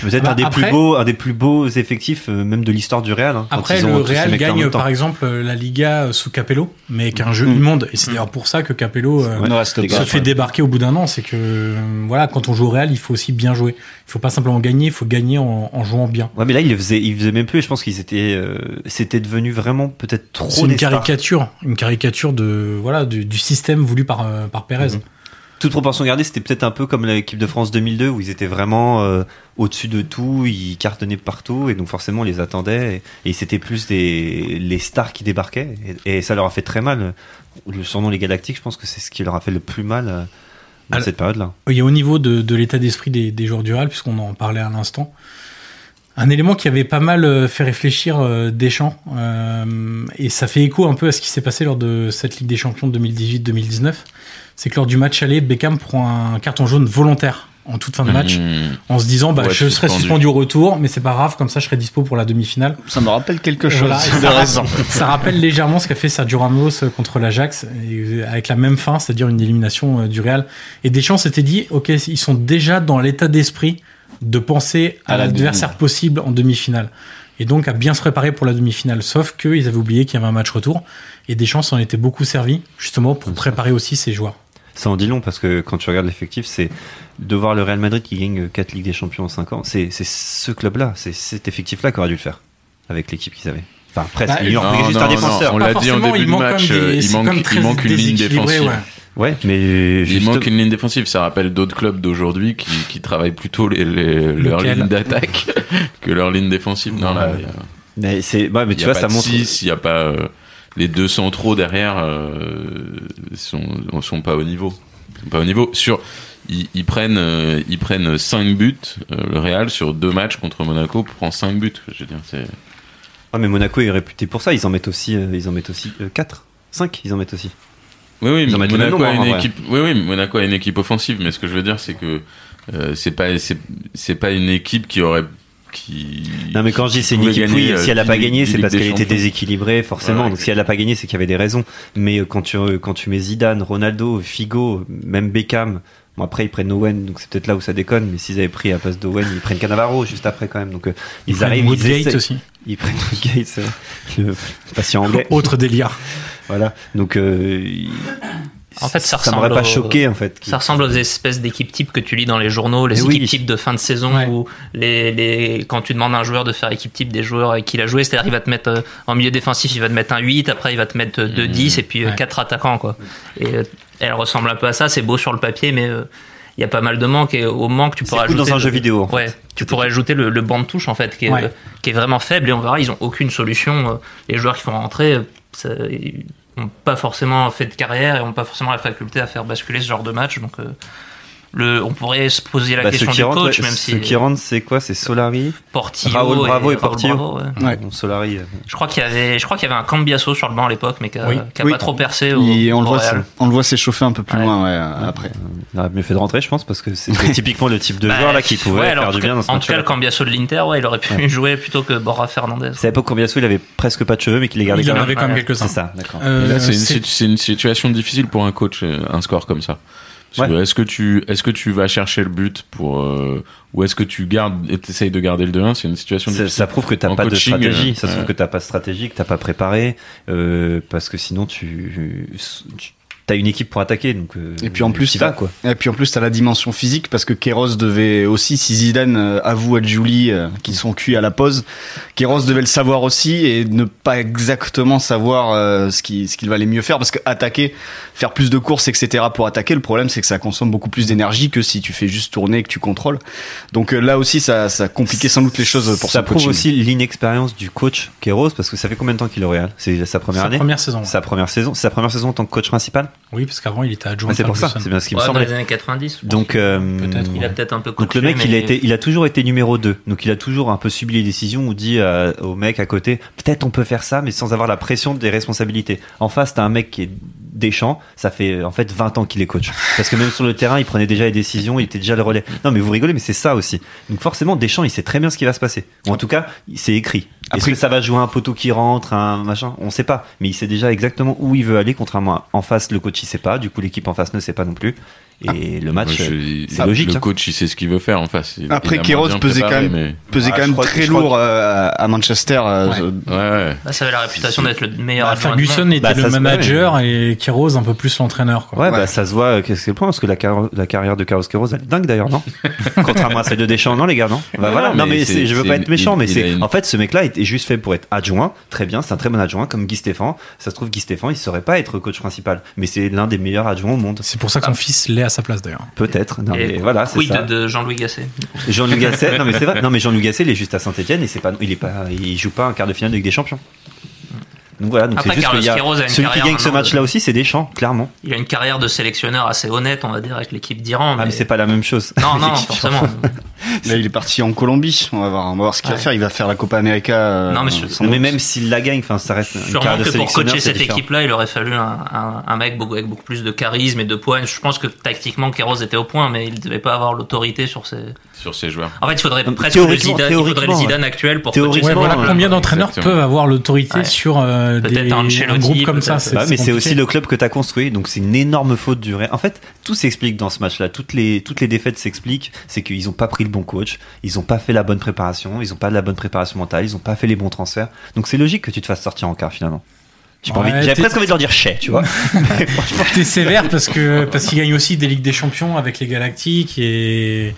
S4: Peut-être
S3: Bah,
S4: un, des
S3: après-
S4: plus beaux, un des plus beaux effectifs, euh, même de l'histoire du Real. hein, quand
S3: Après,
S4: ils ont
S3: le
S4: tous ces
S3: Real
S4: mecs-là en
S3: gagne
S4: même temps.
S3: par exemple euh, la Liga euh, sous Capello, mais qu'un jeu
S6: Mm.
S3: immonde. Et c'est d'ailleurs pour ça que Capello euh,
S6: ne reste
S4: c'est
S6: pas.
S3: se
S4: grave,
S3: fait débarquer au bout d'un an. C'est que euh, voilà, quand on joue au Real, il faut aussi bien jouer. Il faut pas simplement gagner, il faut gagner en, en jouant bien.
S4: Ouais, mais là, il le faisait, il faisait même plus. Et je pense qu'ils étaient, euh, c'était devenu vraiment peut-être
S3: C'est
S4: trop
S3: une
S4: des stars.
S3: caricature, une caricature de voilà du, du système voulu par euh, par Pérez.
S4: Mhm. Toute proportion gardée, c'était peut-être un peu comme l'équipe de France 2002 où ils étaient vraiment euh, au-dessus de tout, ils cartonnaient partout et donc forcément on les attendait et, et c'était plus des les stars qui débarquaient et, et ça leur a fait très mal. Le surnom les Galactiques, je pense que c'est ce qui leur a fait le plus mal euh, dans
S3: Alors-
S4: cette période-là.
S3: Et au niveau de, de l'état d'esprit des, des joueurs du Real, puisqu'on en parlait à l'instant, un élément qui avait pas mal euh, fait réfléchir euh, Deschamps, euh, et ça fait écho un peu à ce qui s'est passé lors de cette Ligue des Champions 2018-2019, c'est que lors du match aller, Beckham prend un carton jaune volontaire en toute fin de match,
S5: Mmh.
S3: en se disant bah,
S5: Pour être
S3: je serai
S5: suspendu.
S3: suspendu au retour, mais c'est pas grave, comme ça je serai dispo pour la demi-finale.
S6: Ça me rappelle quelque chose
S3: Voilà, et
S6: de
S3: ça, ra-
S6: raison.
S3: ça rappelle légèrement ce qu'a fait Sergio Ramos euh, contre l'Ajax, et, euh, avec la même fin, c'est-à-dire une élimination euh, du Real. Et Deschamps s'était dit, ok, ils sont déjà dans l'état d'esprit de penser à,
S6: À la
S3: l'adversaire possible en demi-finale. Et donc à bien se préparer pour la demi-finale, sauf qu'ils avaient oublié qu'il y avait un match retour, et Deschamps s'en était beaucoup servi, justement, pour préparer aussi ses joueurs.
S4: Ça en dit long parce que quand tu regardes l'effectif, c'est de voir le Real Madrid qui gagne 4 Ligues des Champions en 5 ans. C'est c'est ce club-là, c'est cet effectif-là qui aurait dû le faire avec l'équipe qu'ils avaient. Enfin, presque.
S3: Bah,
S4: il leur
S5: non,
S4: manquait juste un
S5: non, non,
S4: défenseur.
S5: On
S3: Pas
S5: l'a dit en
S3: forcément,
S5: début
S3: il
S5: de
S3: manque
S5: match,
S3: quand même
S5: euh, il
S3: c'est
S5: manque-
S3: quand même
S5: il
S3: très
S5: manque une ligne
S3: déséquilibré,
S5: défensive.
S4: Ouais, mais
S5: Il
S4: juste-
S5: manque une ligne défensive. Ça rappelle d'autres clubs d'aujourd'hui qui, qui travaillent plutôt les, les- leur
S3: Lequel
S5: ligne d'attaque que leur ligne défensive. Non, là, il y a-
S4: mais c'est ouais, mais
S5: il y
S4: tu
S5: a
S4: vois,
S5: pas
S4: ça
S5: de
S4: montre.
S5: six, il n'y a pas. euh, les deux centraux derrière euh, sont, sont pas au niveau. Sont pas au niveau. Sur, ils, ils prennent, euh, ils prennent 5 buts. euh, le Real, sur deux matchs contre Monaco, prend 5 buts. Je veux dire, c'est.
S4: Ah, mais Monaco est réputé pour ça. Ils en mettent aussi, euh, ils en mettent aussi 4, 5. Ils en mettent aussi.
S5: Oui, oui,
S4: Ils en
S5: mais
S4: mettent le
S5: Monaco
S4: même nombre,
S5: a une
S4: en vrai.
S5: équipe. Oui, oui, Monaco a une équipe offensive, mais ce que je veux dire, c'est que euh, c'est pas, c'est, c'est pas une équipe qui aurait, qui.
S4: Non, mais quand je dis c'est une
S5: pouvait
S4: équipe,
S5: gagner,
S4: oui, si
S5: euh,
S4: elle a pas
S5: dix-
S4: gagné,
S5: dix
S4: c'est
S5: Ligues
S4: parce
S5: des
S4: qu'elle était
S5: Champions.
S4: déséquilibrée, forcément.
S5: Voilà,
S4: Donc si elle a pas gagné, c'est qu'il y avait des raisons. Mais euh, quand tu, euh, quand tu mets Zidane, Ronaldo, Figo, même Beckham, bon après ils prennent Owen, donc c'est peut-être là où ça déconne, mais s'ils avaient pris à place d'Owen, ils prennent Cannavaro juste après quand même. Donc euh, ils, arrivent, ils
S3: Woodgate
S4: essaient-
S3: aussi.
S4: Ils prennent Woodgate, c'est vrai. le patient anglais.
S3: Autre délire.
S4: Voilà. Donc euh, il-
S7: En fait, ça
S4: m'aurait
S7: ressemble
S4: pas
S7: au-
S4: choqué en fait.
S7: Ça ressemble aux espèces d'équipes types que tu lis dans les journaux, les
S4: Mais oui.
S7: équipes types de fin de saison
S3: Ouais.
S7: où les, les, quand tu demandes à un joueur de faire équipe type des joueurs avec qui il a joué, c'est-à-dire il va te mettre euh, en milieu défensif, il va te mettre un 8, après il va te mettre euh, deux
S4: Mmh.
S5: Mhm.
S7: 10 et puis euh,
S3: Ouais.
S7: quatre attaquants quoi. Et euh, elle ressemble un peu à ça, c'est beau sur le papier mais euh, il y a pas mal de manques et au manque tu
S4: C'est
S7: pourras
S4: cool
S7: ajouter
S4: dans un
S7: le-
S4: jeu vidéo. en fait.
S7: Ouais, tu pourrais ajouter le, le banc de touche en fait, qui est,
S3: Ouais.
S7: euh, qui est vraiment faible et on verra, ils ont aucune solution. euh, Les joueurs qui font rentrer, euh, ça, ils n'ont pas forcément fait de carrière et n'ont pas forcément la faculté à faire basculer ce genre de match. Donc, euh, le, on pourrait se poser la
S4: Bah, ceux
S7: question
S4: qui
S7: du
S4: rentrent,
S7: coach,
S4: ouais,
S7: même
S4: ceux
S7: si euh,
S4: qui rentrent, c'est quoi C'est Solari,
S7: Portillo
S4: Raoul Bravo et
S7: Raoul
S4: Portillo.
S7: Bravo, ouais.
S6: Ouais.
S4: Bon, Solari. euh,
S7: Je crois qu'il y avait, je crois qu'il y avait un Cambiasso sur le banc à l'époque, mais qui n'a
S3: Oui.
S6: Oui.
S7: pas trop percé. Au,
S6: Il- on, le
S7: au
S6: voit,
S7: Real.
S6: on le voit s'échauffer un peu plus
S7: Ouais.
S6: loin ouais, après.
S4: Il aurait mieux fait de rentrer, je pense, parce que c'est typiquement le type de
S7: Bah,
S4: joueur là qui pouvait
S7: ouais, alors,
S4: faire
S7: en
S4: du
S7: tout
S4: bien
S7: cas-
S4: dans ce
S7: En tout cas, le
S4: match-là.
S7: Cambiasso de l'Inter, ouais, il aurait pu
S4: Ouais.
S7: jouer plutôt que Borra Fernandez.
S4: C'est à l'époque où Biasso, il avait presque pas de cheveux, mais qu'il les gardait
S3: Il
S4: quand
S3: en
S4: même.
S3: avait quand même
S7: Ouais.
S4: C'est
S3: quelques-uns.
S4: ça, d'accord.
S5: Et
S3: Euh,
S5: là, c'est une,
S3: c'est-
S5: situ- c'est une situation difficile pour un coach, euh, un score comme ça. Parce que Est-ce que tu, est-ce que tu vas chercher le but pour, euh, ou est-ce que tu gardes, et t'essayes de garder le 2-1 C'est une situation
S4: Ça,
S5: difficile.
S4: ça prouve que t'as
S5: En
S4: pas
S5: coaching,
S4: de stratégie,
S5: euh,
S4: ça se trouve
S5: ouais.
S4: que t'as pas de stratégie, que t'as pas préparé, euh, parce que sinon tu, tu t'as une équipe pour attaquer, donc. euh,
S6: Et puis en plus,
S4: t'y vas,
S6: t'as-
S4: quoi.
S6: Et puis en plus, t'as la dimension physique parce que Kéros devait aussi, si Zidane euh, avoue à Julie euh, qu'ils sont cuits à la pause, Kéros devait le savoir aussi et ne pas exactement savoir euh, ce qu'il ce qu'il valait mieux faire parce que attaquer, faire plus de courses, etc. pour attaquer, le problème c'est que ça consomme beaucoup plus d'énergie que si tu fais juste tourner et que tu contrôles. Donc euh, là aussi, ça, ça compliquait sans doute les choses pour
S4: Ça
S6: ce
S4: prouve
S6: coaching.
S4: aussi l'inexpérience du coach Kéros, parce que ça fait combien de temps qu'il est au Real C'est sa première
S3: Sa
S4: année.
S3: première saison. ouais.
S4: Sa première saison, sa première saison en tant que coach principal.
S3: Oui, parce qu'avant il était adjoint.
S4: Ouais, Ah, c'est pour ça.
S3: Ferguson.
S4: C'est bien ce qui me
S7: Ouais, dans
S4: semblait.
S7: les années 90. je pense.
S4: Donc, euh,
S3: Peut-être,
S7: il a peut-être un peu coaché.
S4: Donc le mec,
S7: mais-
S4: il a, été, il a toujours été numéro 2. Donc il a toujours un peu subi les décisions ou dit euh, au mec à côté, peut-être on peut faire ça, mais sans avoir la pression des responsabilités. En face, t'as un mec qui est déchant, ça fait euh, en fait 20 ans qu'il est coach. Parce que même sur le terrain, il prenait déjà les décisions, il était déjà le relais. Non mais vous rigolez, mais c'est ça aussi. Donc forcément, Deschamps, il sait très bien ce qui va se passer. Ou en tout cas, il- c'est écrit. Est-ce que ça va jouer un poteau qui rentre, un machin On sait pas. Mais il sait déjà exactement où il veut aller, contrairement à en face, le coach il sait pas. Du coup, l'équipe en face ne sait pas non plus. Et le match,
S5: Ah, Moi,
S4: euh,
S5: je-
S4: c'est logique,
S5: Le
S4: hein.
S5: coach, il sait ce qu'il veut faire en face. Il-
S6: Après,
S5: il a
S6: Queiroz
S5: moins bien
S6: pesait
S5: préparé,
S6: quand
S5: mais-
S6: pesait
S4: Ah,
S6: quand
S4: je
S6: même
S4: crois que-
S6: très
S4: je crois
S6: lourd euh, à Manchester. euh,
S3: Ouais.
S6: euh,
S5: Ouais, ouais.
S7: Bah, ça avait la réputation d'être le meilleur
S3: Bah,
S7: adjoint du
S3: Ferguson
S7: monde.
S3: était
S4: Bah, ça
S3: le
S4: se voit,
S3: manager et Kiroz un peu plus l'entraîneur. quoi.
S4: Ouais, bah ça se voit, euh, qu'est-ce que c'est le point Parce que la, car- la carrière de Carlos Queiroz, elle est dingue d'ailleurs, non Contrairement à celle de Deschamps, non les gars, non Bah
S5: Non,
S4: voilà,
S5: non,
S4: non
S5: mais
S4: mais,
S5: c'est-
S4: c'est- je veux pas
S5: c'est-
S4: être méchant,
S5: il-
S4: mais
S5: il a
S4: c'est
S5: une-
S4: en fait ce mec-là est est juste fait pour être adjoint, très bien, c'est un très bon adjoint, comme Guy Stéphane. Ça se trouve, Guy Stéphane, il saurait pas être coach principal, mais c'est l'un des meilleurs adjoints au monde,
S3: C'est pour
S7: Ah.
S3: ça que son fils l'est à sa place d'ailleurs.
S4: peut-être. Non
S7: Et
S4: mais voilà, c'est
S7: quid
S4: ça.
S7: de Jean-Louis Gasset.
S4: Jean-Luc Gasset, non mais c'est vrai, non mais Jean-Luc Gasset, il est juste à Saint-Etienne et c'est pas, il est pas, il joue pas un quart de finale de Ligue des Champions. Donc voilà, donc
S7: Après,
S4: c'est juste
S7: Carlos
S4: qu'il y a-
S7: Queiroz a une
S4: celui qui
S7: carrière
S4: gagne ce
S7: maintenant de-
S4: match-là aussi, c'est Deschamps, clairement.
S7: Il a une carrière de sélectionneur assez honnête, on va dire, avec l'équipe d'Iran.
S4: Ah mais c'est pas la même chose.
S7: Non, non,
S4: Effectivement.
S7: forcément.
S6: Là, il est parti en Colombie. On va voir, on va voir ce qu'il
S7: Ouais.
S6: va faire. Il va faire la Copa América. euh,
S7: Non, mais sur-
S6: sans
S4: Non, mais
S6: doute.
S4: même s'il la gagne, enfin, ça reste une carte
S7: Sûrement
S4: de
S7: que pour
S4: sélectionneur,
S7: coacher
S4: c'est
S7: cette
S4: différent.
S7: équipe-là, il aurait fallu un, un- un mec beaucoup- avec beaucoup plus de charisme et de poigne. Je pense que tactiquement, Queiroz était au point, mais il devait pas avoir l'autorité sur ses.
S5: Sur ses joueurs.
S7: En fait, il faudrait
S4: Donc,
S7: presque le
S4: théoriquement-
S7: Zidane, il faudrait le
S4: théoriquement, hein.
S7: Zidane actuel pour coacher.
S4: Théoriquement,
S3: Ouais,
S7: cette
S3: voilà,
S7: équipe-là.
S3: combien d'entraîneurs
S5: Exactement.
S3: peuvent avoir l'autorité
S7: euh, Ouais.
S3: sur euh,
S7: Peut-être
S3: des,
S7: un
S3: un
S7: Ancelotti,
S3: groupe comme ça
S7: peut-être.
S3: c'est-
S4: Bah, mais c'est
S3: compliqué.
S4: aussi le club que t'as construit, donc c'est une énorme faute du Real. En fait, tout s'explique dans ce match-là. Toutes les, toutes les défaites s'expliquent. C'est qu'ils ont pas pris le bon coach, ils ont pas fait la bonne préparation, ils ont pas de la bonne préparation mentale, ils ont pas fait les bons transferts. Donc c'est logique que tu te fasses sortir en quart finalement. J'ai pas
S3: Ouais,
S4: envie- J'avais
S3: t'es-
S4: presque envie de leur dire chais, tu vois. Mais franchement,
S3: T'es sévère parce que parce qu'il gagne aussi des Ligues des Champions avec les Galactiques et.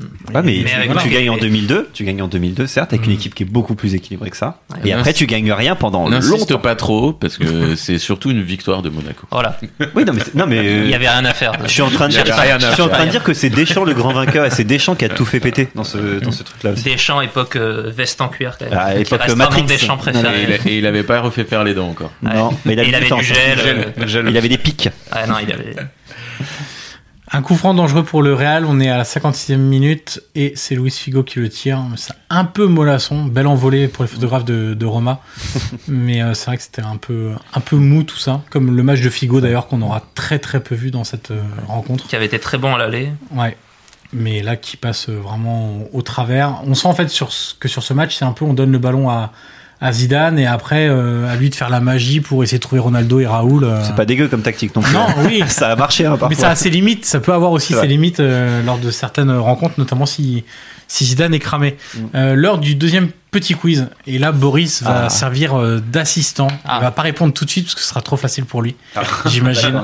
S4: Ouais, Bah, mais,
S3: et
S7: Mais avec
S4: tu,
S3: voilà.
S4: tu gagnes en
S7: mais-
S4: 2002, tu gagnes en 2002, certes, avec une
S3: Mm.
S4: équipe qui est beaucoup plus équilibrée que ça.
S7: Ouais.
S4: et après, tu gagnes rien pendant
S5: N'insiste
S4: longtemps.
S5: pas trop, parce que c'est surtout une victoire de Monaco.
S7: Voilà,
S4: Oui, non, mais, c'est- non, mais euh,
S7: il y avait rien à faire.
S4: Je suis en train de dire,
S7: Il y avait rien à
S4: je suis en
S7: faire.
S4: train de dire que c'est Deschamps le grand vainqueur et c'est Deschamps qui a tout fait péter dans ce, dans ce truc-là aussi.
S7: Deschamps, époque euh, veste en cuir, quand même.
S4: Ah,
S7: Qui
S4: époque
S7: restera
S4: Matrix.
S7: mon Deschamps
S5: Et
S7: préféré.
S5: il, a- et il avait pas refait faire les dents encore.
S4: Non, mais il
S7: Et il
S4: avait,
S7: avait
S4: du temps,
S7: du
S4: ça.
S7: gel.
S5: Gel,
S7: euh,
S5: gel.
S4: Il avait des pics.
S7: Ah non, il avait.
S3: Un coup franc dangereux pour le Real, on est à la 56e minute et c'est Luis Figo qui le tire. C'est un peu mollasson, belle envolée pour les photographes de, de Roma. Mais euh, c'est vrai que c'était un peu, un peu mou tout ça, comme le match de Figo d'ailleurs qu'on aura très très peu vu dans cette euh, rencontre.
S7: qui avait été très bon à l'aller.
S3: Ouais. Mais là qui passe vraiment au, au travers. On sent en fait sur, ce- que sur ce match, c'est un peu on donne le ballon à, à Zidane et après euh, à lui de faire la magie pour essayer de trouver Ronaldo et Raoul. euh.
S4: C'est pas dégueu comme tactique non plus.
S3: Non, oui,
S4: Ça a marché, hein,
S3: Mais ça
S4: parfois.
S3: a ses limites, ça peut avoir aussi
S4: C'est
S3: ses
S4: vrai.
S3: limites euh, lors de certaines rencontres, notamment si, si Zidane est cramé.
S4: Mm.
S3: Euh, L'heure du deuxième petit quiz, et là Boris va
S4: Ah.
S3: servir euh, d'assistant.
S7: Ah.
S3: Il va pas répondre tout de suite parce que ce sera trop facile pour lui,
S4: Ah.
S3: j'imagine.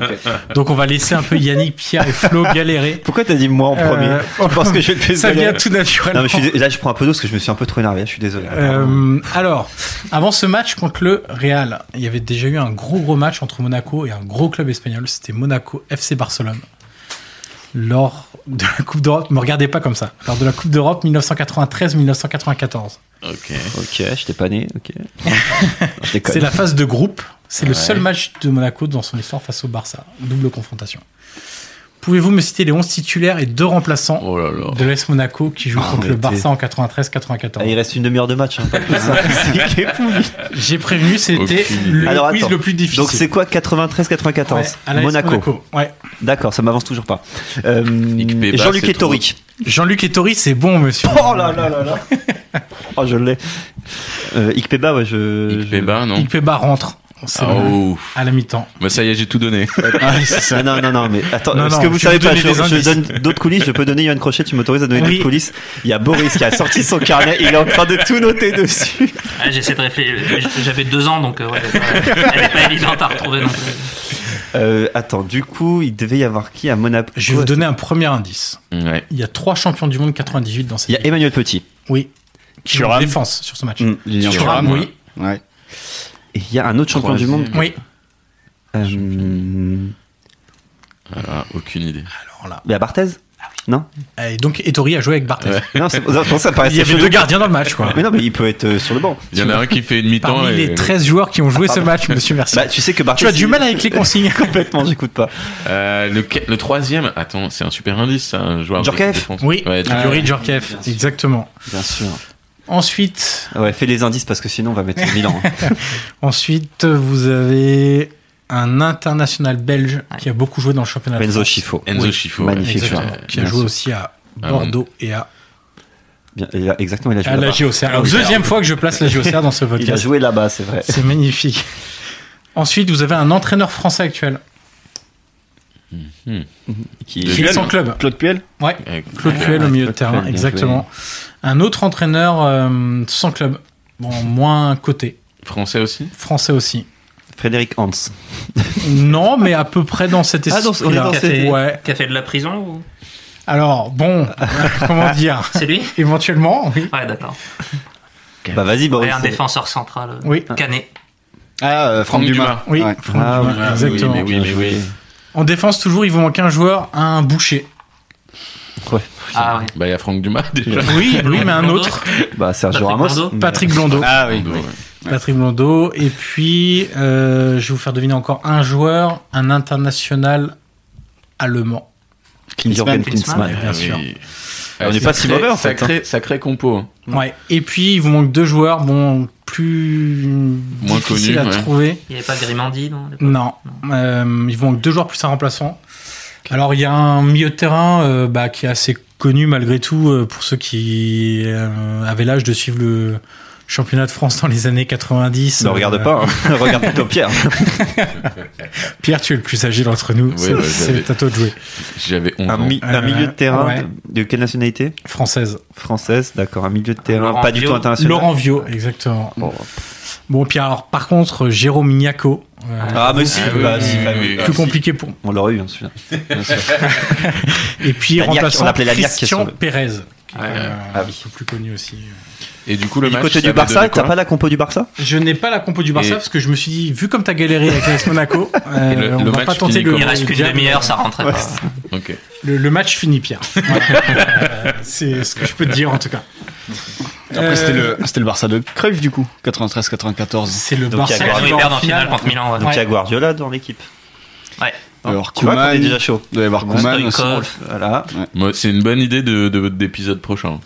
S3: Donc on va laisser un peu Yannick, Pierre et Flo galérer.
S4: Pourquoi t'as dit moi en premier
S3: Euh,
S4: Je pense que je vais te faire
S3: Ça
S4: galérer.
S3: vient tout
S4: Non,
S3: naturellement.
S4: mais je suis dé- là, je prends un peu d'eau parce que je me suis un peu trop énervé. Je suis désolé.
S3: Euh, alors, avant ce match contre le Real, il y avait déjà eu un gros gros match entre Monaco et un gros club espagnol. C'était Monaco FC Barcelone. Lors de la Coupe d'Europe, me regardez pas comme ça. Lors de la Coupe d'Europe 1993-1994.
S5: Ok.
S4: Ok, je t'ai pas né. Ok. Je déconne.
S3: C'est la phase de groupe. C'est le
S5: Ouais.
S3: seul match de Monaco dans son histoire face au Barça. Double confrontation. Pouvez-vous me citer les 11 titulaires et deux remplaçants
S5: Oh là là.
S3: de l'AS Monaco qui jouent
S4: Oh,
S3: contre
S4: mais
S3: le
S4: t'es-
S3: Barça en
S4: Ah, il
S3: 93-94
S4: reste une demi-heure de match. hein, pas plus, hein. C'est qui est pourri.
S3: J'ai prévenu, c'était
S5: Aucune idée.
S3: le
S4: Alors,
S3: quiz
S4: attends.
S3: le plus difficile.
S4: Donc c'est quoi 93-94
S3: Ouais, à l'AS
S4: Monaco.
S3: Ouais.
S4: D'accord, ça m'avance toujours pas. Euh,
S5: Ikpeba,
S4: Jean-Luc
S5: c'est
S4: Ettori.
S3: Jean-Luc Ettori, c'est bon, monsieur.
S4: Oh là là là là Oh, je l'ai. Euh, Ikpeba, ouais, je.
S5: Ikpeba, non
S3: Ikpeba rentre. C'est
S5: Ah,
S4: oh.
S3: bon.
S5: ouf.
S3: À la mi-temps.
S5: Bah ça y est, j'ai tout donné.
S4: je- Ah, non, non, non, mais attends,
S3: Non,
S4: ce
S3: non,
S4: que vous
S3: je vais
S4: savez
S3: vous
S4: pas,
S3: donner
S4: je,
S3: des
S4: je
S3: indices.
S4: donne d'autres coulisses, je peux donner Yohan Crochet, tu m'autorises à donner
S3: Oui.
S4: d'autres coulisses. Il y a Boris qui a sorti son carnet, il est en train de tout noter dessus.
S7: Ah, J'essaie de réfléchir. J'avais deux ans, donc euh, ouais, elle est pas- elle n'est pas évidente à retrouver non plus.
S4: Euh, attends, du coup, il devait y avoir qui à Monaco
S3: Je vais vous donner un premier indice.
S5: Ouais.
S3: Il y a trois champions du monde 98 dans cette
S4: Il y a
S3: équipe.
S4: Emmanuel Petit.
S3: Oui. Qui jouent en
S6: Thuram.
S3: défense sur ce match.
S4: Mm.
S6: Lilian
S3: Thuram,
S6: Thuram, ouais.
S3: oui.
S6: Ouais.
S4: Et il y a un autre champion du monde.
S3: Oui.
S4: Euh,
S5: Voilà, aucune idée.
S3: Alors là.
S4: mais à Barthez
S3: Et donc, Ettori a joué avec Barthez.
S4: Non, c'est pour ça- pour ça, ça
S3: Il y
S4: paraissait
S3: avait
S4: chelou.
S3: deux gardiens dans le match, quoi.
S4: Mais non, mais il peut être euh, sur le banc.
S5: Il y en a un qui fait une mi-temps
S3: Parmi
S5: et
S3: les 13 joueurs qui ont joué ce match, monsieur, merci.
S4: Ah, Bah, tu sais que Barthez. euh,
S3: tu as du mal avec les consignes.
S4: Complètement, j'écoute pas.
S5: Euh, le, que- le troisième, attends, c'est un super indice, ça, un joueur. de-
S4: Djorkaeff
S5: de défense.
S3: Oui, Ah,
S5: Ouais, Djorkaeff.
S3: Yuri Djorkaeff, exactement.
S4: Bien sûr.
S3: Ensuite,
S4: Ouais, fais les indices parce que sinon on va mettre Milan. hein.
S3: ensuite, vous avez un international belge qui a beaucoup joué dans le championnat de
S4: Benzo
S3: France.
S4: Chifo.
S5: Enzo Chifo. ouais.
S4: Magnifique
S3: Exactement,
S4: joueur.
S3: qui a
S4: Bien
S3: joué
S4: sûr.
S3: aussi à
S5: Ah,
S3: Bordeaux et à
S4: Bien, il a- exactement, il a joué
S3: Ah, la
S4: là-bas.
S3: JOCR. Alors, deuxième fois que je place la JOCR dans ce
S4: ah Il a
S3: podcast.
S4: joué là-bas, c'est vrai.
S3: C'est magnifique. Ensuite, vous avez un entraîneur français actuel.
S4: Qui-
S3: Qui est
S5: Puel.
S3: sans club.
S6: Claude Puel
S3: Ouais.
S5: Avec-
S3: Claude
S4: Ouais,
S3: Puel au
S4: ouais,
S3: milieu de
S4: Claude
S3: terrain,
S4: Puel, bien
S3: exactement. Un autre entraîneur euh, sans club. Bon, moins coté.
S5: Français aussi
S3: Français aussi.
S4: Frédéric Hans.
S3: Non, mais à peu près dans cet
S4: Ah, donc, on est
S3: esprit-là.
S4: dans
S7: cette-
S3: Ouais.
S7: Qui a fait de la prison ou...
S3: Alors, bon, comment dire
S7: C'est lui
S3: Éventuellement, oui.
S7: Ouais, d'accord.
S4: Bah vas-y, Boris.
S7: Ouais, un défenseur central. euh,
S3: Oui.
S7: Canet.
S6: Ah, euh, Franck
S5: Franck
S6: Dumas.
S5: Dumas.
S3: Oui,
S6: Ouais.
S3: Franck
S4: Ah,
S3: Dumas,
S4: oui, oui,
S3: exactement.
S5: Oui, mais oui, mais oui.
S3: En défense, toujours, il vous manque un joueur, un boucher.
S7: Ah ouais.
S5: Bah, il y a Franck Dumas déjà.
S3: Oui, oui, mais un
S7: Blondeau.
S3: autre.
S4: Bah Sergio
S7: Patrick
S4: Ramos.
S7: Bordeaux.
S3: Patrick Blondeau.
S6: Ah oui.
S5: Ouais.
S3: Patrick Blondeau. Et puis, euh, je vais vous faire deviner encore un joueur, un international allemand.
S4: Jürgen
S6: Klinsmann.
S4: Klinsmann.
S3: Bien
S5: Ah,
S3: sûr.
S5: oui.
S4: Ah, on
S5: Ah,
S4: n'est pas
S5: sacré-
S4: si mauvais, en fait,
S5: Sacré, sacré compo. hein.
S3: Ouais. Et puis, il vous manque deux joueurs, bon, plus
S5: Moins
S3: difficiles
S5: connus,
S3: à
S5: ouais.
S3: trouver.
S7: Il n'y avait pas Grimandi, non à l'époque
S3: Non. Euh, ils vont avec deux joueurs plus un remplaçant. Alors, il y a un milieu de terrain euh, bah, qui est assez connu malgré tout euh, pour ceux qui euh, avaient l'âge de suivre le championnat de France dans les années 90.
S4: Ne
S3: Euh,
S4: regarde pas, hein. regarde plutôt Pierre.
S3: Pierre, tu es le plus agile entre nous.
S5: Oui,
S3: C'est-
S5: bah, j'avais-
S3: C'est à toi de jouer.
S5: J'avais 11
S4: Un,
S5: ans.
S4: mi- un
S3: Euh,
S4: milieu de terrain
S3: ouais.
S4: de quelle nationalité
S3: Française.
S4: Française, d'accord. Un milieu de terrain,
S7: Laurent
S4: pas du tout
S7: Vio.
S4: international.
S3: Laurent Vio, Ah, exactement.
S4: Bon.
S3: Bon, puis alors, par contre, Jérôme Ignaco. euh,
S4: Ah, mais si,
S5: Ah oui,
S4: bah,
S5: oui,
S4: si,
S5: oui,
S4: bah,
S5: oui.
S4: oui.
S3: plus compliqué pour.
S4: On l'aurait eu, hein, celui-là. Bien sûr.
S3: Et puis,
S4: Lagnac, on
S3: remplaçant
S4: l'appelait Lagnac,
S3: Christian
S4: sur le-
S3: Pérez. qui est,
S5: Ah,
S3: euh,
S4: ah
S3: un
S4: oui.
S3: peu plus connu aussi.
S5: Et du coup, le
S4: Du
S5: match.
S4: côté
S5: ça
S4: du
S5: avait
S4: Barça,
S5: donné quoi
S4: t'as pas la compo du Barça
S3: Je n'ai pas la compo du Barça
S5: Et-
S3: parce que je me suis dit, vu comme t'as galéré avec l'AS Monaco, euh,
S5: Et le-
S3: on
S5: le
S3: va
S5: match
S3: pas tenter
S5: finit
S3: le,
S7: Il reste qu'une
S3: le-
S7: demi-heure, ça rentrait pas.
S5: Ok.
S3: le- le match finit Pierre. Euh, c'est ce que je peux te dire en tout cas.
S6: Après,
S3: Euh,
S6: c'était le, c'était le Barça de Cruyff, du coup, 93-94.
S3: C'est le
S4: Donc, il y
S3: Barça
S4: a
S3: qui
S4: Guardiola.
S7: Ils
S3: va
S7: perdent en finale contre Milan.
S4: Donc
S7: Ouais.
S4: il y a Guardiola dans l'équipe.
S7: Ouais.
S6: Alors,
S4: Tu vois qu'on est
S6: Koeman.
S4: déjà chaud.
S6: Euh, Il doit y avoir Koeman aussi.
S7: Stoïkov.
S4: Voilà.
S5: Moi, c'est une bonne idée de, de- d'épisode prochain.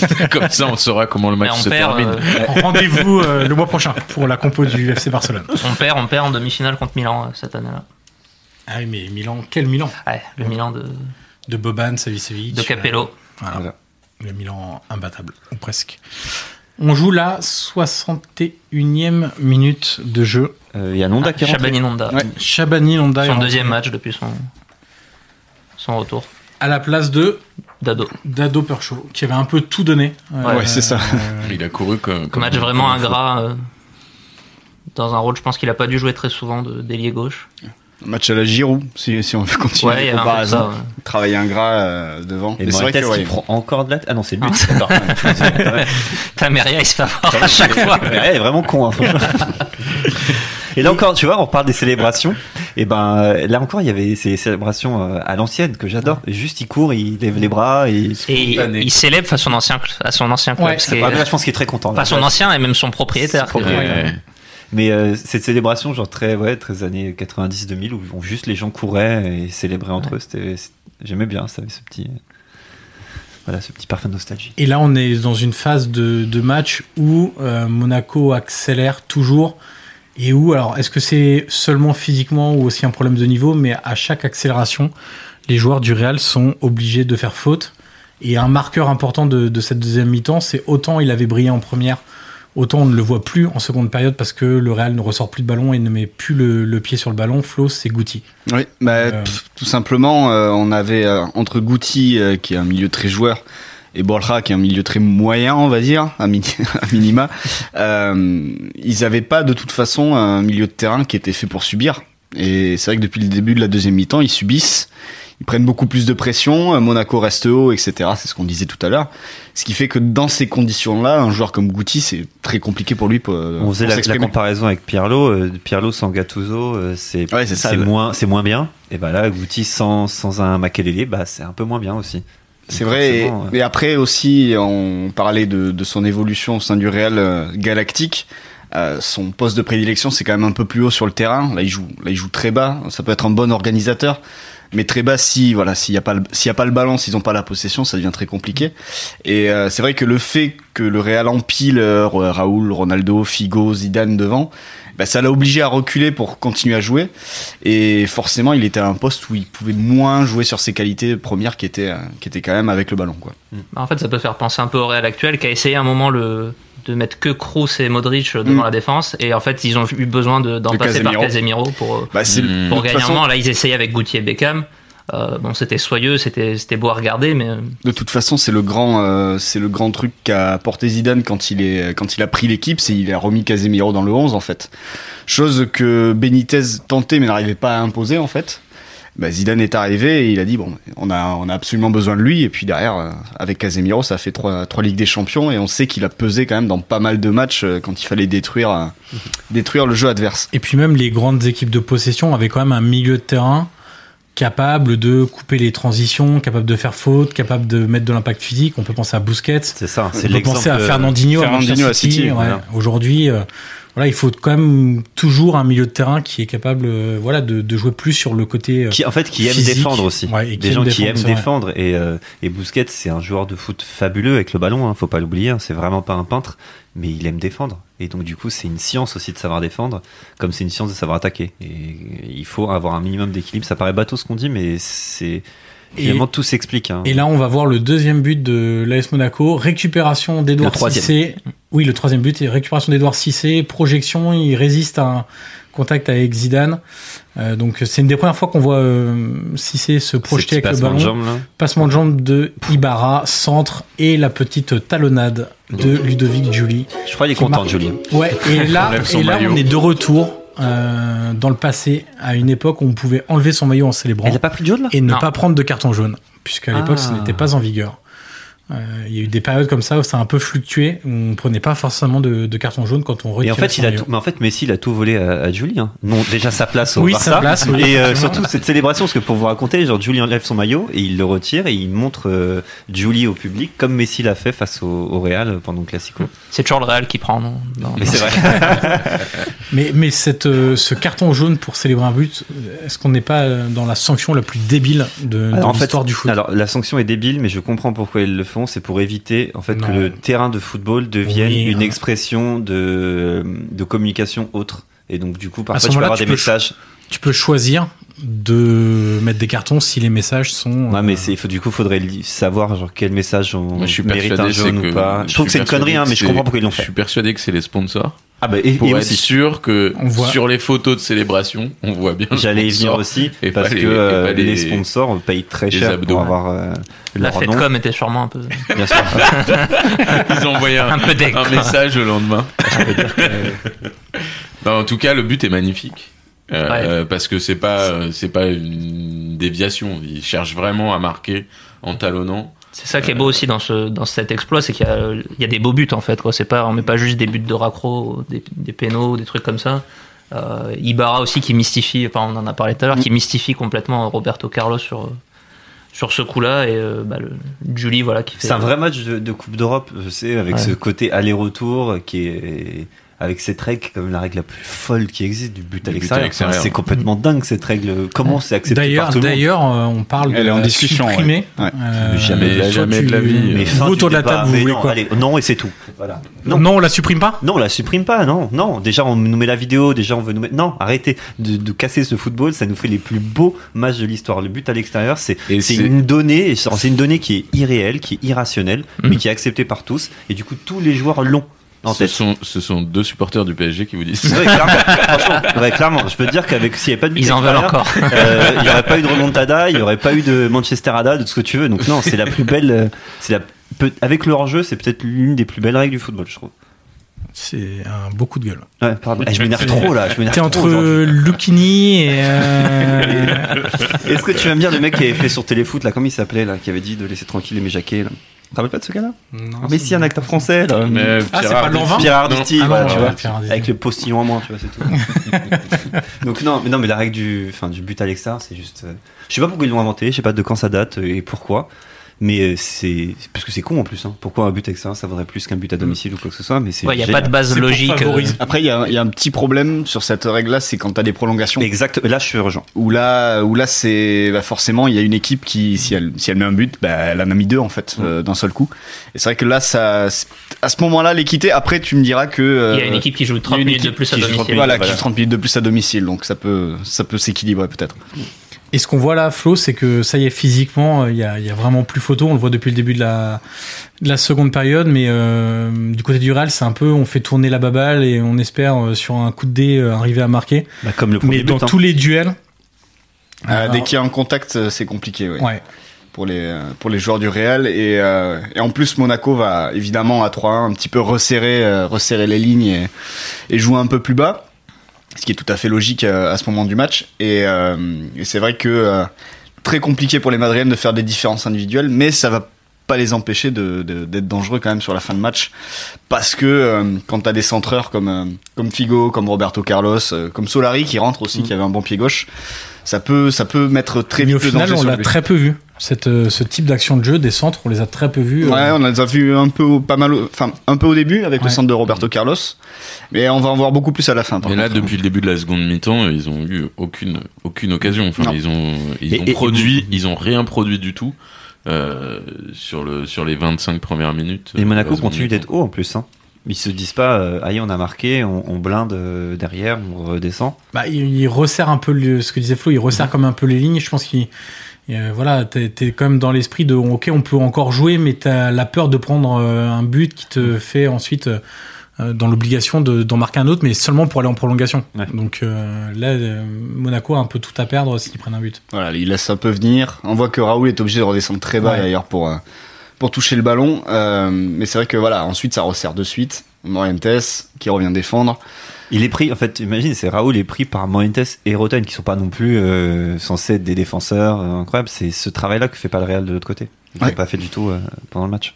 S5: Comme ça, on saura comment le
S7: Mais
S5: match
S7: on
S5: se
S7: perd,
S5: termine.
S7: euh,
S3: Rendez-vous euh, le mois prochain pour la compo du FC Barcelone.
S7: on perd, on perd en demi-finale contre Milan euh, cette année-là.
S3: Ah oui, mais Milan, quel Milan
S7: Ouais, le Milan de,
S3: De Boban, Savicevic.
S7: de Capello.
S3: Voilà. Le Milan imbattable, ou presque. On joue la 61e minute de jeu.
S4: Euh, Il y a Nonda qui rentre.
S7: Chabani Nonda.
S6: Ouais.
S3: Chabani Londa est
S7: Son
S3: rentré
S7: deuxième match depuis son, son retour.
S3: à la place de
S7: Dado.
S3: Dado Percho, qui avait un peu tout donné.
S6: Ouais, c'est ça.
S3: euh,
S5: Il a couru comme.
S7: Un
S5: comme-
S7: match vraiment
S5: comme un fou.
S7: ingrat. euh, dans un rôle, je pense qu'il a pas dû jouer très souvent de- d'ailier gauche.
S6: Un match à la Giroud, si, si on veut continuer
S7: Ouais, il y
S6: les
S7: avait un peu de ça,
S6: comparaisons.
S7: ouais.
S6: Travailler un gras euh, devant.
S4: Et
S6: Mais c'est vrai
S4: Moretes
S6: que,
S4: qui
S6: ouais,
S4: prend encore de la Ah non, c'est le but.
S7: Tameria, il se fait avoir à chaque fois.
S4: Ouais, elle est vraiment con. hein, franchement. Et là encore, tu vois, on parle des célébrations. Et ben euh, là encore, il y avait ces célébrations euh, à l'ancienne que j'adore. Juste, il court, il lève les bras. Et...
S7: Et il, il célèbre face à son ancien, à son ancien club.
S3: Ouais,
S7: ce qui
S4: Ah,
S7: est-
S4: mais là, je pense qu'il est très content. là.
S7: pas son ancien et même son propriétaire.
S4: Son
S5: Ouais, ouais.
S4: Mais euh, cette célébration, genre très, ouais, très années 90-2000, où où juste les gens couraient et célébraient entre eux, c'était, c'est- j'aimais bien ça, ce petit, euh, voilà, ce petit parfum de nostalgie.
S3: Et là, on est dans une phase de, de match où euh, Monaco accélère toujours. Et où, alors, est-ce que c'est seulement physiquement ou aussi un problème de niveau Mais à chaque accélération, les joueurs du Real sont obligés de faire faute. Et un marqueur important de, de cette deuxième mi-temps, c'est autant il avait brillé en première, autant on ne le voit plus en seconde période parce que le Real ne ressort plus de ballon et ne met plus le, le pied sur le ballon. Flo, c'est Guti.
S6: Oui, bah,
S3: Euh.
S6: pff, tout simplement, euh, on avait euh, entre Guti, euh, qui est un milieu très joueur, et Borja, qui est un milieu très moyen, on va dire, à, mi- à minima, euh, ils n'avaient pas de toute façon un milieu de terrain qui était fait pour subir. Et c'est vrai que depuis le début de la deuxième mi-temps, ils subissent, ils prennent beaucoup plus de pression, euh, Monaco reste haut, etc. C'est ce qu'on disait tout à l'heure. Ce qui fait que dans ces conditions-là, un joueur comme Guti, c'est très compliqué pour lui pour, euh,
S4: On faisait la,
S6: pour
S4: la
S6: s'exprimer.
S4: comparaison avec Pirlo, euh, Pirlo sans Gattuso, euh, c'est,
S6: Ouais, c'est ça, ouais.
S4: moins, c'est moins bien. Et bah là, Guti sans, sans un Makelele, bah c'est un peu moins bien aussi.
S6: C'est vrai. Et,
S4: Forcément, euh, ouais.
S6: et après aussi, on parlait de, de son évolution au sein du Real euh, Galactique. Euh, son poste de prédilection, c'est quand même un peu plus haut sur le terrain. Là, il joue, là, il joue très bas. Ça peut être un bon organisateur, mais très bas si voilà, s'il y a pas, le- s'il y a pas le ballon, s'ils ont pas la possession, ça devient très compliqué. Et euh, c'est vrai que le fait que le Real empile euh, Raoul, Ronaldo, Figo, Zidane devant bah, ça l'a obligé à reculer pour continuer à jouer. Et forcément, il était à un poste où il pouvait moins jouer sur ses qualités premières qui étaient, euh, qui étaient quand même avec le ballon. Quoi.
S7: Bah, en fait, ça peut faire penser un peu au Real actuel qui a essayé à un moment le, de mettre que Kroos et Modric devant
S6: Mm.
S7: la défense. Et en fait, ils ont eu besoin de- d'en
S6: De
S7: passer
S6: Casemiro.
S7: par Casemiro pour, euh,
S6: Bah, c'est
S5: Mm.
S6: de
S7: pour
S6: toute
S7: gagner
S6: façon-
S7: un moment. Là, ils essayaient avec Gauthier et Beckham. Euh, bon, c'était soyeux, c'était c'était beau à regarder, mais euh,
S6: De toute façon, c'est le grand, euh, c'est le grand truc qu'a apporté Zidane quand il est, quand il a pris l'équipe, c'est il a remis Casemiro dans le 11 en fait. Chose que Benitez tentait mais n'arrivait pas à imposer en fait. Bah, Zidane est arrivé et il a dit bon, on a, on a absolument besoin de lui et puis derrière euh, avec Casemiro, ça fait trois, trois ligues des champions et on sait qu'il a pesé quand même dans pas mal de matchs euh, quand il fallait détruire, euh, détruire le jeu adverse.
S3: Et puis même les grandes équipes de possession avaient quand même un milieu de terrain capable de couper les transitions, capable de faire faute, capable de mettre de l'impact physique. On peut penser à Busquets,
S4: C'est ça, c'est
S3: on peut
S4: l'exemple.
S3: penser à Fernandinho,
S6: Fernandinho
S3: à Manchester
S6: à City,
S3: ouais.
S4: voilà.
S3: Aujourd'hui, euh, voilà, il faut quand même toujours un milieu de terrain qui est capable, euh, voilà, de, de jouer plus sur le côté. euh,
S4: Qui, en fait, qui aime
S3: physique.
S4: défendre aussi.
S3: Ouais, et qui
S4: Des
S3: aime
S4: gens qui
S3: défendre,
S4: aiment
S3: c'est vrai.
S4: défendre. Et, euh, et Busquets, c'est un joueur de foot fabuleux avec le ballon, hein, faut pas l'oublier. hein, c'est vraiment pas un peintre, mais il aime défendre. Et donc, du coup, c'est une science aussi de savoir défendre, comme c'est une science de savoir attaquer. Et il faut avoir un minimum d'équilibre. Ça paraît bateau ce qu'on dit, mais c'est.
S3: Et-
S4: Finalement, tout s'explique. hein.
S3: Et là, on va voir le deuxième but de l'AS Monaco, récupération
S4: Le
S3: d'Edouard
S4: troisième.
S3: Cissé. Oui, le troisième but, et récupération d'Edouard Cissé, projection, il résiste à un contact avec Zidane. Euh, donc c'est une des premières fois qu'on voit euh, Cissé se
S4: Ces
S3: projeter avec
S4: petits
S3: le
S4: passements
S3: ballon.
S4: de jambes, là.
S3: Passement de jambe de Ibarra, centre et la petite talonnade de Ludovic Julie.
S4: Je crois qu'il est
S3: Qui
S4: content,
S3: marque.
S4: Julien.
S3: Ouais, et là,
S5: Enlève son
S3: et là
S5: maillot.
S3: on est de retour euh, dans le passé, à une époque où on pouvait enlever son maillot en célébrant
S4: Elle a pas pris de jaune, là
S3: et ne
S7: Non.
S3: pas prendre de carton jaune, puisqu'à l'époque,
S4: Ah.
S3: ce n'était pas en vigueur. Euh, Il y a eu des périodes comme ça où ça a un peu fluctué, où on prenait pas forcément de, de carton jaune quand on
S4: Et
S3: retirait
S4: en fait,
S3: son
S4: il a
S3: maillot.
S4: tout, mais en fait, Messi, il a tout volé à, à Julie. hein. Non, déjà sa place au
S3: Oui,
S4: Barça.
S3: sa place, oui,
S4: et euh,
S3: effectivement.
S4: surtout cette célébration, parce que pour vous raconter, genre Julie enlève son maillot et il le retire et il montre euh, Julie au public, comme Messi l'a fait face au, au Real pendant le Classico.
S3: Mm.
S7: c'est toujours le Real qui prend. non Non,
S4: Mais
S7: non.
S4: c'est vrai.
S3: Mais, mais cette, euh, ce carton jaune pour célébrer un but, euh, est-ce qu'on n'est pas euh, dans la sanction la plus débile de, de
S4: Alors, en fait,
S3: l'histoire du foot
S4: Alors la sanction est débile, mais je comprends pourquoi ils le font. C'est pour éviter en fait
S3: Non.
S4: que le terrain de football devienne
S3: Oui,
S4: une
S3: hein.
S4: expression de, de communication autre. Et donc du coup,
S3: ce
S4: parfois, tu peux
S3: moment-là,
S4: avoir
S3: tu
S4: des
S3: peux
S4: messages.
S3: Tu peux choisir de mettre des cartons si les messages sont.
S4: Ouais,
S3: euh,
S4: mais c'est, il faut, du coup, faudrait li- savoir genre, quel message on
S5: Moi, je suis
S4: mérite
S5: persuadé
S4: un jaune
S5: c'est
S4: ou
S5: que-
S4: pas. Je trouve que c'est
S5: suis
S4: une connerie, hein,
S5: persuadé
S4: mais
S5: que
S4: je comprends
S5: c'est-
S4: pourquoi ils l'ont
S5: Je
S4: fait.
S5: suis persuadé que c'est les sponsors.
S4: Ah bah, et,
S5: Pour
S4: et
S5: être
S4: aussi,
S5: sûr que
S3: On voit-
S5: sur les photos de célébration, on voit bien. le
S4: j'allais y venir
S5: sponsor.
S4: aussi,
S5: et pas
S4: parce
S5: les-
S4: que
S5: et
S4: euh,
S5: pas
S4: les...
S5: les-
S4: sponsors payent très
S5: les
S4: cher
S5: abdos.
S4: pour avoir euh,
S7: La
S4: leur
S7: fête
S4: nom.
S7: com était sûrement un peu,
S4: Bien sûr.
S5: Ils ont envoyé
S4: Ah,
S5: un,
S7: un peu deg,
S5: un
S7: quoi.
S5: message le lendemain. Non, en tout cas, le but est magnifique. Euh,
S7: Ouais.
S5: euh, parce que c'est pas euh, c'est pas une déviation ils cherchent vraiment à marquer en talonnant
S7: C'est ça qui est beau aussi dans, ce, dans cet exploit, c'est qu'il y a, euh, il y a des beaux buts en fait. Quoi. C'est Pas, on met pas juste des buts de raccro, des, des pénaux, des trucs comme ça. Euh, Ibarra aussi qui mystifie, enfin, on en a parlé tout à l'heure, qui mystifie complètement Roberto Carlos sur, sur ce coup-là. Et euh, bah, le, Julie, voilà, qui fait.
S4: C'est un vrai match de, de Coupe d'Europe, je sais, avec
S7: Ouais.
S4: ce côté aller-retour euh, qui est. Avec cette règle, comme la règle la plus folle qui existe, du but
S5: Du
S4: à
S5: but à
S4: l'extérieur.
S5: l'extérieur.
S4: Enfin, c'est complètement dingue cette règle. Comment c'est accepté
S3: D'ailleurs,
S4: par tout le monde
S3: d'ailleurs, euh, on parle
S6: Elle
S3: de
S6: est en
S3: la
S6: discussion,
S3: supprimer.
S6: ouais. Ouais.
S3: Euh,
S5: Jamais,
S3: toi,
S5: jamais
S3: tu-
S5: de la vie.
S4: Mais
S3: Vous
S4: fin du
S3: euh, autour de la
S4: débat,
S3: table, vous
S4: mais
S3: voulez
S4: non,
S3: quoi
S4: allez, Non, et c'est tout. Voilà.
S3: non. on la supprime pas.
S4: Non, on la supprime pas, non, non. Déjà, on nous met la vidéo, déjà, on veut nous mettre. Non, arrêtez de, de casser ce football, ça nous fait les plus beaux matchs de l'histoire. Le but à l'extérieur, c'est
S5: Et
S4: c'est
S5: c'est-
S4: une donnée, et c'est c'est une donnée qui est irréelle, qui est irrationnelle,
S7: Mhm.
S4: mais qui est acceptée par tous. Et du coup, tous les joueurs l'ont en
S5: ce
S4: tête.
S5: sont ce sont deux supporters du PSG qui vous disent ça.
S4: Ouais, clairement, franchement, ouais, clairement, je peux te dire qu'avec s'il n'y avait pas de but
S7: Ils en veulent
S4: extérieur,
S7: encore.
S4: euh, il n'y aurait pas eu de remontada, il n'y aurait pas eu de Manchesterada, de tout ce que tu veux. Donc non, c'est la plus belle, euh, c'est la peut- avec le hors-jeu, c'est peut-être l'une des plus belles règles du football, je trouve.
S3: C'est un beau coup de gueule.
S4: Ouais, pardon. Eh, je m'énerve trop là. Je m'énerve
S3: T'es
S4: trop
S3: entre
S4: aujourd'hui.
S3: Lucchini et. euh,
S4: Est-ce que tu vas me dire le mec qui avait fait sur Téléfoot là, comment il s'appelait là, qui avait dit de laisser tranquille les méjaquets là Tu te rappelles pas de ce gars-là
S3: non,
S4: Mais si, un acteur français là.
S5: Mais
S3: Ah, c'est
S5: Pierre
S3: pas Lanvin
S4: Pierre
S5: Non.
S4: Arditi,
S3: Ah non,
S4: voilà, tu
S3: ouais,
S4: vois,
S3: Pierre Arditi.
S4: avec le postillon en moins, tu vois, c'est tout. Donc non, mais non, mais la règle du, enfin, du but à l'extérieur, c'est juste, euh, je sais pas pourquoi ils l'ont inventé, je sais pas de quand ça date et pourquoi, Mais euh, c'est parce que c'est con en plus. hein. Pourquoi un but avec ça Ça vaudrait plus qu'un but à domicile ou quoi que ce soit. Mais c'est.
S7: Il n'y a
S4: génial.
S7: pas de base
S3: C'est pour
S7: logique. euh,
S3: favoriser.
S6: Après, il y a, il y a un petit problème sur cette règle-là, c'est quand t'as des prolongations.
S4: Exact. Là, je suis rejoint.
S6: Où là, où là, c'est bah forcément, il y a une équipe qui, si elle, si elle met un but, bah, elle en a mis deux en fait euh, d'un seul coup. Et c'est vrai que là, ça, c'est- à ce moment-là, l'équité. Après, tu me diras que euh,
S7: Il y a une équipe qui joue
S6: il y
S7: 30
S6: a une
S7: minutes de
S6: équipe
S7: plus à
S6: qui joue 30
S7: domicile.
S6: Voilà, qui
S4: Voilà.
S6: joue 30 minutes de plus à domicile, donc ça peut, ça peut s'équilibrer peut-être.
S3: Et ce qu'on voit là, Flo, c'est que ça y est, physiquement, euh, il y a, il y a vraiment plus photo. On le voit depuis le début de la, de la seconde période, mais euh, du côté du Real, c'est un peu, on fait tourner la baballe et on espère euh, sur un coup de dé euh, arriver à marquer.
S4: Bah, comme le premier
S3: Mais
S4: but,
S3: dans
S4: hein.
S3: tous les duels,
S6: Euh,
S7: Ah.
S3: Alors-
S6: dès qu'il y a un contact, euh, c'est compliqué. Ouais.
S3: ouais,
S6: pour les euh, pour les joueurs du Real et, euh, et en plus Monaco va évidemment à 3-1 un petit peu resserrer euh, resserrer les lignes et, et jouer un peu plus bas ce qui est tout à fait logique euh, à ce moment du match et, euh, et c'est vrai que euh, très compliqué pour les Madrilènes de faire des différences individuelles mais ça va pas les empêcher de- de- d'être dangereux quand même sur la fin de match parce que euh, quand t'as des centreurs comme euh, comme Figo comme Roberto Carlos euh, comme Solari qui rentre aussi qui avait un bon pied gauche ça peut ça peut mettre très
S3: Mm. mais
S6: vite
S3: au
S6: le
S3: final,
S6: danger
S3: on
S6: sur
S3: l'a
S6: lui.
S3: très peu vu. Cette, euh, ce type d'action de jeu, des centres, on les a très peu vus. euh,
S6: Ouais, on a déjà vu un peu au, pas mal, au- enfin un peu au début avec le
S3: Ouais. Mm.
S6: centre de Roberto Carlos, mais on va en voir beaucoup plus à la fin. par
S5: Mais là,
S6: contre.
S5: depuis le début de la seconde mi-temps, ils ont eu aucune, aucune occasion. Enfin,
S6: Non.
S5: ils ont, ils
S4: Et-
S5: ont
S4: et-
S5: produit, ils ont rien produit du tout euh, sur le sur les 25 premières minutes.
S4: Et
S5: euh, de la
S4: Monaco
S5: seconde
S4: continue
S5: mi-temps.
S4: d'être haut en plus. Hein. Ils se disent pas, euh, aïe, on a marqué, on, on blinde euh, derrière, on redescend.
S3: Bah, il, il resserre un peu le- ce que disait Flo, il resserre comme un peu les lignes. Je pense qu'il. euh, voilà, t'es t'es quand même dans l'esprit de ok, on peut encore jouer, mais t'as la peur de prendre euh, un but qui te fait ensuite euh, euh, dans l'obligation de- d'en marquer un autre, mais seulement pour aller en prolongation.
S4: Ouais.
S3: Donc euh, là, euh, Monaco a un peu tout à perdre s'ils prennent un but.
S6: Voilà, il laisse un peu venir. On voit que Raoul est obligé de redescendre très bas
S3: Ouais.
S6: d'ailleurs pour euh, pour toucher le ballon, Euh, mais c'est vrai que voilà, ensuite ça resserre de suite. Morientes qui revient défendre.
S4: Il est pris, en fait, imagine, c'est Raoul est pris par Moentes et Roten, qui sont pas non plus euh, censés être des défenseurs euh, incroyables. C'est ce travail-là que fait pas le Real de l'autre côté. Ils
S6: Ouais.
S4: l'ont pas fait du tout euh, pendant le match.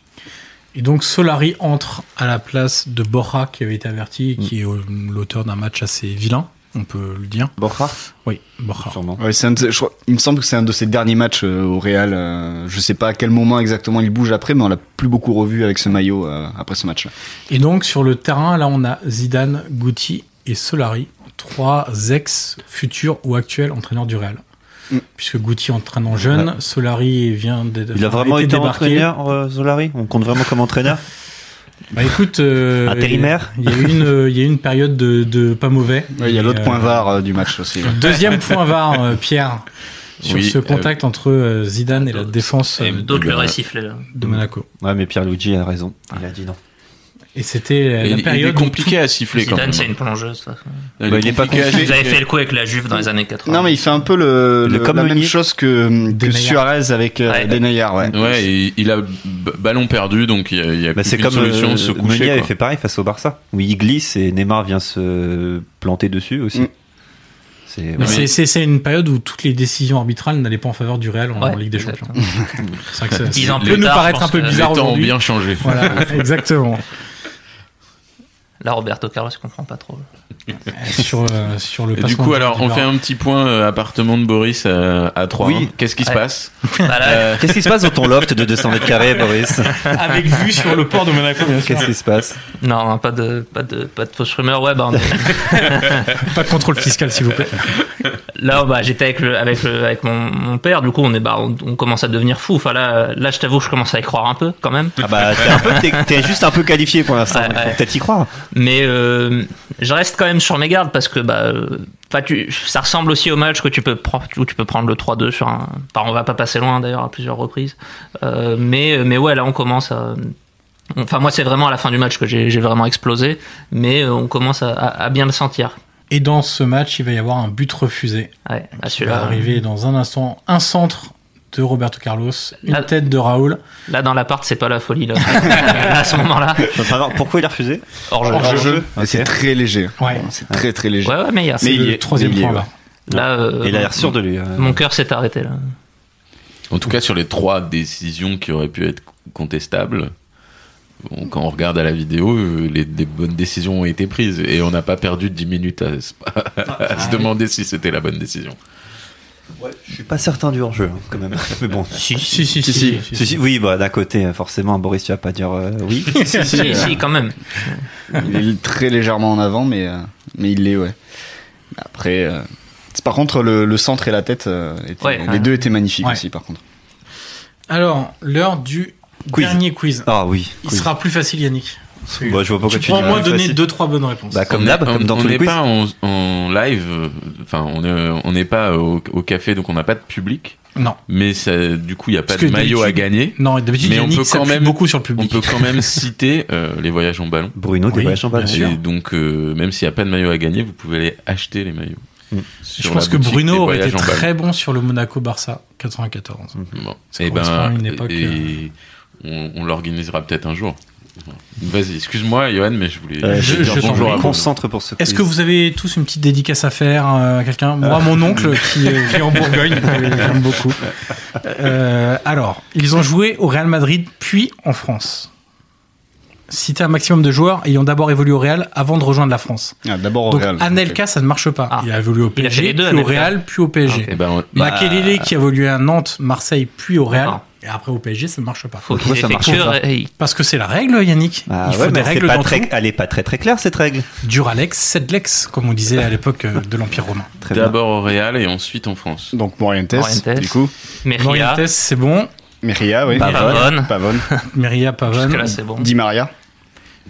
S3: Et donc Solari entre à la place de Borja qui avait été averti, qui est euh, l'auteur d'un match assez vilain, on peut le dire.
S4: Borja,
S3: Oui, Borja.
S4: sûrement.
S6: Ouais, c'est un de- je crois- il me semble que c'est un de ses derniers matchs euh, au Real. Euh, je sais pas à quel moment exactement il bouge après, mais on l'a plus beaucoup revu avec ce maillot euh, après ce match-là.
S3: Et donc sur le terrain, là on a Zidane, Guti et Solari, trois ex futurs ou actuels entraîneurs du Real.
S6: Mm.
S3: Puisque Guti entraîne en jeune, Solari vient d'être
S4: Il a vraiment
S3: été
S4: été
S3: débarqué.
S4: entraîneur, euh, Solari On compte vraiment comme entraîneur
S3: Bah écoute, euh,
S4: Intérimaire
S3: Il y a eu une, euh, il y a eu une période de, de pas mauvais.
S6: Ouais, il y a
S3: Et,
S6: l'autre
S3: euh,
S6: point VAR euh, du match aussi.
S3: Deuxième point var, euh, Pierre, sur
S5: Oui,
S3: ce
S5: euh,
S3: contact entre euh, Zidane et la défense
S7: Et
S3: euh,
S7: d'autres le
S5: bah,
S7: réciflaient. là.
S3: de Monaco.
S4: Ouais, mais Pierluigi a raison. Il a dit non.
S3: Et c'était
S5: Et
S3: la
S5: il- il
S3: période
S5: est compliqué à siffler quand même.
S7: Zidane, c'est une plongeuse. ça.
S4: Bah, il est pas
S5: compliqué à
S6: complet.
S7: Vous avez
S5: siffler.
S7: fait le coup avec la Juve dans les années 80.
S6: Non, mais il fait un peu le,
S4: Le
S6: le-
S4: comme
S6: la même
S4: Meunier.
S6: chose que, que
S3: Denayer.
S6: Suarez avec euh,
S7: Ouais.
S6: Denayer, ouais.
S5: Ouais, et il a b- ballon perdu, donc il y a, il y a
S4: Bah,
S5: plus
S4: c'est
S5: qu'une
S4: comme
S5: solution
S4: euh,
S5: de se coucher.
S4: Meunier avait
S5: quoi.
S4: fait pareil face au Barça, où il glisse et Neymar vient se planter dessus aussi.
S6: Mm.
S4: C'est
S3: Mais
S4: voilà.
S3: c'est- c'est c'est une période où toutes les décisions arbitrales n'allaient pas en faveur du Real en
S7: Ouais,
S3: Ligue des Champions.
S7: exactement.
S3: C'est vrai que ça-
S7: Dix
S3: ça
S7: ans
S3: peut
S7: plus
S3: nous
S7: tard,
S3: paraître
S7: je
S3: un peu
S7: pense que
S3: bizarre
S5: Euh, Les temps ont
S3: aujourd'hui.
S5: bien changé.
S3: Voilà, exactement.
S7: Là, Roberto Carlos, je comprends pas trop.
S3: sur, euh, sur le
S5: Et du
S3: passement
S5: coup,
S3: de-
S5: alors,
S3: du
S5: on
S3: bar.
S5: fait un petit point euh, appartement de Boris à, à 3.
S4: Oui.
S5: Qu'est-ce qui se
S7: Ouais.
S5: passe
S7: Bah là,
S5: Euh,
S4: Qu'est-ce qui se passe dans ton loft de 200 mètres carrés, Boris
S3: avec vue sur le port de Monaco, bien sûr.
S4: Qu'est-ce qui se passe
S7: Non, hein, pas de, pas de, pas de fausse rumeur. Ouais, bah, on est-
S3: Pas de contrôle fiscal, s'il vous plaît.
S7: là, bah, j'étais avec le, avec le- avec mon, mon père. Du coup, on est, bah, on, on commence à devenir fou. Enfin, là, là, je t'avoue, je commence à y croire un peu, quand même.
S4: Ah bah, t'es, un peu- t'es- t'es juste un peu qualifié pour l'instant.
S7: Ouais,
S4: Il faut
S7: ouais.
S4: peut-être y croire.
S7: Mais euh, je reste quand même sur mes gardes parce que bah, euh, enfin, tu- ça ressemble aussi au match que tu peux prendre, où tu peux prendre le 3-2 sur un. Enfin, on va pas passer loin d'ailleurs à plusieurs reprises. Euh, mais, mais ouais, là on commence à. Enfin, moi c'est vraiment à la fin du match que j'ai j'ai vraiment explosé, mais euh, on commence à, à- à bien le sentir.
S3: Et dans ce match, il va y avoir un but refusé.
S7: Ouais, à
S3: Il va
S7: celui-là. hein.
S3: arriver dans un instant. Un centre de Roberto Carlos, une
S7: Ah.
S3: tête de Raoul.
S7: Là dans l'appart, c'est pas la folie là. à ce moment-là,
S4: Je suis en train de voir pourquoi il a refusé
S7: hors jeu.
S6: Hors jeu. Et
S4: Ok.
S6: C'est très léger.
S3: Ouais.
S6: C'est très très léger.
S7: Ouais, ouais, mais il y a.
S3: C'est
S6: Mais il
S3: le
S6: est-
S3: troisième
S6: mais il est,
S3: point
S6: ouais.
S3: là.
S7: Là, euh,
S4: Et il a l'air sûr de lui. euh.
S7: Mon cœur s'est arrêté là.
S5: En tout cas, sur les trois décisions qui auraient pu être contestables, bon, quand on regarde à la vidéo, euh, les, des bonnes décisions ont été prises et on n'a pas perdu 10 minutes à, se- à se demander si c'était la bonne décision.
S4: Je suis pas certain du hors-jeu, hein, quand même. Mais bon.
S3: Si, si, si. si, si, si.
S4: Si, si, oui, bah, d'un côté, forcément, Boris, tu vas pas dire euh, oui.
S7: si, si, quand même.
S6: Il est très légèrement en avant, mais, euh, mais il l'est, ouais. Après, euh, c'est- par contre, le, le centre et la tête, euh, étaient-
S7: Ouais,
S6: les
S7: ouais.
S6: deux étaient magnifiques
S3: Ouais.
S6: aussi, par contre.
S3: Alors, l'heure du
S4: Quiz.
S3: dernier quiz.
S4: Ah oui.
S3: Il
S4: cool.
S3: sera plus facile, Yannick.
S4: Bah, je vois pas
S3: tu
S4: pourquoi tu
S3: pourras
S4: dis
S3: au moins
S4: plus
S3: donner
S4: facile.
S3: 2-3 bonnes réponses.
S4: Bah, comme
S5: On
S4: d'hab,
S5: est-
S4: comme
S5: on-
S4: dans
S5: on
S4: tous les
S5: n'est
S4: quiz.
S5: pas en, en live, euh, enfin on est on n'est pas au, au café donc on n'a pas de public,
S3: Non.
S5: mais ça, du coup il n'y a pas
S3: Parce
S5: de
S3: que
S5: maillot à
S3: d'habitude-
S5: gagner.
S3: Non, d'habitude,
S5: Mais on
S3: Yannick
S5: peut quand
S3: s'appuie
S5: même-
S3: beaucoup sur le
S5: On
S3: public.
S5: peut quand même citer euh, les voyages en ballon.
S4: Bruno,
S3: Oui,
S4: t'es pas champ
S3: bien
S5: Et
S3: sûr.
S5: donc euh, même s'il n'y a pas de maillot à gagner, vous pouvez aller acheter les maillots.
S4: Mm.
S5: Sur
S3: Je
S5: la
S3: pense que
S5: boutique des
S3: Bruno aurait été
S5: voyages en ballon.
S3: très bon sur le Monaco-Barça 94.
S5: Bon.
S3: Ça
S5: Et
S3: correspond à
S5: ben,
S3: une époque, euh.
S5: et- on, on l'organisera peut-être un jour. Vas-y, excuse-moi, Johan, mais je voulais.
S4: Euh,
S3: Je-
S4: je
S3: je t'en
S4: je
S3: prie.
S4: me concentre pour ce
S3: Est-ce
S4: quiz.
S3: que vous avez tous une petite dédicace à faire euh, à quelqu'un Moi, mon oncle qui euh, vit en Bourgogne, que j'aime beaucoup. Euh, alors, ils ont joué au Real Madrid, puis en France. Citer un maximum de joueurs ayant d'abord évolué au Real avant de rejoindre la France.
S6: Ah, D'abord au
S3: Donc,
S6: Real.
S3: Anelka, ça ne marche pas.
S7: Ah.
S3: Il a évolué au
S7: Il a fait
S3: PSG,
S7: les deux,
S3: puis au
S7: Anelka. Ah, Bah,
S3: Real, puis au PSG.
S5: Eh ben, on-
S3: Makelele qui a évolué à Nantes, Marseille, puis au Real.
S7: D'accord.
S3: Et après au PSG, ça ne marche pas.
S7: Ah. Faut qu'il
S4: Pourquoi ça marche
S7: effectue.
S4: pas
S7: euh,
S3: Parce que c'est la règle, Yannick.
S4: Ah
S3: Il faut
S4: ouais, mais
S3: des
S4: c'est
S3: règles
S4: pas
S3: dans
S4: très,
S3: tout.
S4: Elle est pas très très claire cette règle.
S3: Duralex, Sedlex, comme on disait à l'époque euh, de l'Empire romain.
S4: Très bien.
S5: D'abord au Real et ensuite en France.
S6: Donc Morientes,
S7: Morientes.
S6: du coup.
S7: Meria,
S3: Morientes, c'est bon.
S6: Meria, oui.
S4: Pavone.
S7: Pavone.
S6: Pavone.
S3: Meria, Pavone.
S7: jusque-là, c'est bon.
S6: Di Maria.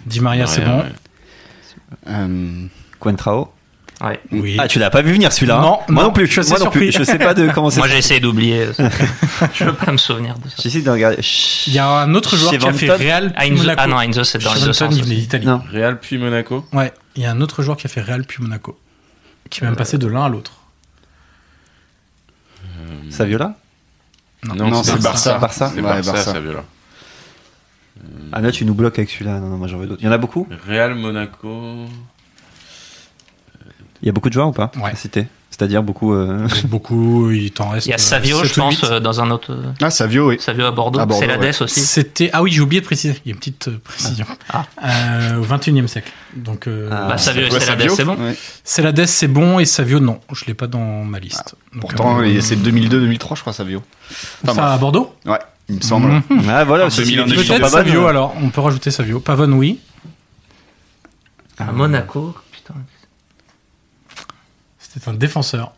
S3: Di Maria, c'est
S5: Ouais,
S3: bon.
S5: ouais.
S6: Euh,
S4: Coentrao.
S7: Ouais.
S3: Oui.
S4: Ah, tu l'as pas vu venir celui-là. hein
S3: Non,
S4: moi
S3: non,
S4: non, plus.
S3: je suis
S4: moi non
S3: surpris.
S4: plus. Je sais pas de comment c'est.
S7: Moi, j'ai essayé d'oublier. euh, ça. je veux pas me souvenir de ça.
S4: J'essaie de regarder.
S3: Il y a un autre joueur
S4: Chez
S3: qui a fait
S4: Vanton
S3: Real puis
S7: Heinz-
S3: Monaco.
S7: Ah non, Heinz, c'est dans les deux
S3: Chez Vanton,
S7: sens.
S3: il venait d'Italie.
S4: Non.
S5: Real puis Monaco.
S3: Ouais, il y a un autre joueur qui a fait Real puis Monaco. Qui
S4: Euh,
S3: est même passé de l'un à l'autre.
S4: Saviola.
S6: Non, c'est
S5: Barça.
S6: Barça.
S4: Barça.
S5: C'est
S6: Ouais,
S5: Barça,
S6: Barça.
S5: Saviola.
S4: Ah là, tu nous bloques avec celui-là. Non, non, moi j'en veux d'autres. Il y en a beaucoup.
S5: Real Monaco.
S4: Il y a beaucoup de joueurs ou pas
S3: Ouais.
S4: à citer C'est-à-dire beaucoup. euh,
S3: Beaucoup, il t'en reste.
S7: Il y a
S3: euh,
S7: Savio,
S3: sept
S7: je
S3: ou huit.
S7: pense, euh, dans un autre. euh,
S6: Ah, Savio, oui.
S7: Savio à Bordeaux.
S6: À Bordeaux,
S7: C'est la
S6: ouais.
S7: DES aussi. Ah.
S3: C'était ah oui j'ai oublié de préciser il y a une petite euh, précision Euh, au 21e siècle donc euh,
S4: Ah.
S7: Bah, Savio et
S6: Ouais,
S7: Celades, c'est bon.
S6: ouais.
S3: c'est la c'est bon et Savio non je l'ai pas dans ma liste
S4: Ah.
S3: Donc,
S6: Pourtant,
S3: euh,
S6: il- c'est 2002-2003, je crois, Savio.
S3: ça
S6: Enfin, bref.
S3: à Bordeaux
S6: Ouais, il me semble.
S3: Mhm.
S4: Ah voilà.
S6: En
S4: si les
S6: 2001,
S4: filles sont
S3: peut-être
S4: pas bonnes,
S3: Savio
S4: euh,
S3: alors on peut rajouter Savio Pavone oui Ah.
S7: À Monaco. Putain.
S3: c'était un défenseur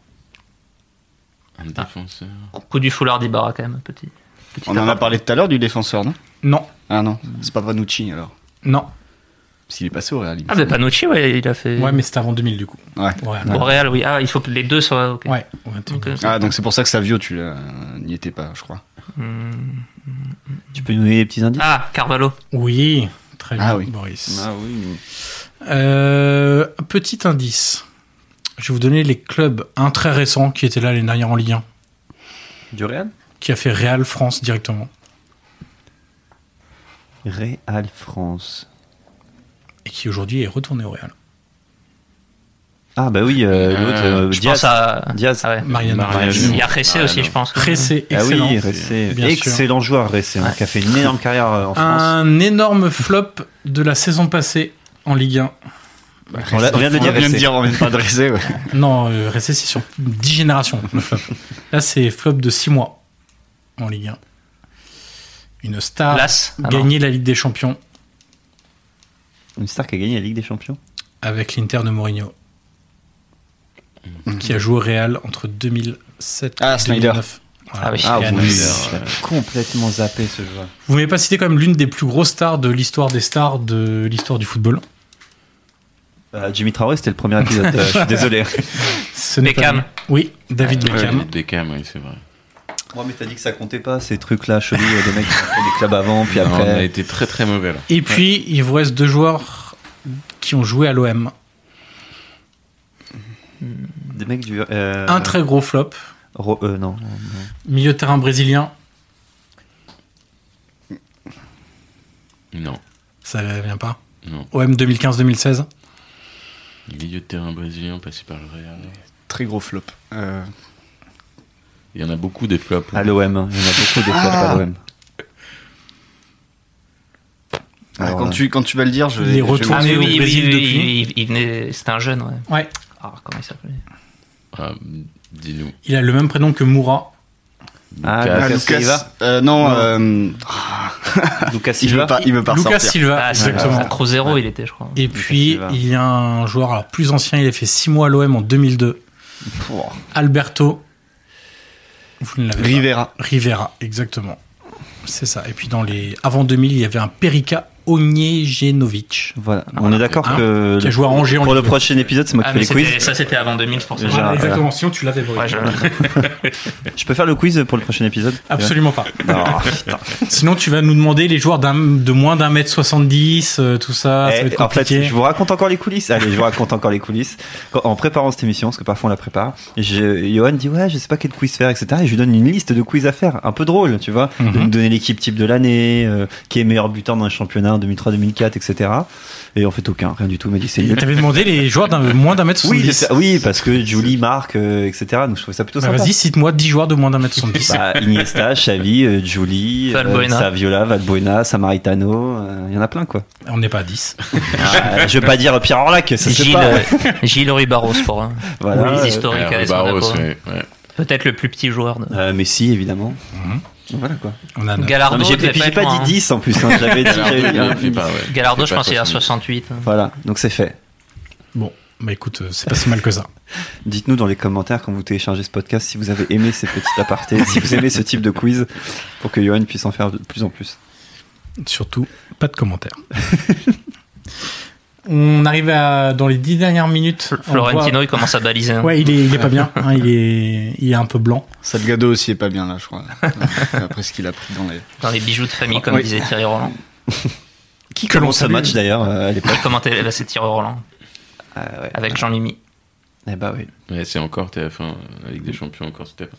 S5: Un défenseur.
S7: Coup du foulard d'Ibarra, quand même, un petit. petit
S6: On en a
S7: appart.
S6: parlé tout à l'heure du défenseur, non
S3: non
S6: Ah non, c'est pas Vanucci alors.
S3: non
S6: S'il est passé au Real. il me
S7: Ah, mais
S6: semble.
S7: Panucci, ouais, il a fait.
S3: ouais mais c'était avant 2000 du coup
S6: Ouais.
S3: ouais
S7: Au Real, oui. Ah, il faut que les deux soient. ok.
S3: ouais, au 21e.
S7: Ok.
S6: Ah, donc c'est pour ça que Savio, tu l'as- n'y étais pas, je crois.
S7: Hmm.
S4: Tu peux nous donner des petits indices
S7: Ah, Carvalho.
S3: oui très bien
S6: Ah oui.
S3: Boris
S4: oui. Ah.
S3: Euh, un petit indice je vais vous donner les clubs un très récent qui était là les dernières en Ligue 1
S4: Du Real.
S3: qui a fait Real France directement
S4: Real France.
S3: et qui aujourd'hui est retourné au Real.
S4: Ah bah oui. euh,
S5: Ah,
S4: l'autre, euh,
S7: Je
S4: Diaz.
S7: pense à.
S4: Diaz.
S7: Ah ouais.
S3: Mariano.
S5: Mariano.
S7: Il y a Ressé
S5: Ah,
S7: aussi,
S5: non.
S7: je pense.
S3: Ressé,
S4: Ah
S3: excellent.
S4: oui, Ressé.
S3: Bien sûr.
S4: excellent joueur Ressé, hein, qui a fait une énorme carrière euh, en France.
S3: Un énorme flop de la saison passée en Ligue 1.
S4: on, l'a- on vient de le dire.
S6: on vient de
S4: Ressé.
S6: dire, on vient de pas dresser. Ouais.
S3: Non, euh, Ressé, c'est sur 10 générations le flop. Là, c'est flop de 6 mois en Ligue 1. Une star,
S7: Las. Ah, non.
S3: gagner la Ligue des Champions
S4: Une star qui a gagné la Ligue des Champions.
S3: avec l'Inter de Mourinho, qui a joué au Real entre 2007
S6: Ah,
S3: et
S6: Snyder.
S3: 2009. Voilà.
S7: Ah oui.
S4: Ah,
S3: Et
S4: vous
S3: Anas.
S4: l'avez complètement zappé ce joueur.
S3: Vous m'avez pas cité quand même l'une des plus grosses stars de l'histoire des stars de l'histoire du football.
S4: Euh, Jimmy Traoré, c'était le premier épisode. euh, je suis désolé.
S3: Ce n'est pas
S7: Beckham.
S3: lui. Oui, David Beckham.
S5: Ouais, Beckham, Ah, oui, c'est vrai.
S4: Moi, mais t'as dit que ça comptait pas ces trucs-là chelous, euh, des mecs qui ont fait des clubs avant, puis
S5: Non, on a
S4: après.
S5: été très très mauvais là.
S3: Et puis, il vous reste deux joueurs qui ont joué à l'OM.
S4: Des mecs du. euh,
S3: Un très gros flop,
S4: Ro- euh, non.
S3: milieu de terrain brésilien.
S5: Non,
S3: Ça vient pas.
S5: non.
S3: OM 2015-2016.
S5: Milieu de terrain brésilien passé par le Real.
S6: Très gros flop. Euh,
S5: Il y en a beaucoup des flops.
S4: À l'OM. Il y en a beaucoup des clubs à l'OM.
S6: ah,
S4: Alors,
S6: quand,
S4: euh,
S6: tu, quand tu vas le dire, je
S3: Les
S6: je-
S3: retours.
S7: Ah, mais
S3: au
S7: oui, oui,
S3: Brésil
S7: oui,
S3: depuis.
S7: oui, il- il venait. C'était un jeune, ouais.
S3: Ouais.
S7: Ah, comment il s'appelait
S5: Ah, Dis-nous.
S3: Il a le même prénom que Moura.
S4: Ah,
S5: Lucas.
S6: Ah,
S4: Lucas Silva.
S6: euh, non,
S4: Non.
S6: euh,
S4: Lucas
S6: il veut
S4: Silva.
S6: pas, il veut pas
S3: Lucas
S6: ressortir.
S3: Silva,
S7: Ah, c'est
S3: exactement.
S7: à 3-0, il était, je crois.
S3: Et puis,
S4: Silva.
S3: il y a un joueur alors, plus ancien, il a fait 6 mois à l'OM en 2002.
S6: Pouah.
S3: Alberto. Vous ne l'avez pas.
S6: Rivera.
S3: Rivera, exactement. C'est ça. Et puis, dans les avant 2000, il y avait un Perica Ognjenovic.
S4: Voilà. On est d'accord
S3: Hein,
S4: que
S3: qui a joué à Angers en
S4: pour le
S3: Ligue
S4: prochain épisode, c'est moi qui
S7: Ah,
S4: fais
S7: mais
S4: les
S7: c'était-
S4: quiz.
S7: ça, c'était avant 2000, c'est pour ça. que
S4: Déjà.
S7: j'ai-
S3: exactement, sinon tu l'avais pas.
S7: Ouais, je-
S4: Je peux faire le quiz pour le prochain épisode Ah.
S3: Absolument pas.
S4: Non.
S3: Sinon, tu vas nous demander les joueurs d'un- de moins d'un mètre 70, euh, tout ça. ça va être
S4: Eh, en
S3: compliqué.
S4: fait, je vous raconte encore les coulisses. Allez, je vous raconte encore les coulisses. Quand- en préparant cette émission, parce que parfois on la prépare, je, Johan dit ouais, je sais pas quel quiz faire, etc. Et je lui donne une liste de quiz à faire, un peu drôle, tu vois, de
S3: Mhm.
S4: me donner l'équipe type de l'année, euh, qui est meilleur buteur dans un championnat en 2003-2004, etc. Et en fait, aucun, rien du tout. Il m'a dit c'est
S3: Il
S4: nul.
S3: t'avait demandé les joueurs d'un moins d'un mètre
S4: Oui,
S3: 70.
S4: c'est- oui, parce que Julie, Marc, euh, etc. Donc je trouvais ça plutôt
S3: Bah,
S4: sympa.
S3: Vas-y, cite-moi 10 joueurs de moins d'un mètre 70.
S4: Bah, Iniesta, Xavi, euh, Julie, euh,
S7: Valbuena.
S4: Saviola, Valbuena, Samaritano, euh, il y en a plein quoi.
S3: On n'est pas à 10.
S4: Ah, je veux pas dire Pierre Orlac, ça c'est
S7: Gilles,
S4: pas.
S7: euh, Gilles Ribaros pour hein. un.
S4: Voilà.
S7: les
S4: euh,
S7: historiques à
S5: Ah,
S7: AS
S5: Barros,
S7: Monaco.
S5: ouais, ouais.
S7: Peut-être le plus petit joueur. De...
S4: Euh, Messi, évidemment.
S3: Mhm.
S4: Voilà quoi.
S3: On a neuf.
S7: Galardo,
S4: Non, mais j'ai
S7: devait
S4: puis
S7: pas
S4: j'ai
S7: être
S4: pas
S7: loin, hein.
S4: dit 10 en plus, hein, j'avais dit. j'avais dit,
S5: Galardo,
S4: hein.
S5: il fait pas, ouais.
S7: Galardo,
S5: Il
S7: je
S5: fait pas
S7: pense qu'il est à
S5: 70.
S7: 68. hein.
S4: Voilà, donc c'est fait.
S3: Bon, bah écoute, euh, c'est pas si mal que ça.
S4: Dites-nous dans les commentaires quand vous téléchargez ce podcast si vous avez aimé ces petits apartés, si vous aimez ce type de quiz, pour que Johan puisse en faire de plus en plus.
S3: Surtout, pas de commentaires. On arrive à, dans les 10 dernières minutes.
S7: Fl- Florentino,
S3: on
S7: il commence à baliser. hein.
S3: voit- Ouais, il est, il est pas bien. hein, il, est, il est un peu blanc.
S6: Salgado aussi est pas bien là, je crois. Après ce qu'il a pris dans les.
S7: Dans les bijoux de famille, comme
S6: Oui.
S7: disait Thierry Roland. Bah,
S4: Qui
S3: Que l'on
S4: commence ce
S3: salue.
S4: match d'ailleurs euh, à l'époque
S7: Il commentait, là, c'est Thierry Roland,
S4: Ah, ouais.
S7: avec Jean Mimi
S4: Eh bah oui.
S5: Ouais, c'est encore TF1, euh, la Ligue des Champions, encore c'était pas.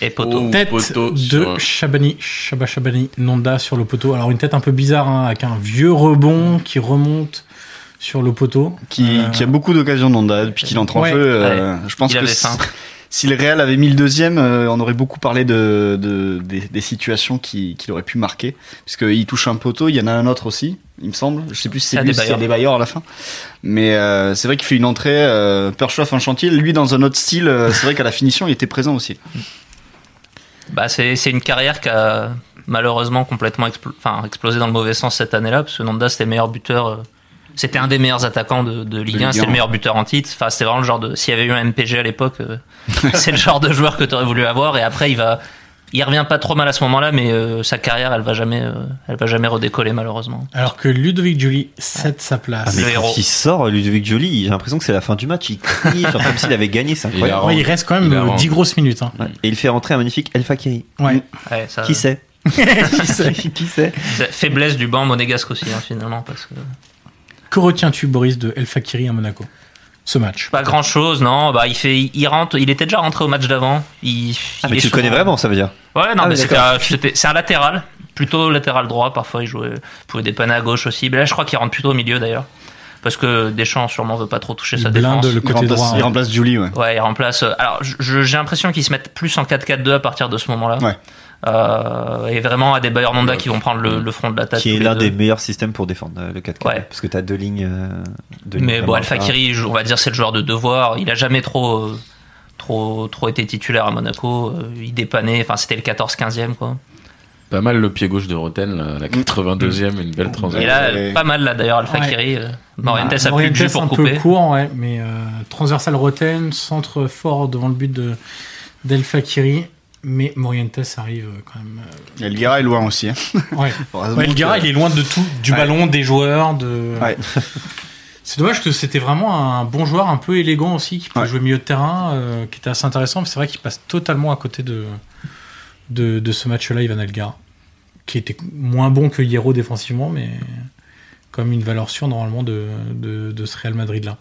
S7: et Poto.
S5: Oh.
S3: Tête
S5: poteau
S3: de
S5: sur-
S3: Chabani, Chaba Chabani, Nonda sur le poteau. Alors une tête un peu bizarre, hein, avec un vieux rebond qui remonte sur le poteau.
S6: Qui,
S3: Euh,
S6: qui a beaucoup d'occasions Nanda depuis qu'il entre en
S3: Ouais.
S6: jeu. euh, Je pense
S7: Il
S6: que
S7: avait
S6: si,
S7: faim.
S6: si le Real avait mis le deuxième, euh, on aurait beaucoup parlé de, de- des, des situations qui- qu'il aurait pu marquer. Parce qu'il touche un poteau, il y en a un autre aussi, il me semble. Je sais plus si
S7: Il
S6: c'est
S7: y a
S6: lui,
S7: des
S6: si c'est
S7: bailleurs.
S6: des bailleurs à la fin. Mais euh, c'est vrai qu'il fait une entrée euh, Pershoff en chantier. Lui, dans un autre style, euh, c'est vrai qu'à la finition, il était présent aussi.
S7: Bah, c'est c'est une carrière qui a malheureusement complètement explo- enfin, explosé dans le mauvais sens cette année-là, parce que Nonda, c'était le meilleur buteur. euh, C'était un des meilleurs attaquants de, de Ligue
S6: Ligue
S7: 1, c'était
S6: un.
S7: le meilleur buteur en titre. Enfin, c'était vraiment le genre de. S'il y avait eu un MPG à l'époque, euh, c'est le genre de joueur que tu aurais voulu avoir. Et après, il va. Il revient pas trop mal à ce moment-là, mais euh, sa carrière, elle va jamais, euh, elle va jamais redécoller malheureusement.
S3: Alors que Ludovic Julie cède sa place.
S4: Ah, mais
S7: Le
S4: quand
S7: héros.
S4: il sort, Ludovic Joly, j'ai l'impression que c'est la fin du match. Il crie, genre comme s'il avait gagné, c'est
S5: Il
S4: incroyable.
S3: Ouais, il reste quand même
S5: Il a
S3: euh,
S5: rendu.
S3: 10 grosses minutes. hein.
S4: Ouais. Et il fait rentrer un magnifique El Fakiri.
S3: Ouais.
S7: Ouais, ça-
S4: Euh. Qui Ah, sait Qui sait Qui sait
S7: ça- faiblesse du banc monégasque aussi hein, finalement, parce que
S3: Que retiens-tu, Boris, de El Fakiri à Monaco Ce match.
S7: pas grand chose, non. Bah, il fait, il rentre, il était déjà rentré au match d'avant. Il,
S4: Ah,
S7: il
S4: mais
S7: est
S4: tu le connais
S7: souvent-
S4: vraiment, ça veut dire
S7: Ouais, non,
S4: Ah
S7: mais
S4: oui,
S7: c'était
S4: d'accord.
S7: un- c'était- c'est un latéral, plutôt latéral droit. Parfois, il jouait, il pouvait dépanner à gauche aussi. Mais là, je crois qu'il rentre plutôt au milieu d'ailleurs, parce que Deschamps sûrement veut pas trop toucher
S3: Il
S7: sa
S3: blinde
S7: défense.
S3: le
S6: Il
S3: côté
S6: remplace,
S3: droit.
S6: il
S3: hein.
S6: remplace Julie, ouais.
S7: Ouais, il remplace. euh, Alors, je- je- j'ai l'impression qu'ils se mettent plus en 4-4-2 à partir de ce moment-là.
S6: Ouais.
S7: Euh, et vraiment à des Bayern Monda qui vont prendre le, le front de l'attaque.
S4: qui
S7: tous
S4: est
S7: les
S4: l'un
S7: deux.
S4: des meilleurs systèmes pour défendre euh, le 4 4
S7: Ouais.
S4: parce que t'as deux lignes euh, deux
S7: Mais
S4: lignes
S7: bon,
S4: vraiment,
S7: Alpha Kiri, on va dire, c'est le joueur de devoir. Il a jamais trop, euh, trop, trop été titulaire à Monaco. Euh, Il dépannait. Enfin, c'était le 14-15e, quoi.
S5: Pas mal le pied gauche de Roten, la, la 82e, une belle
S7: Et
S5: transition.
S7: là,
S6: Ouais.
S7: pas mal, là, d'ailleurs, Alpha
S3: Ouais.
S7: Kiri. euh, Morientes a plus de
S3: Morientes
S7: jus
S3: un
S7: pour
S3: peu
S7: couper.
S3: court, ouais, mais euh, transversal Roten, centre fort devant le but de- d'El Fakiri. Mais Morientes arrive euh, quand même.
S6: Et Elguera est loin aussi. hein.
S3: euh, ouais.
S6: Heureusement
S3: Ouais, le gars,
S6: que-
S3: il est loin de tout, du
S6: Ouais.
S3: ballon, des joueurs, de.
S6: Ouais.
S3: C'est dommage que c'était vraiment un bon joueur, un peu élégant aussi, qui pouvait
S6: Ouais.
S3: jouer milieu de terrain, euh, qui était assez intéressant. Mais c'est vrai qu'il passe totalement à côté de, de, de ce match-là, Ivan Elgar, qui était moins bon que Hierro défensivement, mais comme une valeur sûre normalement de, de, de ce Real Madrid-là.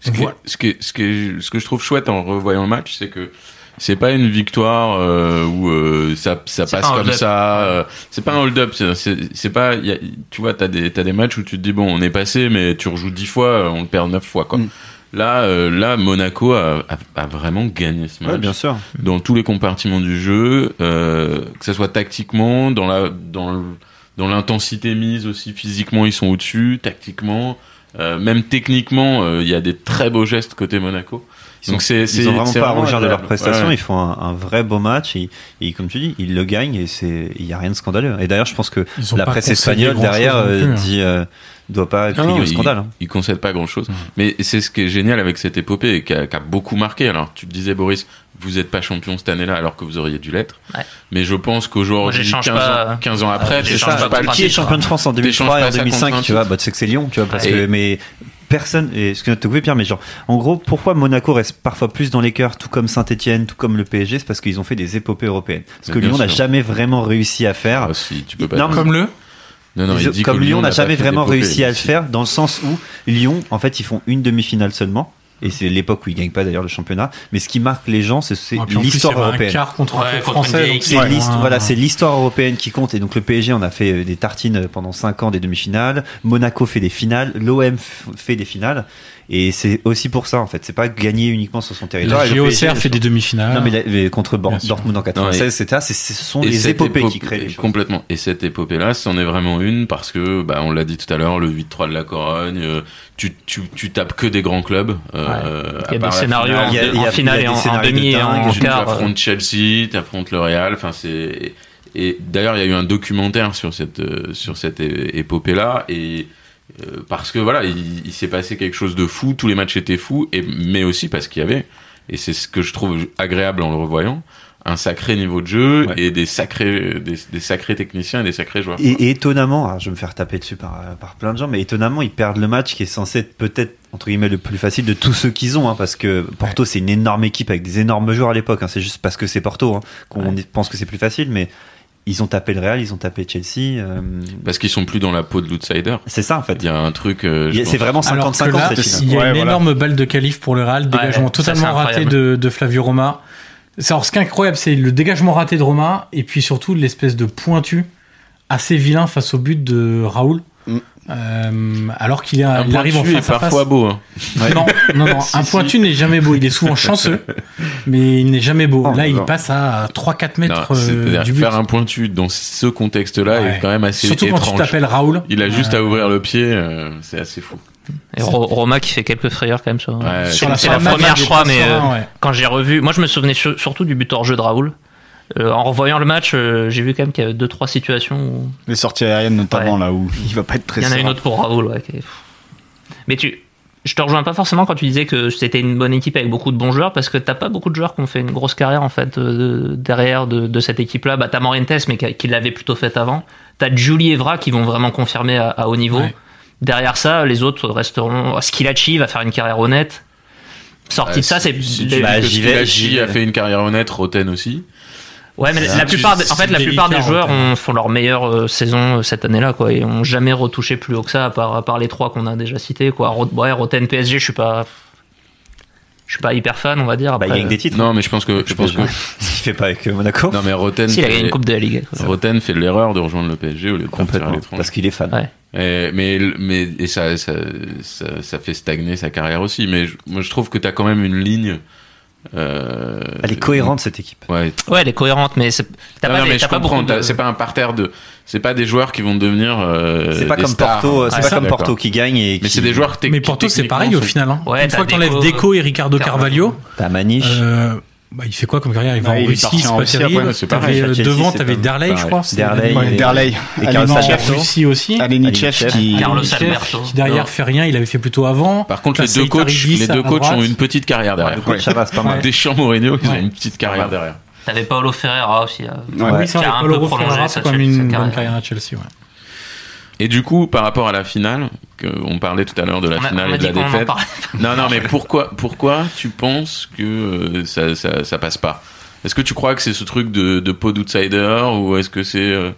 S5: Ce, qui-
S3: Voilà.
S5: ce, qui- ce, qui- ce que je trouve chouette en revoyant le match, c'est que c'est pas une victoire euh, où euh, ça, ça
S7: C'est
S5: passe
S7: pas un
S5: comme
S7: hold-up.
S5: ça. euh, c'est pas un hold-up. c'est- C'est c'est pas. il y a- tu vois, t'as des, t'as des matchs où tu te dis bon, on est passé, mais tu rejoues 10 fois, euh, on le perd 9 fois. Quoi.
S6: Mm.
S5: Là, euh, là, Monaco a, a, a vraiment gagné ce match.
S4: Ouais, bien sûr.
S5: dans tous les compartiments du jeu, euh, que ce soit tactiquement, dans la dans le- dans l'intensité mise aussi physiquement, ils sont au-dessus, tactiquement, euh, même techniquement, euh, il y a des très beaux gestes côté Monaco.
S4: Ils Ils ont,
S5: Donc c'est- c'est-
S4: ils ont vraiment
S5: c'est
S4: pas à
S5: vraiment
S4: rougir de leurs
S5: agréable.
S4: prestations.
S5: Ouais.
S4: Ils font un, un vrai beau match. Et, et comme tu dis, ils le gagnent et c'est il y a rien de scandaleux. Et d'ailleurs, je pense que
S3: Ils ont
S4: la
S3: pas
S4: presse
S3: conseillé
S4: espagnole
S3: grand-chose
S4: derrière
S3: non
S4: euh,
S3: plus, hein.
S4: dit euh, doit pas
S5: Ah Non,
S4: crier
S5: non,
S4: au
S5: il-
S4: scandale. hein.
S5: Il concède pas grand chose. Mais c'est ce qui est génial avec cette épopée et qui a, qui a beaucoup marqué. Alors, tu le disais, Boris, vous n'êtes pas champion cette année-là alors que vous auriez dû l'être.
S7: Ouais.
S5: Mais je pense
S7: Moi,
S5: qu'aujourd'hui,
S7: j'échange
S5: 15,
S7: pas-
S5: ans- 15 ans après,
S7: Ah,
S5: tu
S7: j'échange
S5: changes
S7: pas
S5: pas le
S7: contre
S4: Qui est
S5: titre.
S4: champion de France en
S5: T'échanges
S4: 2003 et
S5: pas
S4: en
S5: hein, ça contre
S4: 2005
S5: un
S4: Tu vois, bah, tu sais que c'est Lyon, tu vois, parce
S5: Ouais.
S4: que
S5: Et-
S4: mais personne. et Excuse-moi de te couper, Pierre, mais genre, en gros, pourquoi Monaco reste parfois plus dans les cœurs, tout comme Saint-Etienne, tout comme le PSG, c'est parce qu'ils ont fait des épopées européennes. Ce
S5: Mais
S4: que
S5: bien
S4: Lyon n'a
S5: sûr.
S4: jamais vraiment réussi à faire.
S5: Ah, si, tu peux pas
S4: Non,
S5: dire-
S3: Comme le
S5: Non, non,
S4: Ils-
S5: il dit
S4: comme
S5: que
S4: Lyon n'a
S5: pas
S4: jamais
S5: fait
S4: vraiment
S5: d'épopée.
S4: réussi à le
S5: Si.
S4: faire, dans le sens où Lyon, en fait, ils font une demi-finale seulement. Et c'est l'époque où ils gagnent pas d'ailleurs le championnat. Mais ce qui marque les gens, c'est c'est
S3: Ah, puis en plus,
S4: l'histoire
S3: il y avait Un
S4: européenne.
S3: quart contre
S7: Ouais,
S3: un club
S7: contre une
S3: français.
S7: vieille hein.
S3: donc
S4: C'est
S3: ouais.
S4: l'histoire, voilà, c'est l'histoire européenne qui compte. Et donc le PSG, on a fait euh, des tartines pendant 5 ans des demi-finales. Monaco fait des finales. L'OM fait des finales. Et c'est aussi pour ça, en fait. C'est pas gagner uniquement sur son territoire.
S3: La
S4: Et le PSG,
S3: JOCR fait des
S4: Non,
S3: demi-finales.
S4: mais, la- mais contre Bor-
S3: Bien sûr.
S4: Dortmund en 96, etc. c'est- Ce sont
S5: Et
S4: les
S5: cette
S4: épopées qui
S5: épope-
S4: créent les choses.
S5: Complètement. Et cette épopée-là, c'en est vraiment une parce que, bah, on l'a dit tout à l'heure, le 8-3 de la Corogne, euh, tu, tu, tu tapes que des grands clubs. euh,
S7: Il y a
S5: à
S7: des
S5: part la
S7: scénarios
S5: finale.
S7: en,
S4: Il y a-
S7: de-
S4: il y a-
S7: en
S4: il
S7: finale
S4: y a
S7: et
S4: des
S7: en, en
S4: scénarios de
S7: demi et en
S4: dingue,
S5: tu
S7: quart. euh,
S5: affrontes Chelsea, tu affrontes le Real. Enfin, c'est et d'ailleurs il y a eu un documentaire sur cette euh, sur cette épopée là et euh, parce que voilà, il, il s'est passé quelque chose de fou, tous les matchs étaient fous, et, mais aussi parce qu'il y avait, et c'est ce que je trouve agréable en le revoyant, un sacré niveau de jeu
S4: Ouais.
S5: et des sacrés, des, des sacrés techniciens et des sacrés joueurs.
S4: Et, et étonnamment, alors je vais me faire taper dessus par, euh, par plein de gens, mais étonnamment, ils perdent le match qui est censé être peut-être, entre guillemets, le plus facile de tous ceux qu'ils ont, hein, parce que Porto, c'est une énorme équipe avec des énormes joueurs à l'époque, hein, c'est juste parce que c'est Porto hein, qu'on pense que c'est plus facile, mais ils ont tapé le Real, ils ont tapé Chelsea, euh,
S5: Parce qu'ils sont plus dans la peau de l'outsider.
S4: c'est ça en fait.
S5: Il y a un truc. euh, je
S4: Il y a-
S5: pense-
S4: C'est vraiment
S3: Alors que là,
S4: 50-50 cette finale.
S3: il y a
S6: Ouais,
S3: une
S6: voilà.
S3: énorme balle de calife pour le Real, dégagement
S7: ça, c'est
S3: totalement raté
S7: incroyable.
S3: de, de Flavio Roma. C'est- Alors, ce qui est incroyable, c'est le dégagement raté de Roma et puis surtout l'espèce de pointu assez vilain face au but de Raoul.
S6: Mm.
S3: Euh, alors qu'il a-
S5: un
S3: il
S5: point
S3: arrive en
S5: dessus est
S3: face à
S5: parfois
S3: face.
S5: beau. hein.
S3: Non, non, non,
S5: Si,
S3: un
S5: si.
S3: pointu n'est jamais beau. Il est souvent chanceux, mais il n'est jamais beau.
S4: Oh,
S3: Là, il
S4: non.
S3: passe à 3-4
S5: Non,
S3: mètres euh,
S5: c'est-à-dire
S3: du but.
S5: faire un pointu dans ce contexte-là
S3: Ouais.
S5: est quand même assez
S3: Surtout quand
S5: étrange.
S3: tu t'appelles Raoul.
S5: Il a juste à ouvrir le pied, euh, c'est assez fou.
S7: Et Ro- Roma qui fait quelques frayeurs quand même sur,
S5: Ouais,
S7: sur
S5: sur
S7: la,
S5: la
S3: fin de match,
S7: première, je
S3: il
S7: crois,
S3: passe
S7: mais
S3: sur un,
S7: euh,
S3: ouais.
S7: quand j'ai revu, moi je me souvenais sur- surtout du but hors jeu de Raoul. Euh, en revoyant le match, euh, j'ai vu quand même qu'il y a deux trois situations où
S6: Les sorties aériennes notamment là où il va pas être très
S7: il y en a
S6: serein.
S7: une autre pour Raoul. ouais, qui est- Mais tu, je te rejoins pas forcément quand tu disais que c'était une bonne équipe avec beaucoup de bons joueurs parce que t'as pas beaucoup de joueurs qui ont fait une grosse carrière en fait euh, de- derrière de, de cette équipe-là. Bah t'as Morientes mais qui, qui l'avait plutôt fait avant. T'as Julie Evra qui vont vraiment confirmer à, à haut niveau.
S3: Ouais.
S7: Derrière ça, les autres resteront. Skilacci va faire une carrière honnête. Sorti de ça, c'est
S5: Si tu
S7: les-
S5: dis
S4: Bah,
S5: que
S4: j'y vais,
S5: Schillaci
S4: j'y vais.
S5: a fait une carrière honnête, Roten aussi.
S7: Ouais, mais
S5: C'est
S7: la
S5: un
S7: plupart, des- en
S3: petit
S7: fait, la
S3: délicat,
S7: plupart des
S3: en
S7: joueurs
S3: fait.
S7: ont, font leur meilleure euh, saison euh, cette année-là, quoi, et ont jamais retouché plus haut que ça, à part, à part les trois qu'on a déjà cités, quoi. Rot- ouais, Roten PSG, je suis pas, je suis pas hyper fan, on va dire.
S4: Bah,
S7: Après, euh,
S4: il gagne des titres,
S5: Non, mais je pense que je pense que
S4: ce qu'il fait pas avec euh, Monaco.
S5: non mais Roten
S7: euh, si, il a gagné
S5: fait-
S7: une coupe de la Ligue. quoi.
S5: Roten fait l'erreur de rejoindre le PSG au lieu de partir à
S4: Complètement,
S5: l'étranger.
S4: parce qu'il est fan.
S7: Ouais.
S5: Et- mais mais et ça ça, ça ça fait stagner sa carrière aussi. Mais je, moi je trouve que t'as quand même une ligne. euh,
S4: Elle est cohérente cette équipe.
S5: Ouais.
S7: Ouais, elle est cohérente, mais c'est- t'as
S5: Non, Ah
S7: pas,
S5: non,
S7: des-
S5: mais je
S7: t'as pas
S5: comprends.
S7: beaucoup de-
S5: t'as- C'est pas un parterre de. C'est pas des joueurs qui vont devenir. euh,
S4: C'est pas
S5: des
S4: comme
S5: stars.
S4: Porto,
S7: Ah,
S4: c'est pas
S7: ça,
S4: comme
S5: d'accord.
S4: Porto qui gagne et
S5: Mais
S4: qui-
S5: c'est des joueurs tec-
S3: Mais Porto,
S5: qui
S3: c'est
S5: techniquement
S3: pareil au
S5: sont-
S3: final. hein.
S7: Ouais,
S3: Une
S7: t'as
S3: fois que t'enlèves
S7: Deco,
S3: Deco et Ricardo Carvalho,
S4: T'as Maniche.
S3: Euh, bah, il fait quoi comme carrière Il va
S6: Ouais,
S3: en
S6: il est
S3: Russie,
S6: parti
S3: c'est
S6: en
S3: pas
S6: Russie,
S3: terrible.
S5: après, c'est
S3: T'avais,
S5: pareil.
S3: euh,
S4: Chelsea,
S3: devant,
S4: c'est
S3: t'avais
S4: pas-
S3: Derley, je
S4: pareil.
S3: crois. c'est-
S4: Derley,
S3: Ouais.
S4: il est-
S6: Derley,
S4: Et
S3: Il
S4: Carlos
S3: est en
S4: Alberto.
S3: Russie aussi.
S6: Alenichev qui
S7: Carlos
S6: qui-
S7: Alberto.
S3: Qui derrière
S7: Non.
S3: fait rien, il avait fait plutôt avant.
S5: Par contre, les
S3: Là, c'est
S5: deux coachs,
S3: Icaridi,
S5: les
S3: ça,
S5: deux
S3: à
S5: coachs
S3: droite.
S5: ont une petite carrière derrière.
S4: Ouais, ça va, c'est pas mal.
S5: Deschamps, Mourinho, ils
S3: Ouais.
S5: ont une petite carrière derrière.
S7: T'avais Paolo Ferreira aussi. euh,
S6: Ouais.
S3: Oui, c'est
S7: Qui
S3: vrai,
S7: a un
S3: Paolo
S7: peu
S3: Ferreira,
S7: prolongé
S3: c'est
S7: sa-
S3: quand même
S7: sa
S3: une
S7: carrière.
S3: bonne carrière à Chelsea. ouais.
S5: Et du coup, par rapport à la finale, que on parlait tout à l'heure de la
S7: on a-
S5: finale
S7: on a
S5: et de la
S7: dit qu'on en
S5: défaite.
S7: parlait.
S5: Non, non, mais pourquoi, pourquoi tu penses que euh, ça, ça, ça passe pas Est-ce que tu crois que c'est ce truc de, de pot d'outsider ou est-ce que c'est euh,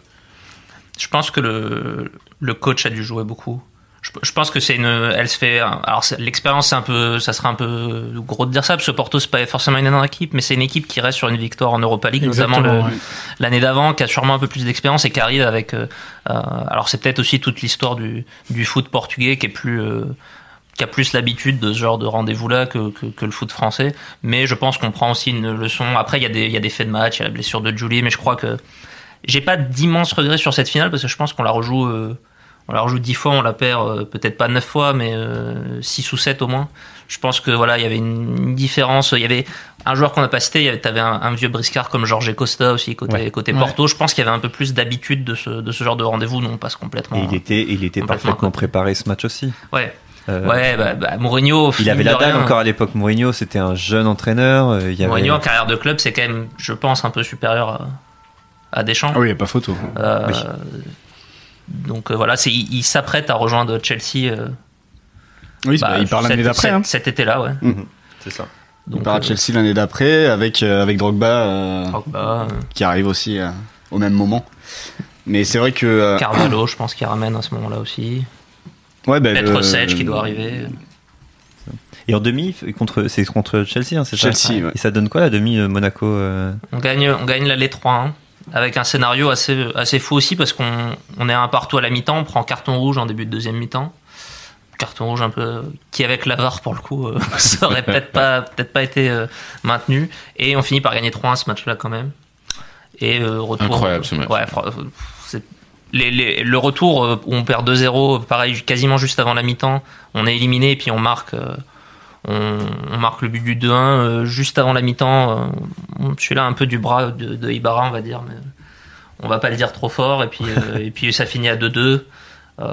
S7: Je pense que le, le coach a dû jouer beaucoup. Je, je pense que c'est une. Elle se fait. Alors, c'est- l'expérience, c'est un peu. Ça serait un peu gros de dire ça, parce que Porto, c'est pas forcément une énorme équipe, mais c'est une équipe qui reste sur une victoire en Europa League, notamment le-
S3: Exactement, ouais.
S7: l'année d'avant, qui a sûrement un peu plus d'expérience et qui arrive avec. euh, euh, alors, c'est peut-être aussi toute l'histoire du, du foot portugais qui est plus. euh, qui a plus l'habitude de ce genre de rendez-vous-là que, que, que le foot français. Mais je pense qu'on prend aussi une leçon. Après, il y, a des- il y a des faits de match, il y a la blessure de Julie, mais je crois que j'ai pas d'immenses regrets sur cette finale parce que je pense qu'on la rejoue. euh, on la rejoue 10 fois, on la perd euh, peut-être pas 9 fois, mais 6 ou 7 au moins. Je pense que voilà, il y avait une une différence. Il y avait un joueur qu'on n'a pas cité, il y avait- t'avais un, un vieux briscard comme Jorge Costa aussi, côté,
S3: Ouais.
S7: côté
S8: Ouais.
S7: Porto. Je pense qu'il y avait un peu plus d'habitude de ce, de ce genre de rendez-vous, nous on passe complètement.
S4: Et il était, Ah. il était
S7: Complètement.
S4: parfaitement préparé ce match aussi.
S7: Ouais,
S4: Euh,
S7: ouais bah, bah, Mourinho.
S4: Il avait
S7: mine
S4: la
S7: de
S4: dalle
S7: rien,
S4: encore à l'époque. Mourinho, c'était un jeune entraîneur. euh, il y avait-
S7: Mourinho en carrière de club, c'est quand même, je pense, un peu supérieur à, à Deschamps.
S6: Ah oui, il n'y a pas photo.
S7: Euh,
S4: Oui.
S7: Donc euh, voilà, c'est, il, il s'apprête à rejoindre Chelsea. euh,
S6: Oui,
S7: bah,
S6: il part
S7: cet-
S6: l'année d'après.
S7: cet-
S6: hein.
S7: Cet été-là, ouais.
S4: Mhm. C'est ça.
S6: Il
S7: Donc,
S6: part à
S7: euh,
S6: Chelsea l'année d'après avec, euh, avec Drogba euh,
S7: Drogba, euh,
S4: Ah.
S6: qui arrive aussi euh, au même moment. Mais c'est vrai que. euh,
S7: Carvalho, je pense qu'il ramène à ce moment-là aussi.
S6: ouais, bah,
S7: Peut-être
S6: le-
S7: Sage qui doit arriver.
S4: Et en demi, contre, c'est contre Chelsea, hein, c'est ça
S6: Chelsea, ouais.
S4: Et ça donne quoi la demi euh, Monaco euh,
S7: On gagne, on gagne l'aller 3-1 avec un scénario assez, assez fou aussi parce qu'on on est un partout à la mi-temps, on prend carton rouge en début de deuxième mi-temps. Carton rouge un peu qui avec l'avare pour le coup, euh, ça aurait peut-être pas, peut pas été euh, maintenu. Et on finit par gagner 3-1 ce match-là quand même. Et euh, retour.
S5: Incroyable, ce match.
S7: Ouais, fr- c'est- les- les- le retour euh, où on perd 2-0, pareil, quasiment juste avant la mi-temps, on est éliminé et puis on marque. euh, on, on marque le but du 2-1 euh, juste avant la mi-temps. euh, on- je suis là un peu du bras de, de Ibarra, on va dire, mais on va pas le dire trop fort. Et puis, euh, et puis ça finit à 2-2. euh,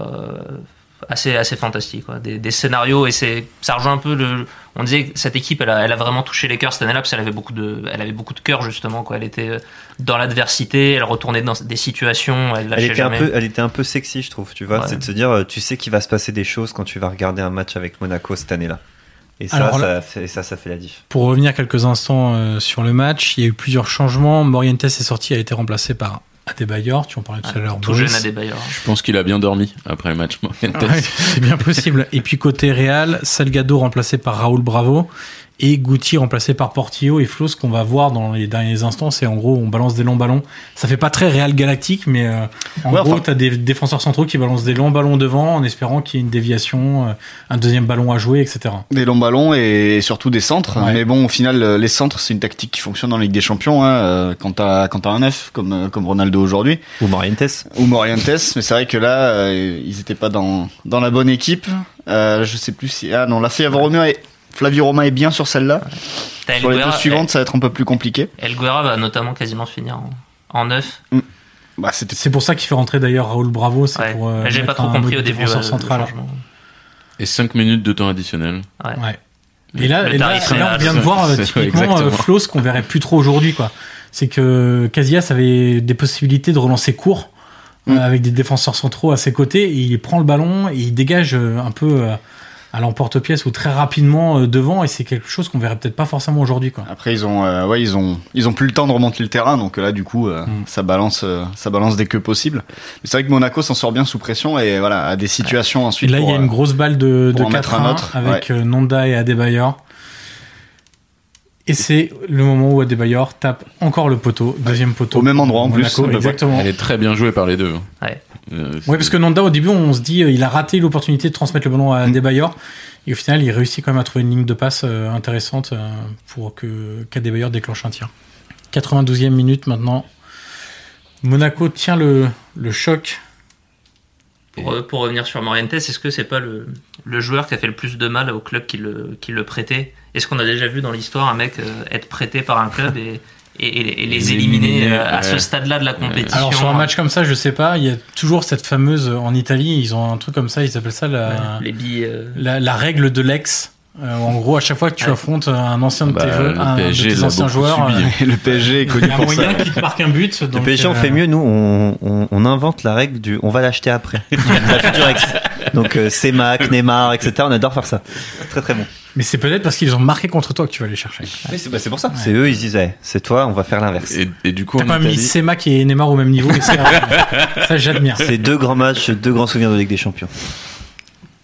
S7: assez, assez fantastique. quoi. Des, des scénarios, et c'est, ça rejoint un peu le. On disait que cette équipe, elle a, elle a vraiment touché les cœurs cette année-là, parce qu'elle avait beaucoup de, elle avait beaucoup de cœur, justement. Quoi. Elle était euh, dans l'adversité, elle retournait dans des situations, elle lâchait
S4: Elle était, un
S7: jamais.
S4: peu, elle était un peu sexy, je trouve. Tu vois,
S7: Ouais.
S4: c'est de se dire, euh, tu sais qu'il va se passer des choses quand tu vas regarder un match avec Monaco cette année-là. Et ça,
S3: Alors
S4: ça,
S3: là-
S4: fait, ça, ça fait la diff.
S3: Pour revenir quelques instants euh, sur le match, il y a eu plusieurs changements. Morientes est sorti, a été remplacé par Adebayor, tu en parlais tout à l'heure.
S7: Ah, Tout
S3: Boris.
S7: jeune à des bailleurs.
S5: Je pense qu'il a bien dormi après le match. Morientes.
S3: Ouais, c'est bien possible. Et puis côté Real, Salgado remplacé par Raoul Bravo et Guti remplacé par Portillo et Flo. Ce qu'on va voir dans les derniers instants, c'est en gros on balance des longs ballons. Ça fait pas très Real Galactique, mais euh, en
S6: Ouais,
S3: gros
S6: enfin-
S3: t'as des défenseurs centraux qui balancent des longs ballons devant en espérant qu'il y ait une déviation, euh, un deuxième ballon à jouer, etc.
S6: Des longs ballons et surtout des centres.
S3: Ouais.
S6: Mais bon, au final, euh, les centres, c'est une tactique qui fonctionne en Ligue des Champions. Hein, euh, quand t'as quand t'as un F comme, euh, comme Ronaldo aujourd'hui,
S4: Ou Morientes.
S6: ou Morientes, mais c'est vrai que là, euh, ils étaient pas dans, dans la bonne équipe. Euh, je sais plus si. Ah non, la Flavio Romeo est, Flavio Roma est bien sur celle-là.
S7: T'as
S6: Sur les deux
S7: Elguera-
S6: suivantes, ça va être un peu plus compliqué.
S7: El Guerra va notamment quasiment finir en, en neuf.
S6: Bah, c'était
S3: C'est pour ça qu'il fait rentrer d'ailleurs Raoul Bravo. C'est
S7: Ouais.
S3: pour. euh,
S7: Mais J'ai pas
S3: mettre
S7: trop
S3: un
S7: compris au début
S3: défenseur
S7: euh, le
S3: central.
S7: changement.
S5: Et 5 minutes de temps additionnel.
S3: Ouais. Et là,
S7: Le
S3: et là-
S7: tarif
S3: et là, on
S7: réel,
S3: vient de
S5: c'est-
S3: voir euh,
S5: c'est-
S3: typiquement euh,
S5: exactement.
S3: Flo ce qu'on verrait plus trop aujourd'hui, quoi. C'est que Casillas avait des possibilités de relancer court euh,
S6: Mm.
S3: avec des défenseurs centraux à ses côtés et il prend le ballon et il dégage euh, un peu euh, à l'emporte-pièce ou très rapidement euh, devant et c'est quelque chose qu'on verrait peut-être pas forcément aujourd'hui, quoi.
S6: Après ils ont euh, ouais ils ont ils ont plus le temps de remonter le terrain donc euh, là du coup euh,
S3: Mm.
S6: ça balance euh, ça balance dès que possible. Mais c'est vrai que Monaco s'en sort bien sous pression et voilà à des situations
S3: Et
S6: ensuite.
S3: là, il
S6: pour,
S3: y a une
S6: euh,
S3: grosse balle de, de
S6: pour en mettre
S3: 4-1
S6: un autre,
S3: avec euh, Nonda et Adebayor. Et c'est le moment où Adebayor tape encore le poteau, deuxième poteau.
S6: Au même endroit, en plus,
S3: Monaco,
S6: à peu près.
S3: Exactement.
S5: Elle est très bien jouée par les deux.
S7: Ouais.
S5: Euh, c'est-
S3: Ouais, parce que Nanda, au début, on se dit, euh, il a raté l'opportunité de transmettre le ballon à Adebayor. Et au final, il réussit quand même à trouver une ligne de passe euh, intéressante euh, pour que qu'Adebayor déclenche un tir. 92e minute maintenant. Monaco tient le, le choc.
S7: Pour, euh, pour revenir sur Morientes, est-ce que c'est pas le, le joueur qui a fait le plus de mal au club qui le, qui le prêtait Est-ce qu'on a déjà vu dans l'histoire un mec euh, être prêté par un club et, et, et- et les
S5: Les
S7: éliminer
S5: éliminer,
S7: euh, à ce
S5: ouais.
S7: stade-là de la compétition
S3: Alors, sur un match comme ça, je sais pas, il y a toujours cette fameuse. euh, En Italie, ils ont un truc comme ça, ils appellent ça
S7: Ouais,
S3: la,
S7: les billes. euh,
S3: la, la règle de l'ex. Euh, en gros, à chaque fois que tu
S7: Ouais.
S3: affrontes un ancien de tes,
S5: Bah,
S3: jeux-
S5: le
S3: euh, un, de
S5: PSG
S3: tes
S5: l'a
S3: anciens
S5: beaucoup
S3: joueurs,
S5: subi,
S3: euh,
S5: hein.
S6: le PSG est
S3: il
S6: connu
S3: y a
S6: pour ça.
S3: moyen qu'il te marque un but.
S4: Le
S3: donc,
S4: PSG, on
S3: euh,
S4: fait mieux, nous, on, on- on invente la règle du on va l'acheter après. la future ex. Donc, euh, Semac, Neymar, etc. On adore faire ça. Très très bon.
S3: Mais c'est peut-être parce qu'ils ont marqué contre toi que tu vas les chercher.
S6: c'est pour ça.
S4: C'est eux, ils disaient, c'est toi, on va faire l'inverse.
S5: Et, et du coup,
S3: euh, T'as
S5: en
S3: pas mis
S5: Italie,
S3: Semak et Neymar au même niveau, mais c'est vrai. ça j'admire.
S4: C'est deux grands matchs, deux grands souvenirs de Ligue des Champions.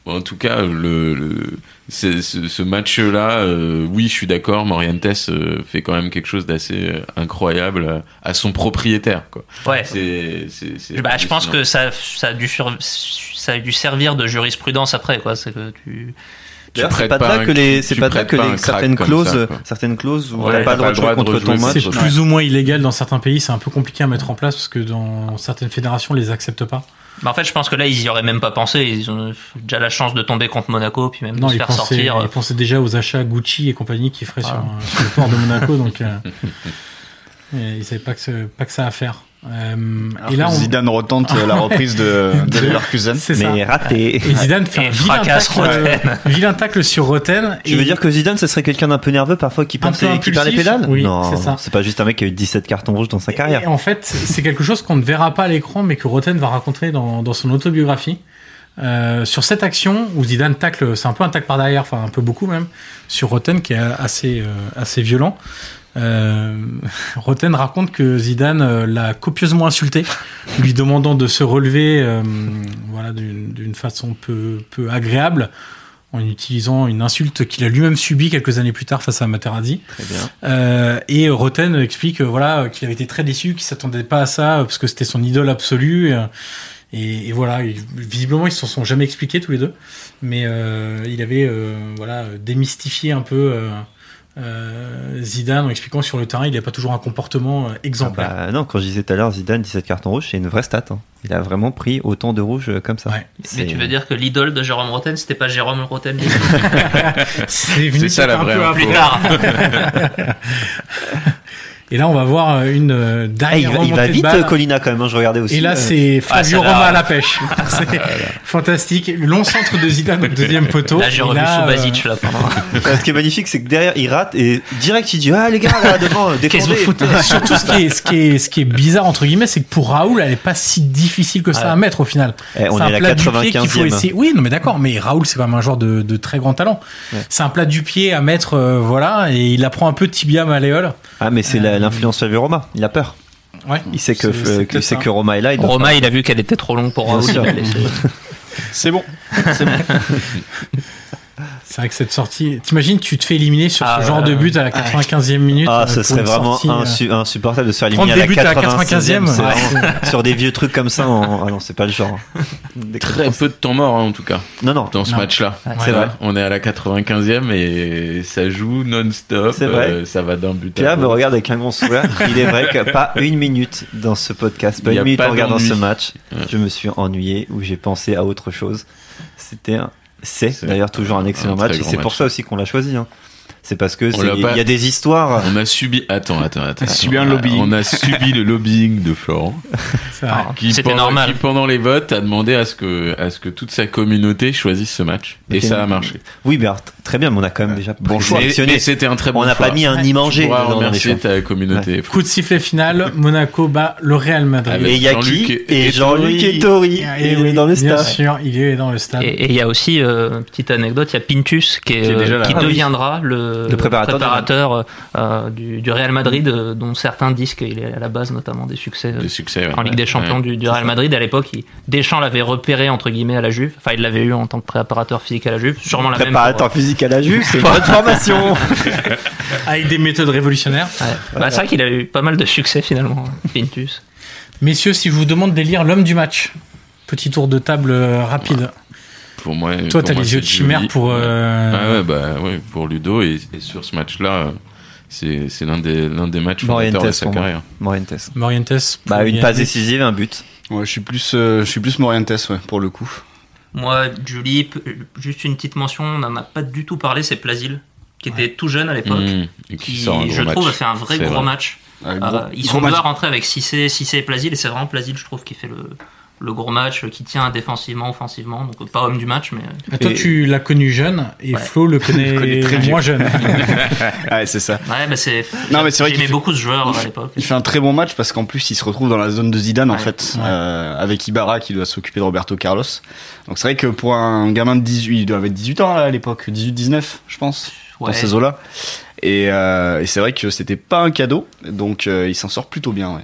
S5: en tout cas, le, le- c'est- ce, ce match-là, euh, oui, je suis d'accord, Morientes euh, fait quand même quelque chose d'assez euh, incroyable à, à son propriétaire. Quoi.
S7: Ouais.
S5: C'est, c'est- c'est
S7: Bah, je pense
S5: hallucinant.
S7: que ça, ça, a dû sur- ça a dû servir de jurisprudence après. quoi. C'est que tu.
S5: Tu
S4: D'ailleurs, c'est
S5: prêtes
S4: pas de
S5: pas
S4: là
S5: un-
S4: que les,
S5: tu
S4: c'est pas de là
S5: prêtes
S4: que
S5: pas
S4: les
S5: un crack
S4: certaines
S5: comme
S4: clauses, euh,
S5: ça, quoi.
S4: certaines clauses où
S7: Ouais,
S4: on n'a pas le droit de jouer
S5: de
S4: contre ton
S5: rejouer,
S4: match.
S3: C'est plus ou moins illégal dans certains pays, c'est un peu compliqué à mettre en place parce que dans certaines fédérations, ils les acceptent pas.
S7: Bah, en fait, je pense que là, ils y auraient même pas pensé. Ils ont déjà la chance de tomber contre Monaco, puis même
S3: Non,
S7: de se
S3: ils
S7: faire
S3: pensaient,
S7: sortir. Ah.
S3: ils pensaient déjà aux achats Gucci et compagnie qu'ils feraient sur, euh, sur le port de Monaco, donc euh, et ils ne savaient pas que, ce- pas que ça à faire. Euh, et là, on... Ah.
S6: Zidane retente euh, la reprise de, de Leverkusen.
S3: c'est ça.
S4: Mais raté.
S3: Et Zidane fait
S7: Et
S3: un vilain
S7: fracasse
S3: tacle, euh, vilain tacle sur Roten.
S4: Tu veux dire que Zidane, ce serait quelqu'un d'un peu nerveux parfois qui, pense
S3: peu
S4: et qui perd les
S3: impulsif,
S4: pédales
S3: oui, c'est ça.
S4: Non, c'est pas juste un mec qui a eu 17 cartons rouges dans sa
S3: Et
S4: carrière.
S3: en fait, c'est quelque chose qu'on ne verra pas à l'écran, mais que Roten va raconter dans, dans son autobiographie. Euh, sur cette action où Zidane tacle, c'est un peu un tacle par derrière, enfin un peu beaucoup même, sur Roten qui est assez, euh, assez violent. Euh, Roten raconte que Zidane euh, l'a copieusement insulté, lui demandant de se relever euh, voilà, d'une d'une façon peu, peu agréable, en utilisant une insulte qu'il a lui-même subie quelques années plus tard face à Materazzi.
S4: Très bien.
S3: Euh, et Roten explique euh, voilà euh, qu'il avait été très déçu, qu'il s'attendait pas à ça euh, parce que c'était son idole absolue. euh, et, et voilà, ils- visiblement ils s'en sont jamais expliqués tous les deux, mais euh, il avait euh, voilà euh, démystifié un peu euh, euh, Zidane en expliquant que sur le terrain il n'a pas toujours un comportement euh, exemplaire.
S4: Ah bah non, quand je disais tout à l'heure, Zidane, 17 cartons rouges, c'est une vraie stat. hein. Il a vraiment pris autant de rouges euh, comme ça.
S3: Ouais.
S7: Mais
S4: C'est-
S7: tu veux dire que l'idole de Jérôme Roten, c'était pas Jérôme Roten du tout
S3: C'est venu
S5: Ah bah, ça, la
S3: peut-être un
S5: vraie
S3: peu
S5: info.
S3: après.
S7: plus tard.
S3: Et là on va voir euh, une euh,
S4: Ah, il,
S3: dernière
S4: va, il
S3: remontée
S4: va
S3: de
S4: vite,
S3: balle.
S4: euh, Colina, quand même. hein, je regardais aussi.
S3: Et là,
S4: euh,
S3: c'est Fabio
S7: celle-là.
S3: Roma à la pêche.
S4: Ah,
S3: C'est fantastique. Long centre de Zidane au deuxième poteau.
S7: Là, j'ai
S3: Et
S7: revu
S3: là, euh,
S7: Subasic, là, pendant.
S4: Ce qui est magnifique, c'est que derrière, il rate et direct, il dit Ah, les gars, là, devant, euh,
S7: Qu'est-ce que
S4: défendez.
S7: vous foutez
S3: euh, Surtout, ce qui, est, ce, qui est, ce qui est bizarre, entre guillemets, c'est que pour Raoul, elle n'est pas si difficile que ça
S4: Ouais.
S3: à mettre au final.
S4: Eh, on
S3: C'est
S4: est
S3: un
S4: à la
S3: plat du pied qu'il faut
S4: 95e.
S3: essayer. Oui, non, mais d'accord, mais Raoul, c'est quand même un joueur de, de très grand talent.
S4: Ouais.
S3: C'est un plat du pied à mettre, euh, voilà, et il apprend un peu tibia malléole.
S4: Ah, mais c'est la- l'influence Fabio Roma. Il a peur.
S3: Euh, Ouais.
S4: Il sait que,
S3: C'est-
S4: euh,
S3: c'est
S4: il
S3: peut-être
S4: sait
S3: ça.
S4: que Roma est là. Il doit
S7: Roma, il a vu qu'elle était trop longue pour
S4: Bien
S7: Raoul.
S4: sûr.
S7: il a laissé.
S6: C'est bon.
S3: C'est vrai que cette sortie, t'imagines, tu te fais éliminer sur
S7: Ah,
S3: ce genre
S7: ouais.
S3: de but à la 95e minute.
S4: Ah,
S3: euh,
S4: ce
S3: pour
S4: serait
S3: une
S4: vraiment
S3: sortie, euh,
S4: insu- insupportable de se faire
S3: prendre
S4: éliminer à
S3: des
S4: la
S3: buts à la 95e.
S4: 95e. c'est
S3: ouais.
S4: vraiment- sur des vieux trucs comme ça, on- ah non, c'est pas le genre. Des-
S5: Très peu de temps mort, hein, en tout cas,
S4: Non, non.
S5: dans ce
S3: Non.
S5: match-là.
S4: c'est
S5: Voilà,
S4: vrai.
S5: On est à la 95e et ça joue non-stop.
S4: C'est vrai.
S5: euh, ça va d'un but
S4: Pierre
S5: à
S4: me
S5: l'autre.
S4: regarde avec un grand sourire. Il est vrai que pas une minute dans ce podcast, pas
S5: Il y a
S4: une minute
S5: pas
S4: en regardant
S5: d'ennui.
S4: ce match,
S5: Ouais.
S4: je me suis ennuyé ou j'ai pensé à autre chose. C'était un- c'est
S5: C'est
S4: d'ailleurs toujours un excellent
S5: un très
S4: match et
S5: grand
S4: c'est pour
S5: match.
S4: ça aussi qu'on l'a choisi. hein. C'est parce que
S5: On
S4: c'est-
S5: l'a
S4: il
S5: pas-
S4: y a des histoires.
S5: On a subi. Attends, attends, attends.
S6: a subi
S5: attends.
S6: un lobbying.
S5: On a subi le lobbying de Florent.
S3: c'est
S4: Ah.
S3: vrai.
S5: Qui
S7: C'était
S5: pendant,
S7: normal.
S5: Qui pendant les votes a demandé à ce que, à ce que toute sa communauté choisisse ce match. Et
S4: Ok.
S5: ça a marché.
S4: Oui, mais alors, t- très bien, mais on a quand même déjà
S5: Bon choix. Mais,
S4: sélectionné.
S5: mais c'était un très bon
S4: On n'a
S5: choix.
S4: pas mis un immanger
S5: Pour
S4: dans les
S5: remercier
S4: choix.
S5: ta communauté.
S3: Coup de sifflet final, Monaco bat le Real Madrid.
S4: Et il y a
S5: Jean-Luc
S4: qui
S5: et-
S4: Et
S5: et
S4: Jean-Luc
S5: Tori.
S4: et Tori.
S3: Eh
S4: Ah, Il
S3: oui,
S4: est dans le
S3: bien
S4: staff.
S3: sûr, il est dans le stade.
S7: Et et il y a aussi, euh, petite anecdote, il y a Pintus qui, est,
S6: Qui est
S7: euh,
S6: déjà là.
S7: qui
S4: Ah oui.
S7: deviendra le,
S4: Le préparateur
S7: préparateur, euh, du, du Real Madrid, euh, dont certains disent qu'il est à la base notamment des succès euh,
S5: Des succès. ouais.
S7: en Ligue des Champions
S5: Ouais.
S7: du, du Real Madrid. À l'époque, il- Deschamps l'avait repéré entre guillemets à la Juve. Enfin, il l'avait eu en tant que préparateur physique à la Juve. Sûrement la
S4: Préparateur
S7: même.
S4: physique à la Juve, c'est une bonne formation.
S3: Avec des méthodes révolutionnaires.
S7: pour- ouais. Bah, c'est vrai qu'il a eu pas mal de succès finalement, hein, Pintus.
S3: Messieurs, si je vous demande d'élire l'homme du match, petit tour de table euh, rapide.
S5: Pour moi.
S3: Toi,
S5: pour
S3: t'as
S5: moi,
S3: les
S5: c'est
S3: yeux de chimère
S5: Julie.
S3: pour. euh,
S5: Ah ouais, bah ouais, pour Ludo. Et, et sur ce match-là, euh, c'est c'est l'un des, l'un des matchs fondateurs de
S4: Morientes
S5: sa
S4: pour moi.
S5: carrière.
S4: Morientes.
S3: Morientes. pour
S4: Bah, une
S3: Yannick.
S4: passe décisive, un but.
S6: Ouais, je suis plus, euh, je suis plus Morientes ouais, pour le coup.
S7: Moi, Julie, p- juste une petite mention, on n'en a pas du tout parlé, c'est Plasil, qui était tout jeune à l'époque.
S5: Mmh. Et
S7: Qui,
S5: qui sort un gros
S7: je
S5: match.
S7: trouve, a fait un vrai
S5: C'est
S7: gros
S5: vrai.
S7: match.
S6: Ah,
S7: Euh,
S6: gros-
S7: ils
S6: gros
S7: sont
S6: match.
S7: deux à rentrer avec Cissé, Cissé et Plasil, et c'est vraiment Plasil, je trouve, qui fait le, le gros match, euh, qui tient défensivement, offensivement, donc euh, pas homme du match, mais euh,
S3: Ah, toi,
S4: Et-
S3: tu l'as connu jeune et
S7: Ouais.
S3: Flo le connaît,
S6: Je le connais très vieux.
S3: moins jeune. hein.
S6: Ouais, c'est ça.
S7: ouais, bah c'est.
S6: Non, mais c'est vrai qu'il
S7: J'aimais
S6: fait-
S7: beaucoup ce joueur à l'époque.
S6: Il fait un très bon match parce qu'en plus il se retrouve dans la zone de Zidane en
S7: Ouais.
S6: fait,
S3: Ouais.
S6: euh, avec Ibarra qui doit s'occuper de Roberto Carlos. Donc c'est vrai que pour un gamin de 18, il doit avoir 18 ans là, à l'époque, 18-19 je pense,
S7: Ouais.
S6: dans ces eaux-là. Et, euh, et c'est vrai que c'était pas un cadeau, donc euh, il s'en sort plutôt bien. Ouais.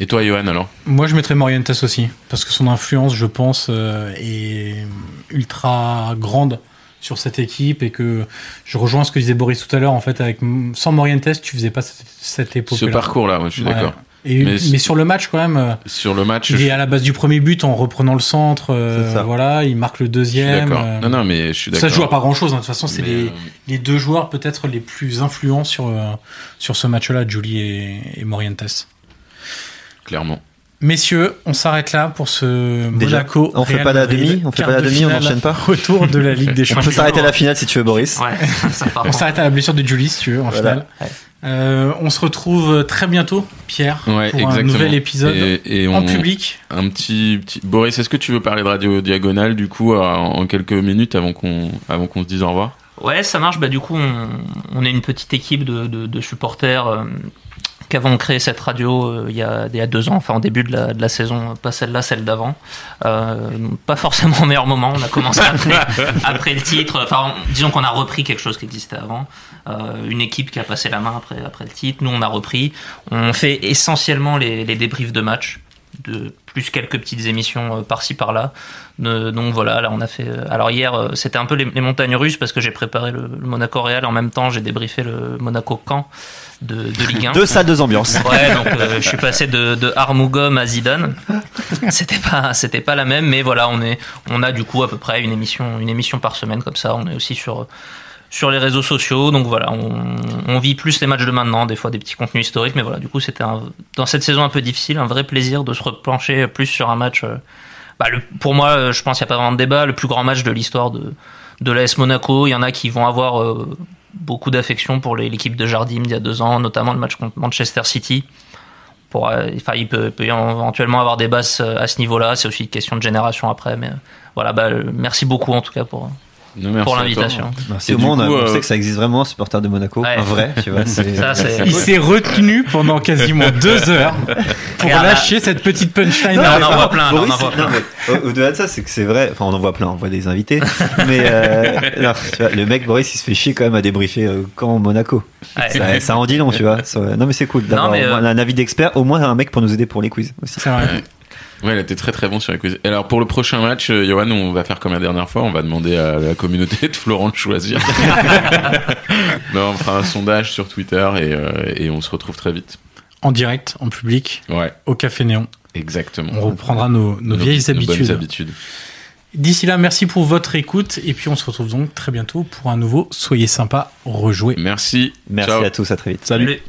S5: Et toi, Johan, alors
S3: Moi, je mettrais Morientes aussi, parce que son influence, je pense, euh, est ultra grande sur cette équipe et que je rejoins ce que disait Boris tout à l'heure. En fait, avec sans Morientes, tu faisais pas cette, cette
S5: Ce
S3: épopée.
S5: parcours-là, ouais, je suis
S3: Ouais.
S5: d'accord.
S3: Et, mais,
S5: Mais-
S3: sur le match, quand même, euh,
S5: Sur le match,
S3: il
S5: je-
S3: est à la base du premier but en reprenant le centre. euh,
S4: C'est ça.
S3: voilà, il marque le
S5: Je suis
S3: deuxième.
S5: d'accord.
S3: euh,
S5: Non, non, mais je suis
S3: ça
S5: d'accord.
S3: se joue à pas grand chose. De toute façon, c'est
S5: Mais,
S3: les,
S5: euh,
S3: les deux joueurs peut-être les plus influents sur, euh, sur ce match-là, Julie et, et Morientes.
S5: Clairement.
S3: Messieurs, on s'arrête là pour ce
S4: Déjà,
S3: Monaco.
S4: on fait
S3: Real
S4: pas la
S3: Madrid,
S4: demi, on fait
S3: quart
S4: pas la
S3: de
S4: demi, on
S3: finale,
S4: n'enchaîne pas.
S3: Retour de la Ligue des
S4: On
S3: Champions.
S4: peut s'arrêter à la finale si tu veux, Boris.
S7: hein. Ouais, ça part.
S3: On s'arrête à la blessure de Julie, si tu veux, en
S4: Voilà.
S3: finale. Euh, on se retrouve très bientôt, Pierre,
S5: Ouais,
S3: pour un
S5: exactement.
S3: nouvel épisode
S5: Et, et
S3: en
S5: on-
S3: public.
S5: Un petit, petit- Boris, est-ce que tu veux parler de Radio Diagonale du coup euh, en, en quelques minutes avant qu'on avant qu'on se dise au revoir
S7: Ouais, ça marche. Bah, du coup, on, on est une petite équipe de, de- de supporters euh, qui avons créé cette radio euh, il, y a, il y a deux ans, enfin en début de la, de la saison, pas celle-là, celle d'avant. Euh, pas forcément au meilleur moment, on a commencé après, après le titre. Enfin, on- disons qu'on a repris quelque chose qui existait avant. Euh, une équipe qui a passé la main après, après le titre. Nous, on a repris. On fait essentiellement les, les débriefs de match. De plus quelques petites émissions euh, par-ci par-là. Euh, donc voilà, là on a fait. euh, Alors hier, euh, c'était un peu les, les montagnes russes parce que j'ai préparé le, Monaco Real en même temps, j'ai débriefé le Monaco Caen de, de Ligue 1.
S4: Deux salles, deux ambiances.
S7: Ouais, donc euh, je suis passé de, de Armougom à Zidane. C'était pas, c'était pas la même, mais voilà, on est, on a du coup à peu près une émission, une émission par semaine comme ça. On est aussi sur sur les réseaux sociaux, donc voilà, on, on vit plus les matchs de maintenant, des fois des petits contenus historiques, mais voilà, du coup c'était un- dans cette saison un peu difficile, un vrai plaisir de se replancher plus sur un match. euh, bah, le- pour moi, euh, je pense qu'il n'y a pas vraiment de débat, le plus grand match de l'histoire de de l'AS Monaco. Il y en a qui vont avoir euh, beaucoup d'affection pour les- l'équipe de Jardim d'il y a deux ans, notamment le match contre Manchester City. Pour, euh, enfin, il peut, il peut y en- éventuellement avoir des basses euh, à ce niveau-là. C'est aussi une question de génération après. Mais euh, voilà, bah, euh, merci beaucoup en tout cas pour,
S5: Non, merci
S7: pour
S5: à toi.
S7: l'invitation.
S4: C'est
S5: Et
S4: au
S5: du
S4: moins, on, a-
S5: coup,
S4: on
S5: euh,
S4: sait que ça existe vraiment, un supporter de Monaco.
S7: Ouais.
S4: Un vrai, tu vois. c'est-
S7: Ça, c'est-
S3: Il s'est retenu pendant quasiment deux heures pour
S7: Regarde,
S3: lâcher cette petite punchline.
S7: Non,
S3: à la
S7: non,
S3: fin.
S7: on voit plein,
S4: Boris,
S7: on en voit plein.
S4: non, mais au- Au-delà de ça, c'est que c'est vrai. Enfin, on en voit plein, on voit des invités. Mais euh, non, tu vois, le mec Boris, il se fait chier quand même à débriefer euh, quand Monaco.
S7: Ouais.
S4: Ça, ça en dit long, tu vois. Sur- euh, Non, mais c'est cool. d'avoir
S7: mais,
S4: au moins
S7: euh,
S4: un avis d'expert, au moins un mec pour nous aider pour les quiz aussi.
S3: C'est vrai.
S5: Ouais, elle était très très bon sur les quiz. Et Alors pour le prochain match, euh, Johan, on va faire comme la dernière fois, on va demander à la communauté de Florent de choisir. non, on fera un sondage sur Twitter et, euh, et on se retrouve très vite.
S3: En direct, en public,
S5: Ouais,
S3: au Café Néon.
S5: exactement.
S3: On reprendra nos, nos vieilles
S5: nos bonnes
S3: habitudes.
S5: habitudes.
S3: D'ici là, merci pour votre écoute. Et puis on se retrouve donc très bientôt pour un nouveau Soyez sympa, rejouez.
S5: Merci.
S4: Merci
S5: Ciao.
S4: à tous, à très vite.
S6: Salut.
S7: Salut.